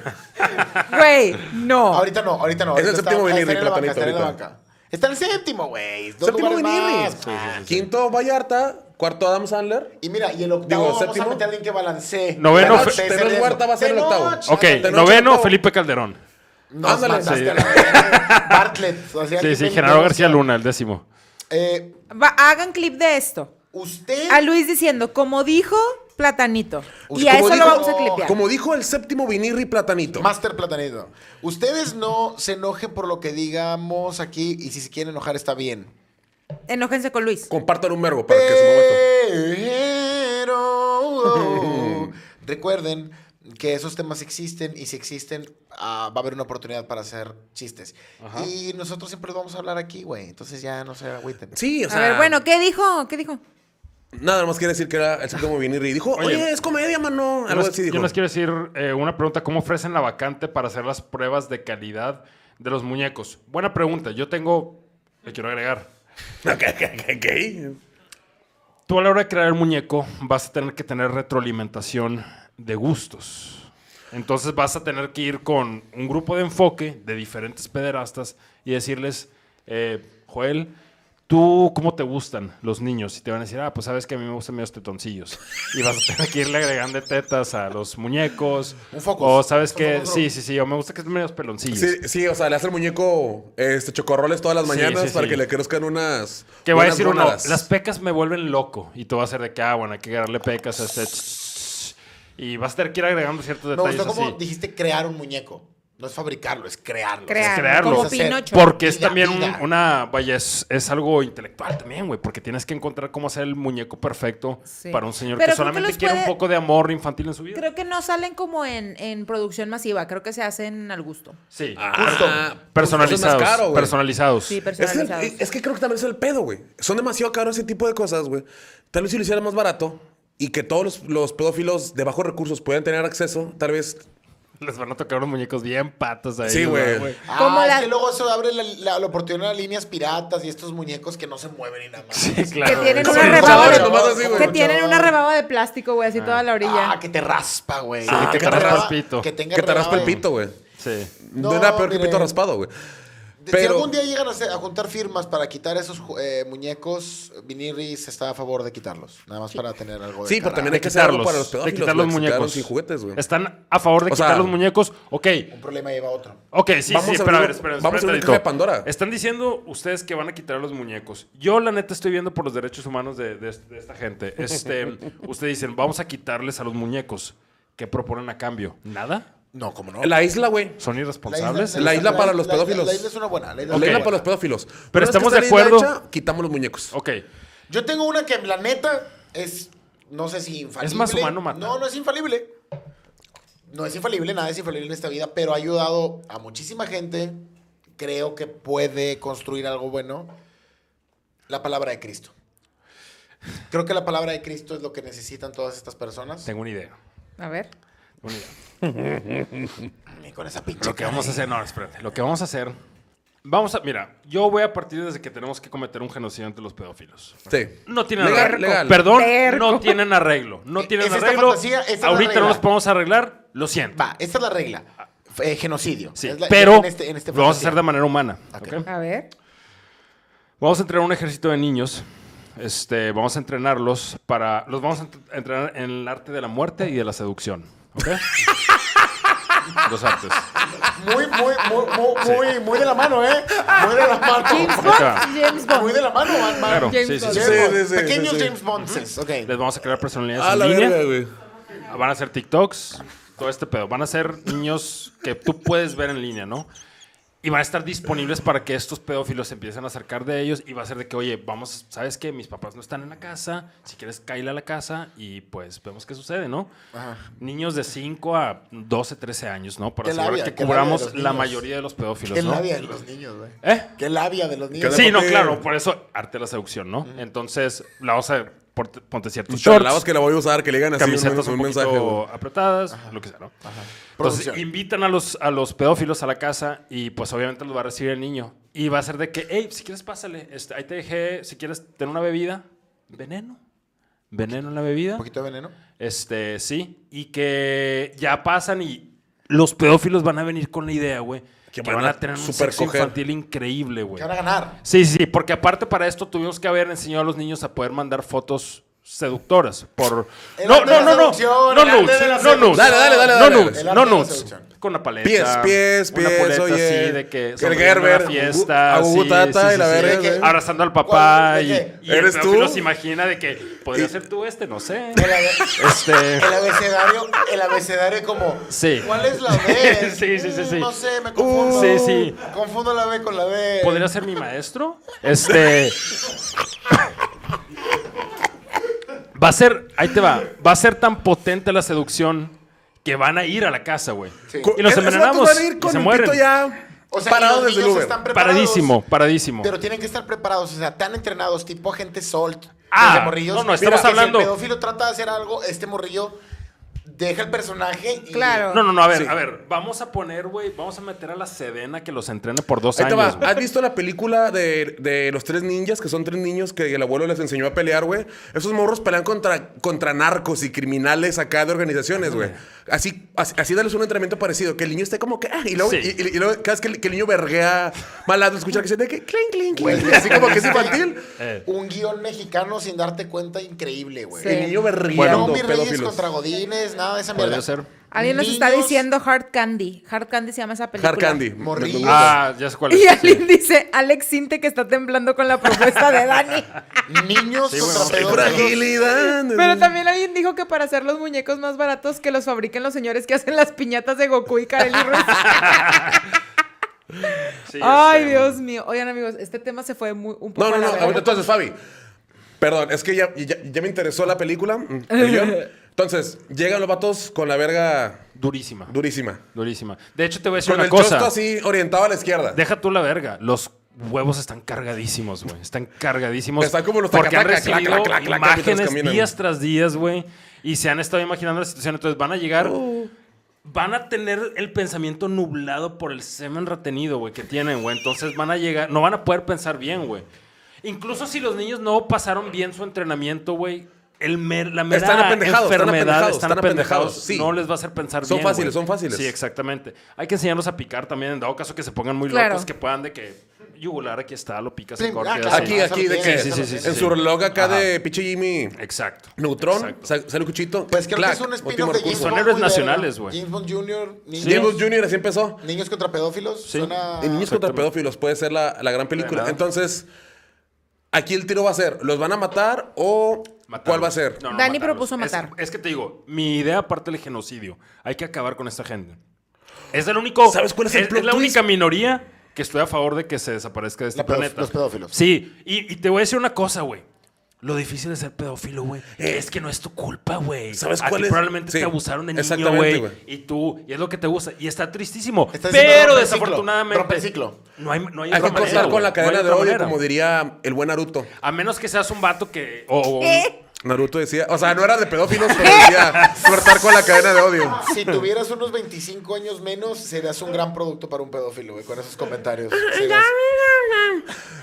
Speaker 3: Güey, no.
Speaker 1: Ahorita no, ahorita no.
Speaker 2: Es el
Speaker 1: ahorita
Speaker 2: séptimo
Speaker 1: está- está
Speaker 2: Vinirri,
Speaker 1: en la banca,
Speaker 2: Platanito,
Speaker 1: Está en la
Speaker 2: ahorita.
Speaker 1: banca. Está en el séptimo, güey. Dos
Speaker 2: Séptimo
Speaker 1: lugares
Speaker 2: Vinirri.
Speaker 1: más.
Speaker 2: Quinto Vallarta. Cuarto Adam Sandler.
Speaker 1: Y mira, y el octavo
Speaker 2: Digo,
Speaker 1: vamos
Speaker 2: séptimo.
Speaker 1: a meter a alguien que balancee.
Speaker 4: Noveno,
Speaker 1: Balance
Speaker 4: Fe-
Speaker 1: ese
Speaker 2: Tenoch
Speaker 1: riesgo.
Speaker 2: Huerta va a ser el
Speaker 1: Tenoch,
Speaker 2: octavo.
Speaker 4: Ok,
Speaker 1: ándale.
Speaker 2: Tenoch
Speaker 4: noveno,
Speaker 2: Octavo.
Speaker 4: Felipe Calderón.
Speaker 1: Nos
Speaker 2: Ándale.
Speaker 1: mataste
Speaker 4: Sí.
Speaker 1: a la verga. Bartlett. o sea,
Speaker 4: Sí,
Speaker 1: aquí
Speaker 4: sí,
Speaker 1: tengo-
Speaker 4: Genaro García Luna, el décimo.
Speaker 1: Eh,
Speaker 3: Va- hagan clip de esto.
Speaker 1: usted...
Speaker 3: A Luis diciendo, como dijo, platanito.
Speaker 1: Uy,
Speaker 3: y a
Speaker 2: como
Speaker 3: eso
Speaker 2: dijo-
Speaker 3: lo vamos a clipear.
Speaker 2: Como dijo el séptimo Vinirri, platanito.
Speaker 1: Master Platanito. Ustedes no se enojen por lo que digamos aquí y si se quieren enojar está bien.
Speaker 3: Enójense con Luis.
Speaker 2: Compartan un verbo para que se mueva esto.
Speaker 1: Pero, oh, recuerden que esos temas existen y si existen ah, va a haber una oportunidad para hacer chistes. Y nosotros siempre los vamos a hablar aquí, güey. Entonces ya no se agüiten.
Speaker 2: Sí, o sea.
Speaker 3: a ver, bueno, ¿qué dijo? ¿Qué dijo?
Speaker 2: Nada más quiere decir que era el séptimo vinir y dijo, oye,
Speaker 4: Oye.
Speaker 2: es comedia, mano.
Speaker 4: Yo
Speaker 2: Algo
Speaker 4: les,
Speaker 2: así
Speaker 4: yo
Speaker 2: dijo.
Speaker 4: les quiero decir eh, una pregunta. ¿Cómo ofrecen la vacante para hacer las pruebas de calidad de los muñecos? Buena pregunta. Yo tengo... Le quiero agregar.
Speaker 2: Ok, ok, ok.
Speaker 4: Tú a la hora de crear el muñeco vas a tener que tener retroalimentación de gustos. Entonces vas a tener que ir con un grupo de enfoque de diferentes pederastas y decirles, eh, Joel, ¿tú cómo te gustan los niños? Y te van a decir, ah, pues sabes que a mí me gustan medio tetoncillos. Y vas a tener que irle agregando tetas a los muñecos.
Speaker 1: Un focus.
Speaker 4: O sabes
Speaker 1: Un
Speaker 4: que,
Speaker 1: focus
Speaker 4: sí,
Speaker 1: group.
Speaker 4: sí, sí, o me gusta que estén medio peloncillos.
Speaker 2: Sí, sí, o sea, le hace el muñeco este, chocorroles todas las
Speaker 4: Sí,
Speaker 2: mañanas
Speaker 4: sí,
Speaker 2: para
Speaker 4: sí.
Speaker 2: que le crezcan unas.
Speaker 4: Que va a
Speaker 2: unas
Speaker 4: decir uno,
Speaker 2: gónadas.
Speaker 4: las pecas me vuelven loco. Y tú vas a ser de que, ah, bueno, hay que agregarle pecas a este. ch- ch- Y vas a tener que ir agregando ciertos
Speaker 1: Me
Speaker 4: detalles
Speaker 1: gustó como
Speaker 4: así.
Speaker 1: dijiste crear un muñeco. No es fabricarlo, es crearlo.
Speaker 3: Crear,
Speaker 1: Es
Speaker 4: crearlo.
Speaker 1: Es
Speaker 3: como
Speaker 1: hacer-
Speaker 3: Pinocho.
Speaker 4: Porque es
Speaker 1: Vida,
Speaker 4: también un-
Speaker 1: vida.
Speaker 4: una, vaya, es, es algo intelectual también, güey. Porque tienes que encontrar cómo hacer el muñeco perfecto
Speaker 3: Sí.
Speaker 4: para un señor
Speaker 3: Pero creo
Speaker 4: que
Speaker 3: que
Speaker 4: solamente
Speaker 3: los
Speaker 4: quiere un
Speaker 3: puede-
Speaker 4: poco de amor infantil en su vida.
Speaker 3: Creo que no salen como en, en producción masiva, creo que se hacen al gusto.
Speaker 4: Sí.
Speaker 2: Ah,
Speaker 4: personalizados.
Speaker 2: pues eso es más caro, güey.
Speaker 4: personalizados.
Speaker 3: Sí,
Speaker 2: Es que,
Speaker 3: personalizados.
Speaker 2: es que creo que también es el pedo, güey. Son demasiado caros ese tipo de cosas, güey. Tal vez si lo hicieran más barato y que todos los, los pedófilos de bajos recursos puedan tener acceso, tal vez.
Speaker 4: Les van a tocar unos muñecos bien patas ahí.
Speaker 2: Sí, güey.
Speaker 1: Ah,
Speaker 3: Como
Speaker 1: es
Speaker 3: la-
Speaker 1: que luego eso abre la, la- la oportunidad a líneas piratas y estos muñecos que no se mueven ni nada más.
Speaker 4: Sí, claro.
Speaker 3: Que tienen
Speaker 4: güey.
Speaker 3: una
Speaker 2: Sí,
Speaker 3: rebaba
Speaker 2: chavales,
Speaker 3: de-
Speaker 2: nomás así, güey.
Speaker 3: que tienen una rebaba de plástico, güey, así toda la orilla.
Speaker 1: Ah, que te raspa, güey.
Speaker 4: que te
Speaker 1: tenga-
Speaker 4: raspa el pito.
Speaker 1: Que, tenga
Speaker 2: Que te raspa el
Speaker 1: rebaba.
Speaker 2: pito, güey.
Speaker 4: Sí.
Speaker 2: No,
Speaker 1: No,
Speaker 2: era peor que
Speaker 1: miren.
Speaker 2: pito raspado, güey.
Speaker 1: De- Si
Speaker 2: Pero-
Speaker 1: algún día llegan a, hacer- a juntar firmas para quitar esos ju- eh, muñecos, Viniris está a favor de quitarlos. Nada más para tener algo de
Speaker 2: Sí, pero
Speaker 1: cara.
Speaker 2: también hay que hacer algo
Speaker 4: quitarlos.
Speaker 2: para los pedófilos.
Speaker 4: de quitar los
Speaker 2: güey, que se quedaron
Speaker 4: muñecos.
Speaker 2: sin juguetes, güey.
Speaker 4: Están a favor de
Speaker 2: O
Speaker 4: quitar
Speaker 2: sea-
Speaker 4: los muñecos. Ok.
Speaker 1: Un problema lleva a otro.
Speaker 4: Ok, sí,
Speaker 2: Vamos
Speaker 4: sí,
Speaker 2: a
Speaker 4: pero
Speaker 2: abrir-
Speaker 4: a ver, espera,
Speaker 2: vamos a abrir
Speaker 4: espera,
Speaker 2: una caja de
Speaker 4: tantito.
Speaker 2: Pandora.
Speaker 4: Están diciendo ustedes que van a quitar a los muñecos. Yo, la neta, estoy viendo por los derechos humanos de, de est- de esta gente. Este, ustedes dicen, vamos a quitarles a los muñecos. ¿Qué proponen a cambio? ¿Nada?
Speaker 1: No, como no.
Speaker 2: La isla, güey.
Speaker 4: ¿Son irresponsables?
Speaker 2: La isla para los
Speaker 1: la- la-
Speaker 2: pedófilos.
Speaker 1: La isla es una buena. La isla,
Speaker 2: La
Speaker 1: es
Speaker 2: isla
Speaker 1: una
Speaker 2: para
Speaker 1: buena.
Speaker 2: los pedófilos.
Speaker 4: Pero
Speaker 2: Una vez que
Speaker 4: estamos
Speaker 2: está
Speaker 4: de
Speaker 2: la isla
Speaker 4: acuerdo-
Speaker 2: hecha, quitamos los muñecos.
Speaker 4: Ok.
Speaker 1: Yo tengo una que, la neta, es. No sé si infalible.
Speaker 4: Es más humano matar.
Speaker 1: No, no es infalible. No es infalible, nada es infalible en esta vida, pero ha ayudado a muchísima gente. Creo que puede construir algo bueno. La palabra de Cristo. Creo que la palabra de Cristo es lo que necesitan todas estas personas.
Speaker 4: Tengo una idea.
Speaker 3: A ver.
Speaker 4: Una idea.
Speaker 1: Y con esa pinche
Speaker 4: Lo que vamos a hacer, no, espérate. Lo que vamos a hacer. Vamos a, mira, yo voy a partir desde que tenemos que cometer un genocidio ante los pedófilos.
Speaker 2: Sí.
Speaker 4: No tienen
Speaker 2: Legal,
Speaker 4: arreglo.
Speaker 2: legal.
Speaker 4: Perdón,
Speaker 3: Terco.
Speaker 4: no tienen arreglo. No
Speaker 1: E-, Es
Speaker 4: tienen
Speaker 1: esta
Speaker 4: arreglo.
Speaker 1: fantasía, esta es la
Speaker 4: Ahorita no
Speaker 1: regla.
Speaker 4: los podemos arreglar. Lo siento.
Speaker 1: Va, esta es la regla. F- eh, genocidio.
Speaker 4: Sí,
Speaker 1: Es la-
Speaker 4: pero
Speaker 1: en este- en este
Speaker 4: lo vamos a
Speaker 1: fantasía.
Speaker 4: hacer de manera humana.
Speaker 1: Ok.
Speaker 4: ¿ok?
Speaker 3: A ver.
Speaker 4: Vamos a entrenar un ejército de niños. Este, vamos a entrenarlos para. Los vamos a ent- entrenar en el arte de la muerte y de la seducción. ¿Ok? Dos artes.
Speaker 1: Muy, muy, muy, muy, muy, muy de la mano, ¿eh? Muy de la mano.
Speaker 2: Ah,
Speaker 3: James
Speaker 4: Ahí te va.
Speaker 3: Bond. James Bond.
Speaker 1: Muy de la mano, Batman.
Speaker 4: Claro,
Speaker 3: James
Speaker 4: sí, sí,
Speaker 3: Bond.
Speaker 4: sí.
Speaker 1: James
Speaker 2: Sí,
Speaker 1: Bond.
Speaker 2: sí, sí,
Speaker 1: Pequeños
Speaker 2: sí, sí.
Speaker 1: James Bonds. Ok.
Speaker 4: Les vamos a crear personalidades
Speaker 2: A
Speaker 4: en
Speaker 2: la
Speaker 4: línea.
Speaker 2: verga, güey.
Speaker 4: Van a hacer TikToks, todo este pedo. Van a ser niños que tú puedes ver en línea, ¿no? Y van a estar disponibles para que estos pedófilos se empiecen a acercar de ellos y va a ser de que, oye, vamos, ¿sabes qué? Mis papás no están en la casa, si quieres, cáile a la casa y pues vemos qué sucede, ¿no? Niños de 5 a 12, 13 años, ¿no? Para
Speaker 1: Qué
Speaker 4: asegurar
Speaker 1: labia,
Speaker 4: que
Speaker 1: qué labia de
Speaker 4: cubramos
Speaker 1: los
Speaker 4: la
Speaker 1: niños.
Speaker 4: mayoría de los pedófilos,
Speaker 1: Qué
Speaker 4: ¿no?
Speaker 1: labia de los niños, güey.
Speaker 4: ¿Eh?
Speaker 1: Qué labia de los niños.
Speaker 4: Sí, no,
Speaker 2: Porque-
Speaker 4: claro, por eso arte de la seducción, ¿no? Entonces, la vamos a ponte, ponte ciertos
Speaker 2: Chavalados
Speaker 4: shorts,
Speaker 2: que la voy a usar, que le digan así un,
Speaker 4: camisetas un,
Speaker 2: un
Speaker 4: poquito
Speaker 2: mensaje, güey.
Speaker 4: apretadas, lo que sea, ¿no? Entonces
Speaker 1: Producción.
Speaker 4: invitan a los, a los pedófilos a la casa y pues obviamente los va a recibir el niño. Y va a ser de que, hey, si quieres pásale, este, ahí te dejé, si quieres tener una bebida, veneno. Veneno en la bebida.
Speaker 1: Un poquito de veneno.
Speaker 4: Este, sí. Y que ya pasan y los pedófilos van a venir con la idea, güey.
Speaker 2: Que
Speaker 4: Que,
Speaker 2: van
Speaker 4: van,
Speaker 2: a
Speaker 4: a tener un
Speaker 2: supercoger.
Speaker 4: sexo infantil increíble, güey.
Speaker 1: Que van a ganar.
Speaker 4: Sí, sí, sí, porque aparte para esto tuvimos que haber enseñado a los niños a poder mandar fotos seductoras por
Speaker 1: El
Speaker 4: no
Speaker 1: arte de
Speaker 4: no
Speaker 1: la
Speaker 4: no no
Speaker 1: seducción,
Speaker 4: no
Speaker 1: el arte de la
Speaker 4: nudes no
Speaker 1: seducción.
Speaker 4: nudes
Speaker 2: Dale, dale, dale,
Speaker 4: no
Speaker 2: dale, dale.
Speaker 4: nudes
Speaker 1: El
Speaker 4: no
Speaker 1: arte de la
Speaker 4: nudes
Speaker 1: seducción.
Speaker 4: con una paleta
Speaker 2: Pies, pies,
Speaker 4: una
Speaker 2: pies,
Speaker 4: paleta
Speaker 2: oye.
Speaker 4: así de que
Speaker 2: El
Speaker 4: sonriendo
Speaker 2: Gerber,
Speaker 4: en la fiesta
Speaker 2: a Gugu
Speaker 4: sí,
Speaker 2: Tata
Speaker 4: sí,
Speaker 2: y la
Speaker 4: sí, sí,
Speaker 2: verga,
Speaker 4: de que
Speaker 2: güey.
Speaker 4: abrazando al papá
Speaker 1: ¿Cuál?
Speaker 4: y,
Speaker 1: ¿De
Speaker 4: y el
Speaker 2: ¿Eres tú?
Speaker 4: pedófilo se imagina de que podría ser tú este no sé
Speaker 1: El, abe-
Speaker 4: este
Speaker 1: el abecedario, el abecedario como.
Speaker 4: Sí.
Speaker 1: ¿Cuál es la B? Mm,
Speaker 4: Sí, sí, sí, sí.
Speaker 1: No sé, me confundo.
Speaker 4: sí, sí.
Speaker 1: Confundo la B con la B.
Speaker 4: podría ser mi maestro este Va a ser, ahí te va, va a ser tan potente la seducción que van a ir a la casa, güey. Y los
Speaker 2: Esos vatos
Speaker 4: envenenamos
Speaker 2: van a ir
Speaker 4: y
Speaker 2: con
Speaker 4: se
Speaker 2: el
Speaker 4: mueren.
Speaker 2: pito ya
Speaker 1: O sea, y
Speaker 2: parado
Speaker 1: los
Speaker 2: desde el
Speaker 1: niños
Speaker 2: Uber.
Speaker 1: están preparados,
Speaker 4: Paradísimo, paradísimo.
Speaker 1: Pero tienen que estar preparados, o sea, tan entrenados, tipo gente salt.
Speaker 4: Ah,
Speaker 1: desde morrillos.
Speaker 4: no, no, estamos
Speaker 1: que
Speaker 4: hablando-
Speaker 1: Si el pedófilo trata de hacer algo, este morrillo deja el personaje y.
Speaker 3: Claro.
Speaker 4: No, no, no, a ver,
Speaker 2: Sí.
Speaker 4: a ver. Vamos a poner, güey, vamos a meter a la Sedena que los entrene por dos
Speaker 2: Ahí te va.
Speaker 4: años. güey.
Speaker 2: ¿Has visto la película de, de los tres ninjas, que son tres niños que el abuelo les enseñó a pelear, güey? Esos morros pelean contra, contra narcos y criminales acá de organizaciones, güey. Así, así, así darles un entrenamiento parecido, que el niño esté como que... Ah, y luego,
Speaker 4: Sí.
Speaker 2: y, y- y luego cada vez que el, que el niño verguea malado, escucha que se de que... Cling, cling, cling, así como que es infantil.
Speaker 4: Eh.
Speaker 1: Un guión mexicano sin darte cuenta, increíble, güey.
Speaker 3: Sí.
Speaker 2: El niño
Speaker 1: No,
Speaker 2: vergueando,
Speaker 1: mis reyes
Speaker 2: pedófilos.
Speaker 1: contra Godines, nada de esa
Speaker 4: Podría
Speaker 1: mierda.
Speaker 4: ser.
Speaker 3: Alguien nos está
Speaker 1: Niños,
Speaker 3: diciendo Hard Candy. Hard Candy se llama esa película.
Speaker 2: Hard Candy.
Speaker 1: Morrillos.
Speaker 2: Me- me gusta.
Speaker 4: Ah, ya sé cuál es.
Speaker 3: Y
Speaker 4: sí.
Speaker 3: alguien dice Alex Sinte que está temblando con la propuesta de Dani.
Speaker 1: Niños
Speaker 4: Sí,
Speaker 1: contra
Speaker 4: bueno,
Speaker 1: pedófilos.
Speaker 2: Fragilidad.
Speaker 3: Pero también alguien dijo que para hacer los muñecos más baratos que los fabriquen los señores que hacen las piñatas de Goku y Kareli Ruiz.
Speaker 4: Sí,
Speaker 3: Ay,
Speaker 4: este,
Speaker 3: Dios mío. Oigan, amigos, este tema se fue muy, un poco
Speaker 2: No, no,
Speaker 3: a la
Speaker 2: no.
Speaker 3: verga.
Speaker 2: A ver, Entonces, Fabi. Perdón, es que ya, ya, ya me interesó la película. mm, el guión. Entonces, llegan los vatos con la verga
Speaker 4: Durísima.
Speaker 2: durísima.
Speaker 4: Durísima. De hecho, te voy a decir
Speaker 2: Con
Speaker 4: una
Speaker 2: el
Speaker 4: cosa.
Speaker 2: chosto así orientado a la izquierda.
Speaker 4: Deja tú la verga. Los huevos están cargadísimos, güey. Están cargadísimos.
Speaker 2: Están como los
Speaker 4: Porque han
Speaker 2: taca, taca,
Speaker 4: recibido
Speaker 2: clac, clac, clac, clac, mientras
Speaker 4: imágenes
Speaker 2: caminan.
Speaker 4: días tras días, güey. Y se han estado imaginando la situación. Entonces van a llegar...
Speaker 2: Oh.
Speaker 4: Van a tener el pensamiento nublado por el semen retenido, güey, que tienen, güey. Entonces van a llegar... No van a poder pensar bien, güey. Incluso si los niños no pasaron bien su entrenamiento, güey... El mer- la mera
Speaker 2: Están apendejados, están
Speaker 4: enfermedad
Speaker 2: apendejados,
Speaker 4: están
Speaker 2: están apendejados,
Speaker 4: apendejados.
Speaker 2: sí.
Speaker 4: No les va a hacer pensar
Speaker 2: Son
Speaker 4: bien.
Speaker 2: fáciles,
Speaker 4: güey.
Speaker 2: son fáciles.
Speaker 4: Sí, exactamente. Hay que enseñarlos a picar también, en dado caso que se pongan muy
Speaker 3: Claro.
Speaker 4: locos, que puedan de que yugular, aquí está, lo picas
Speaker 1: Plim,
Speaker 4: en corte.
Speaker 1: ah, claro.
Speaker 4: así.
Speaker 2: Aquí,
Speaker 1: Ah,
Speaker 2: aquí, de
Speaker 1: sí,
Speaker 2: que
Speaker 1: sí, sí, sí,
Speaker 2: en
Speaker 4: sí.
Speaker 2: su reloj acá
Speaker 4: Ajá.
Speaker 2: de pinche Jimmy
Speaker 4: Exacto.
Speaker 2: Neutron,
Speaker 4: Exacto.
Speaker 2: sa- sale un cuchito.
Speaker 1: Pues creo
Speaker 2: clac,
Speaker 1: que es un
Speaker 2: último
Speaker 1: spin-off de James
Speaker 2: recurso.
Speaker 4: Son
Speaker 1: Bond,
Speaker 4: héroes
Speaker 1: muy verga.
Speaker 4: nacionales, güey.
Speaker 1: James Bond Jr., niños,
Speaker 4: Sí.
Speaker 2: James Jr. así empezó.
Speaker 1: niños contra pedófilos.
Speaker 4: Sí.
Speaker 1: Suena.
Speaker 2: Y Niños contra pedófilos puede ser la, la gran película.
Speaker 4: Claro.
Speaker 2: Entonces, aquí el tiro va a ser, ¿los van a matar o
Speaker 4: Matarlos.
Speaker 2: cuál va a ser?
Speaker 4: No, no,
Speaker 3: Dani
Speaker 4: matarlos.
Speaker 3: propuso
Speaker 4: Es-
Speaker 3: matar.
Speaker 4: Es, que te digo, mi idea aparte del genocidio, hay que acabar con esta gente. Es el único.
Speaker 2: ¿Sabes cuál es el plot
Speaker 4: la
Speaker 2: twist?
Speaker 4: única minoría que estoy a favor de que se desaparezca de este
Speaker 1: La pedof-
Speaker 4: planeta.
Speaker 1: los pedófilos.
Speaker 4: Sí, y, y te voy a decir una cosa, güey. Lo difícil de ser pedófilo, güey, es que no es tu culpa, güey.
Speaker 2: ¿Sabes
Speaker 4: A
Speaker 2: cuál
Speaker 4: ti
Speaker 2: es?
Speaker 4: Probablemente
Speaker 2: Sí,
Speaker 4: te abusaron de niño,
Speaker 2: exactamente,
Speaker 4: güey.
Speaker 2: güey.
Speaker 4: Y tú, y es lo que te gusta. Y está tristísimo.
Speaker 1: Estás diciendo
Speaker 4: pero
Speaker 1: rompe el ciclo,
Speaker 4: desafortunadamente.
Speaker 1: rompe el ciclo.
Speaker 4: No hay, no hay
Speaker 2: Hay
Speaker 4: otra
Speaker 2: que
Speaker 4: manera,
Speaker 2: cortar con
Speaker 4: güey.
Speaker 2: la
Speaker 4: No
Speaker 2: cadena de
Speaker 4: hay otra
Speaker 2: hoy,
Speaker 4: manera.
Speaker 2: como diría el buen Naruto.
Speaker 4: A menos que seas un vato que. o- o un-
Speaker 3: ¿Eh?
Speaker 2: Naruto decía, o sea, no era de pedófilos, pero decía cortar con la cadena de odio.
Speaker 1: Si tuvieras unos 25 años menos, serías un gran producto para un pedófilo, güey, con esos comentarios. Serías-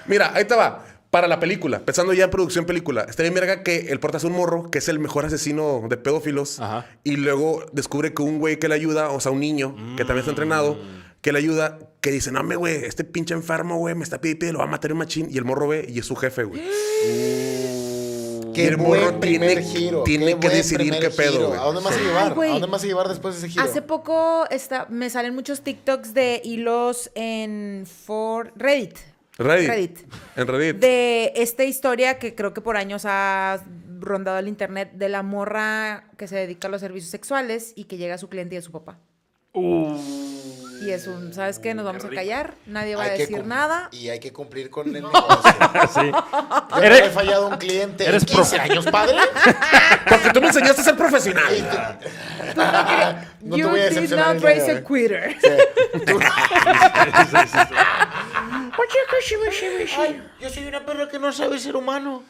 Speaker 2: Mira, ahí te va. Para la película, pensando ya en producción película, estaría en verga que el porta es un morro, que es el mejor asesino de pedófilos,
Speaker 4: Ajá.
Speaker 2: y luego descubre que un güey que le ayuda, o sea, un niño que también está entrenado,
Speaker 4: Mm.
Speaker 2: que le ayuda, que dice, no, me, güey, este pinche enfermo, güey, me está pidiendo, lo va a matar un machín, y el morro ve, y es su jefe, güey. Y
Speaker 1: Qué
Speaker 2: el morro
Speaker 1: buen primer
Speaker 2: tiene-
Speaker 1: giro.
Speaker 2: tiene
Speaker 1: qué
Speaker 2: que
Speaker 1: buen
Speaker 2: decidir
Speaker 1: primer
Speaker 2: qué pedo,
Speaker 1: giro.
Speaker 2: güey.
Speaker 1: ¿A dónde más a
Speaker 2: Sí.
Speaker 1: llevar?
Speaker 3: Ay, güey.
Speaker 1: ¿A dónde más a llevar después de ese giro?
Speaker 3: Hace poco está, me salen muchos TikToks de hilos en for Reddit.
Speaker 2: Reddit.
Speaker 3: Reddit.
Speaker 2: En Reddit.
Speaker 3: De esta historia que creo que por años ha rondado el internet de la morra que se dedica a los servicios sexuales y que llega a su cliente y a su papá.
Speaker 4: Uh,
Speaker 3: Y es un, ¿sabes qué? Nos vamos a
Speaker 4: rico.
Speaker 3: callar, nadie va
Speaker 1: Hay
Speaker 3: a
Speaker 1: que
Speaker 3: decir
Speaker 1: cum-
Speaker 3: nada.
Speaker 1: Y hay que cumplir con el negocio.
Speaker 4: Sí.
Speaker 1: Yo no
Speaker 4: Eres-
Speaker 1: le he fallado a un cliente.
Speaker 4: eres
Speaker 1: Eres 15
Speaker 4: profe-
Speaker 1: años, padre.
Speaker 2: Porque tú me enseñaste a ser profesional.
Speaker 1: no te voy a
Speaker 3: did
Speaker 1: decepcionar.
Speaker 3: not
Speaker 1: el día de
Speaker 3: raise
Speaker 1: hoy.
Speaker 3: a quitter.
Speaker 1: Ay, yo soy una perra que no sabe ser humano.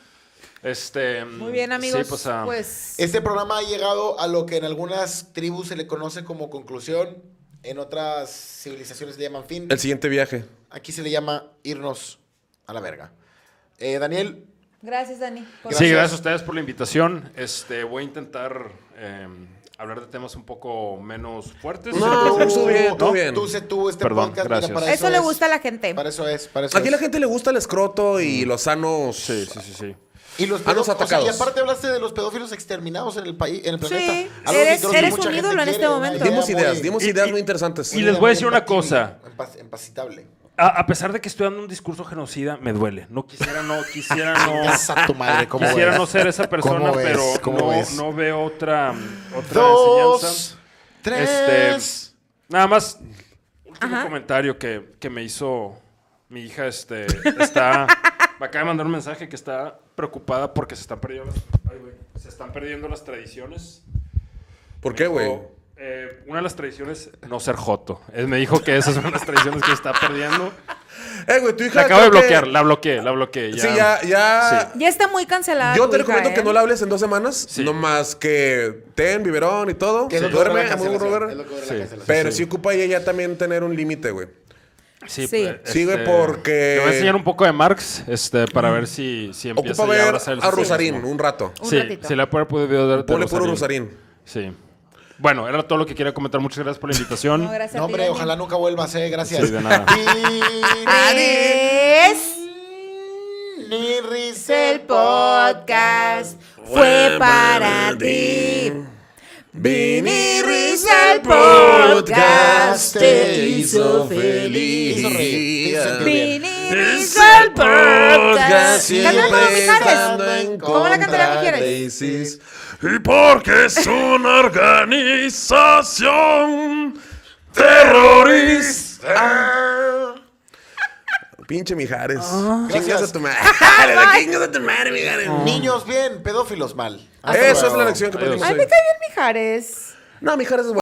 Speaker 4: Este, mm,
Speaker 3: Muy bien, amigos.
Speaker 4: sí, pues, ah,
Speaker 3: pues
Speaker 1: Este programa ha llegado a lo que en algunas tribus se le conoce como conclusión. En otras civilizaciones le llaman fin.
Speaker 2: El siguiente viaje.
Speaker 1: Aquí se le llama irnos a la verga. Eh, Daniel,
Speaker 3: gracias, Dani. Pues, por-
Speaker 4: Sí, gracias a ustedes por la invitación. Este, voy a intentar eh, hablar de temas un poco menos fuertes.
Speaker 2: No,
Speaker 1: tú,
Speaker 2: tú bien, tú
Speaker 1: ¿no?
Speaker 2: bien.
Speaker 1: Tú sé tú este
Speaker 4: Perdón,
Speaker 1: podcast.
Speaker 4: gracias.
Speaker 1: para
Speaker 3: Eso le gusta a la gente.
Speaker 1: Para eso es, para eso
Speaker 2: Aquí
Speaker 1: es.
Speaker 2: la gente le gusta el escroto y los sanos.
Speaker 4: Sí, sí, sí, sí.
Speaker 1: Y los
Speaker 2: a los
Speaker 1: pedófilos. y
Speaker 2: atacados.
Speaker 1: aparte hablaste de los pedófilos exterminados en el país, en el
Speaker 3: Sí,
Speaker 1: planeta. Algo que
Speaker 3: eres-
Speaker 1: creo que
Speaker 3: eres
Speaker 1: mucha
Speaker 3: un
Speaker 1: gente
Speaker 3: ídolo en este
Speaker 1: una
Speaker 3: momento.
Speaker 1: idea
Speaker 2: Dimos
Speaker 1: muy-
Speaker 2: ideas, dimos
Speaker 4: Y-
Speaker 2: ideas
Speaker 4: y-
Speaker 2: muy interesantes.
Speaker 4: y- les voy a decir una cosa.
Speaker 1: Empas- Empacitable.
Speaker 4: A, a pesar de que estoy dando un discurso genocida, me duele. No quisiera, no, quisiera, no.
Speaker 1: Chingas a tu madre, ¿cómo
Speaker 4: Quisiera
Speaker 1: ves?
Speaker 4: no ser esa persona,
Speaker 1: ¿Cómo ves?
Speaker 4: pero
Speaker 1: ¿Cómo
Speaker 4: no,
Speaker 1: ves?
Speaker 4: no veo otra, mm, otra enseñanza.
Speaker 1: Dos, tres.
Speaker 4: Este, nada más último
Speaker 3: Ajá.
Speaker 4: comentario que, que me hizo mi hija, este, está, me acaba de mandar un mensaje que está preocupada porque se están perdiendo las, ay, güey, se están perdiendo las tradiciones.
Speaker 2: ¿Por qué, güey?
Speaker 4: Dijo, eh, una de las tradiciones, no ser joto. Él me dijo que esas son las tradiciones que está perdiendo.
Speaker 2: Eh, güey, tu hija.
Speaker 4: La acabo de
Speaker 2: creo que-
Speaker 4: bloquear, la bloqueé, la bloqueé.
Speaker 2: Sí, ya, ya.
Speaker 3: Ya está muy cancelada.
Speaker 2: Yo
Speaker 3: tu
Speaker 2: te
Speaker 3: hija,
Speaker 2: recomiendo que
Speaker 3: ¿eh?
Speaker 2: no la hables en dos semanas,
Speaker 4: Sí.
Speaker 2: no más que ten, biberón y todo.
Speaker 1: Que es lo que
Speaker 2: duerme,
Speaker 1: dura la
Speaker 2: amor,
Speaker 1: cancelación,
Speaker 2: Robert.
Speaker 1: es lo que dura la
Speaker 4: Sí.
Speaker 1: cancelación.
Speaker 2: Pero sí ocupa ella ya también tener un límite, güey.
Speaker 4: Sí,
Speaker 3: Sí.
Speaker 4: pues,
Speaker 2: Sí, güey,
Speaker 4: este,
Speaker 2: porque-
Speaker 4: Te voy a enseñar un poco de Marx este, para ver si, si empieza
Speaker 2: Ocupa
Speaker 4: ya
Speaker 2: ver
Speaker 4: abrazar el
Speaker 2: a Rosarín
Speaker 4: socialismo.
Speaker 2: un rato.
Speaker 3: Un
Speaker 4: sí,
Speaker 3: ratito.
Speaker 4: sí, la puedo poner video de, de
Speaker 2: Ponle puro Rosarín.
Speaker 4: Sí. Bueno, era todo lo que quería comentar. Muchas gracias por la invitación.
Speaker 3: No, gracias. a
Speaker 1: No,
Speaker 3: ti,
Speaker 1: hombre,
Speaker 3: Dani.
Speaker 1: ojalá nunca vuelva a ser. Gracias.
Speaker 4: Sí, de nada.
Speaker 3: Es
Speaker 1: Ni risa
Speaker 3: el podcast. Fue para ti.
Speaker 2: Vinny
Speaker 3: Rizal Podcast te hizo feliz.
Speaker 1: Hizo reír, te hizo sentir bien.
Speaker 3: Vinicius el podcast.
Speaker 1: siempre
Speaker 3: Cántala como
Speaker 1: estando
Speaker 3: Mijares.
Speaker 1: en
Speaker 3: ¿Cómo la canta la
Speaker 1: contra
Speaker 3: Mijares?
Speaker 2: Isis. Y porque es una organización terrorista. Pinche Mijares.
Speaker 3: Ah.
Speaker 2: Chingas
Speaker 1: Gracias.
Speaker 2: a tu madre. Le chingas a tu madre, Mijares.
Speaker 1: Niños bien, pedófilos mal. Hasta
Speaker 2: Esa es
Speaker 1: luego.
Speaker 2: la lección que
Speaker 4: Adiós.
Speaker 2: podemos
Speaker 3: Ay, me
Speaker 2: hacer.
Speaker 3: cae bien Mijares.
Speaker 2: No, Mijares es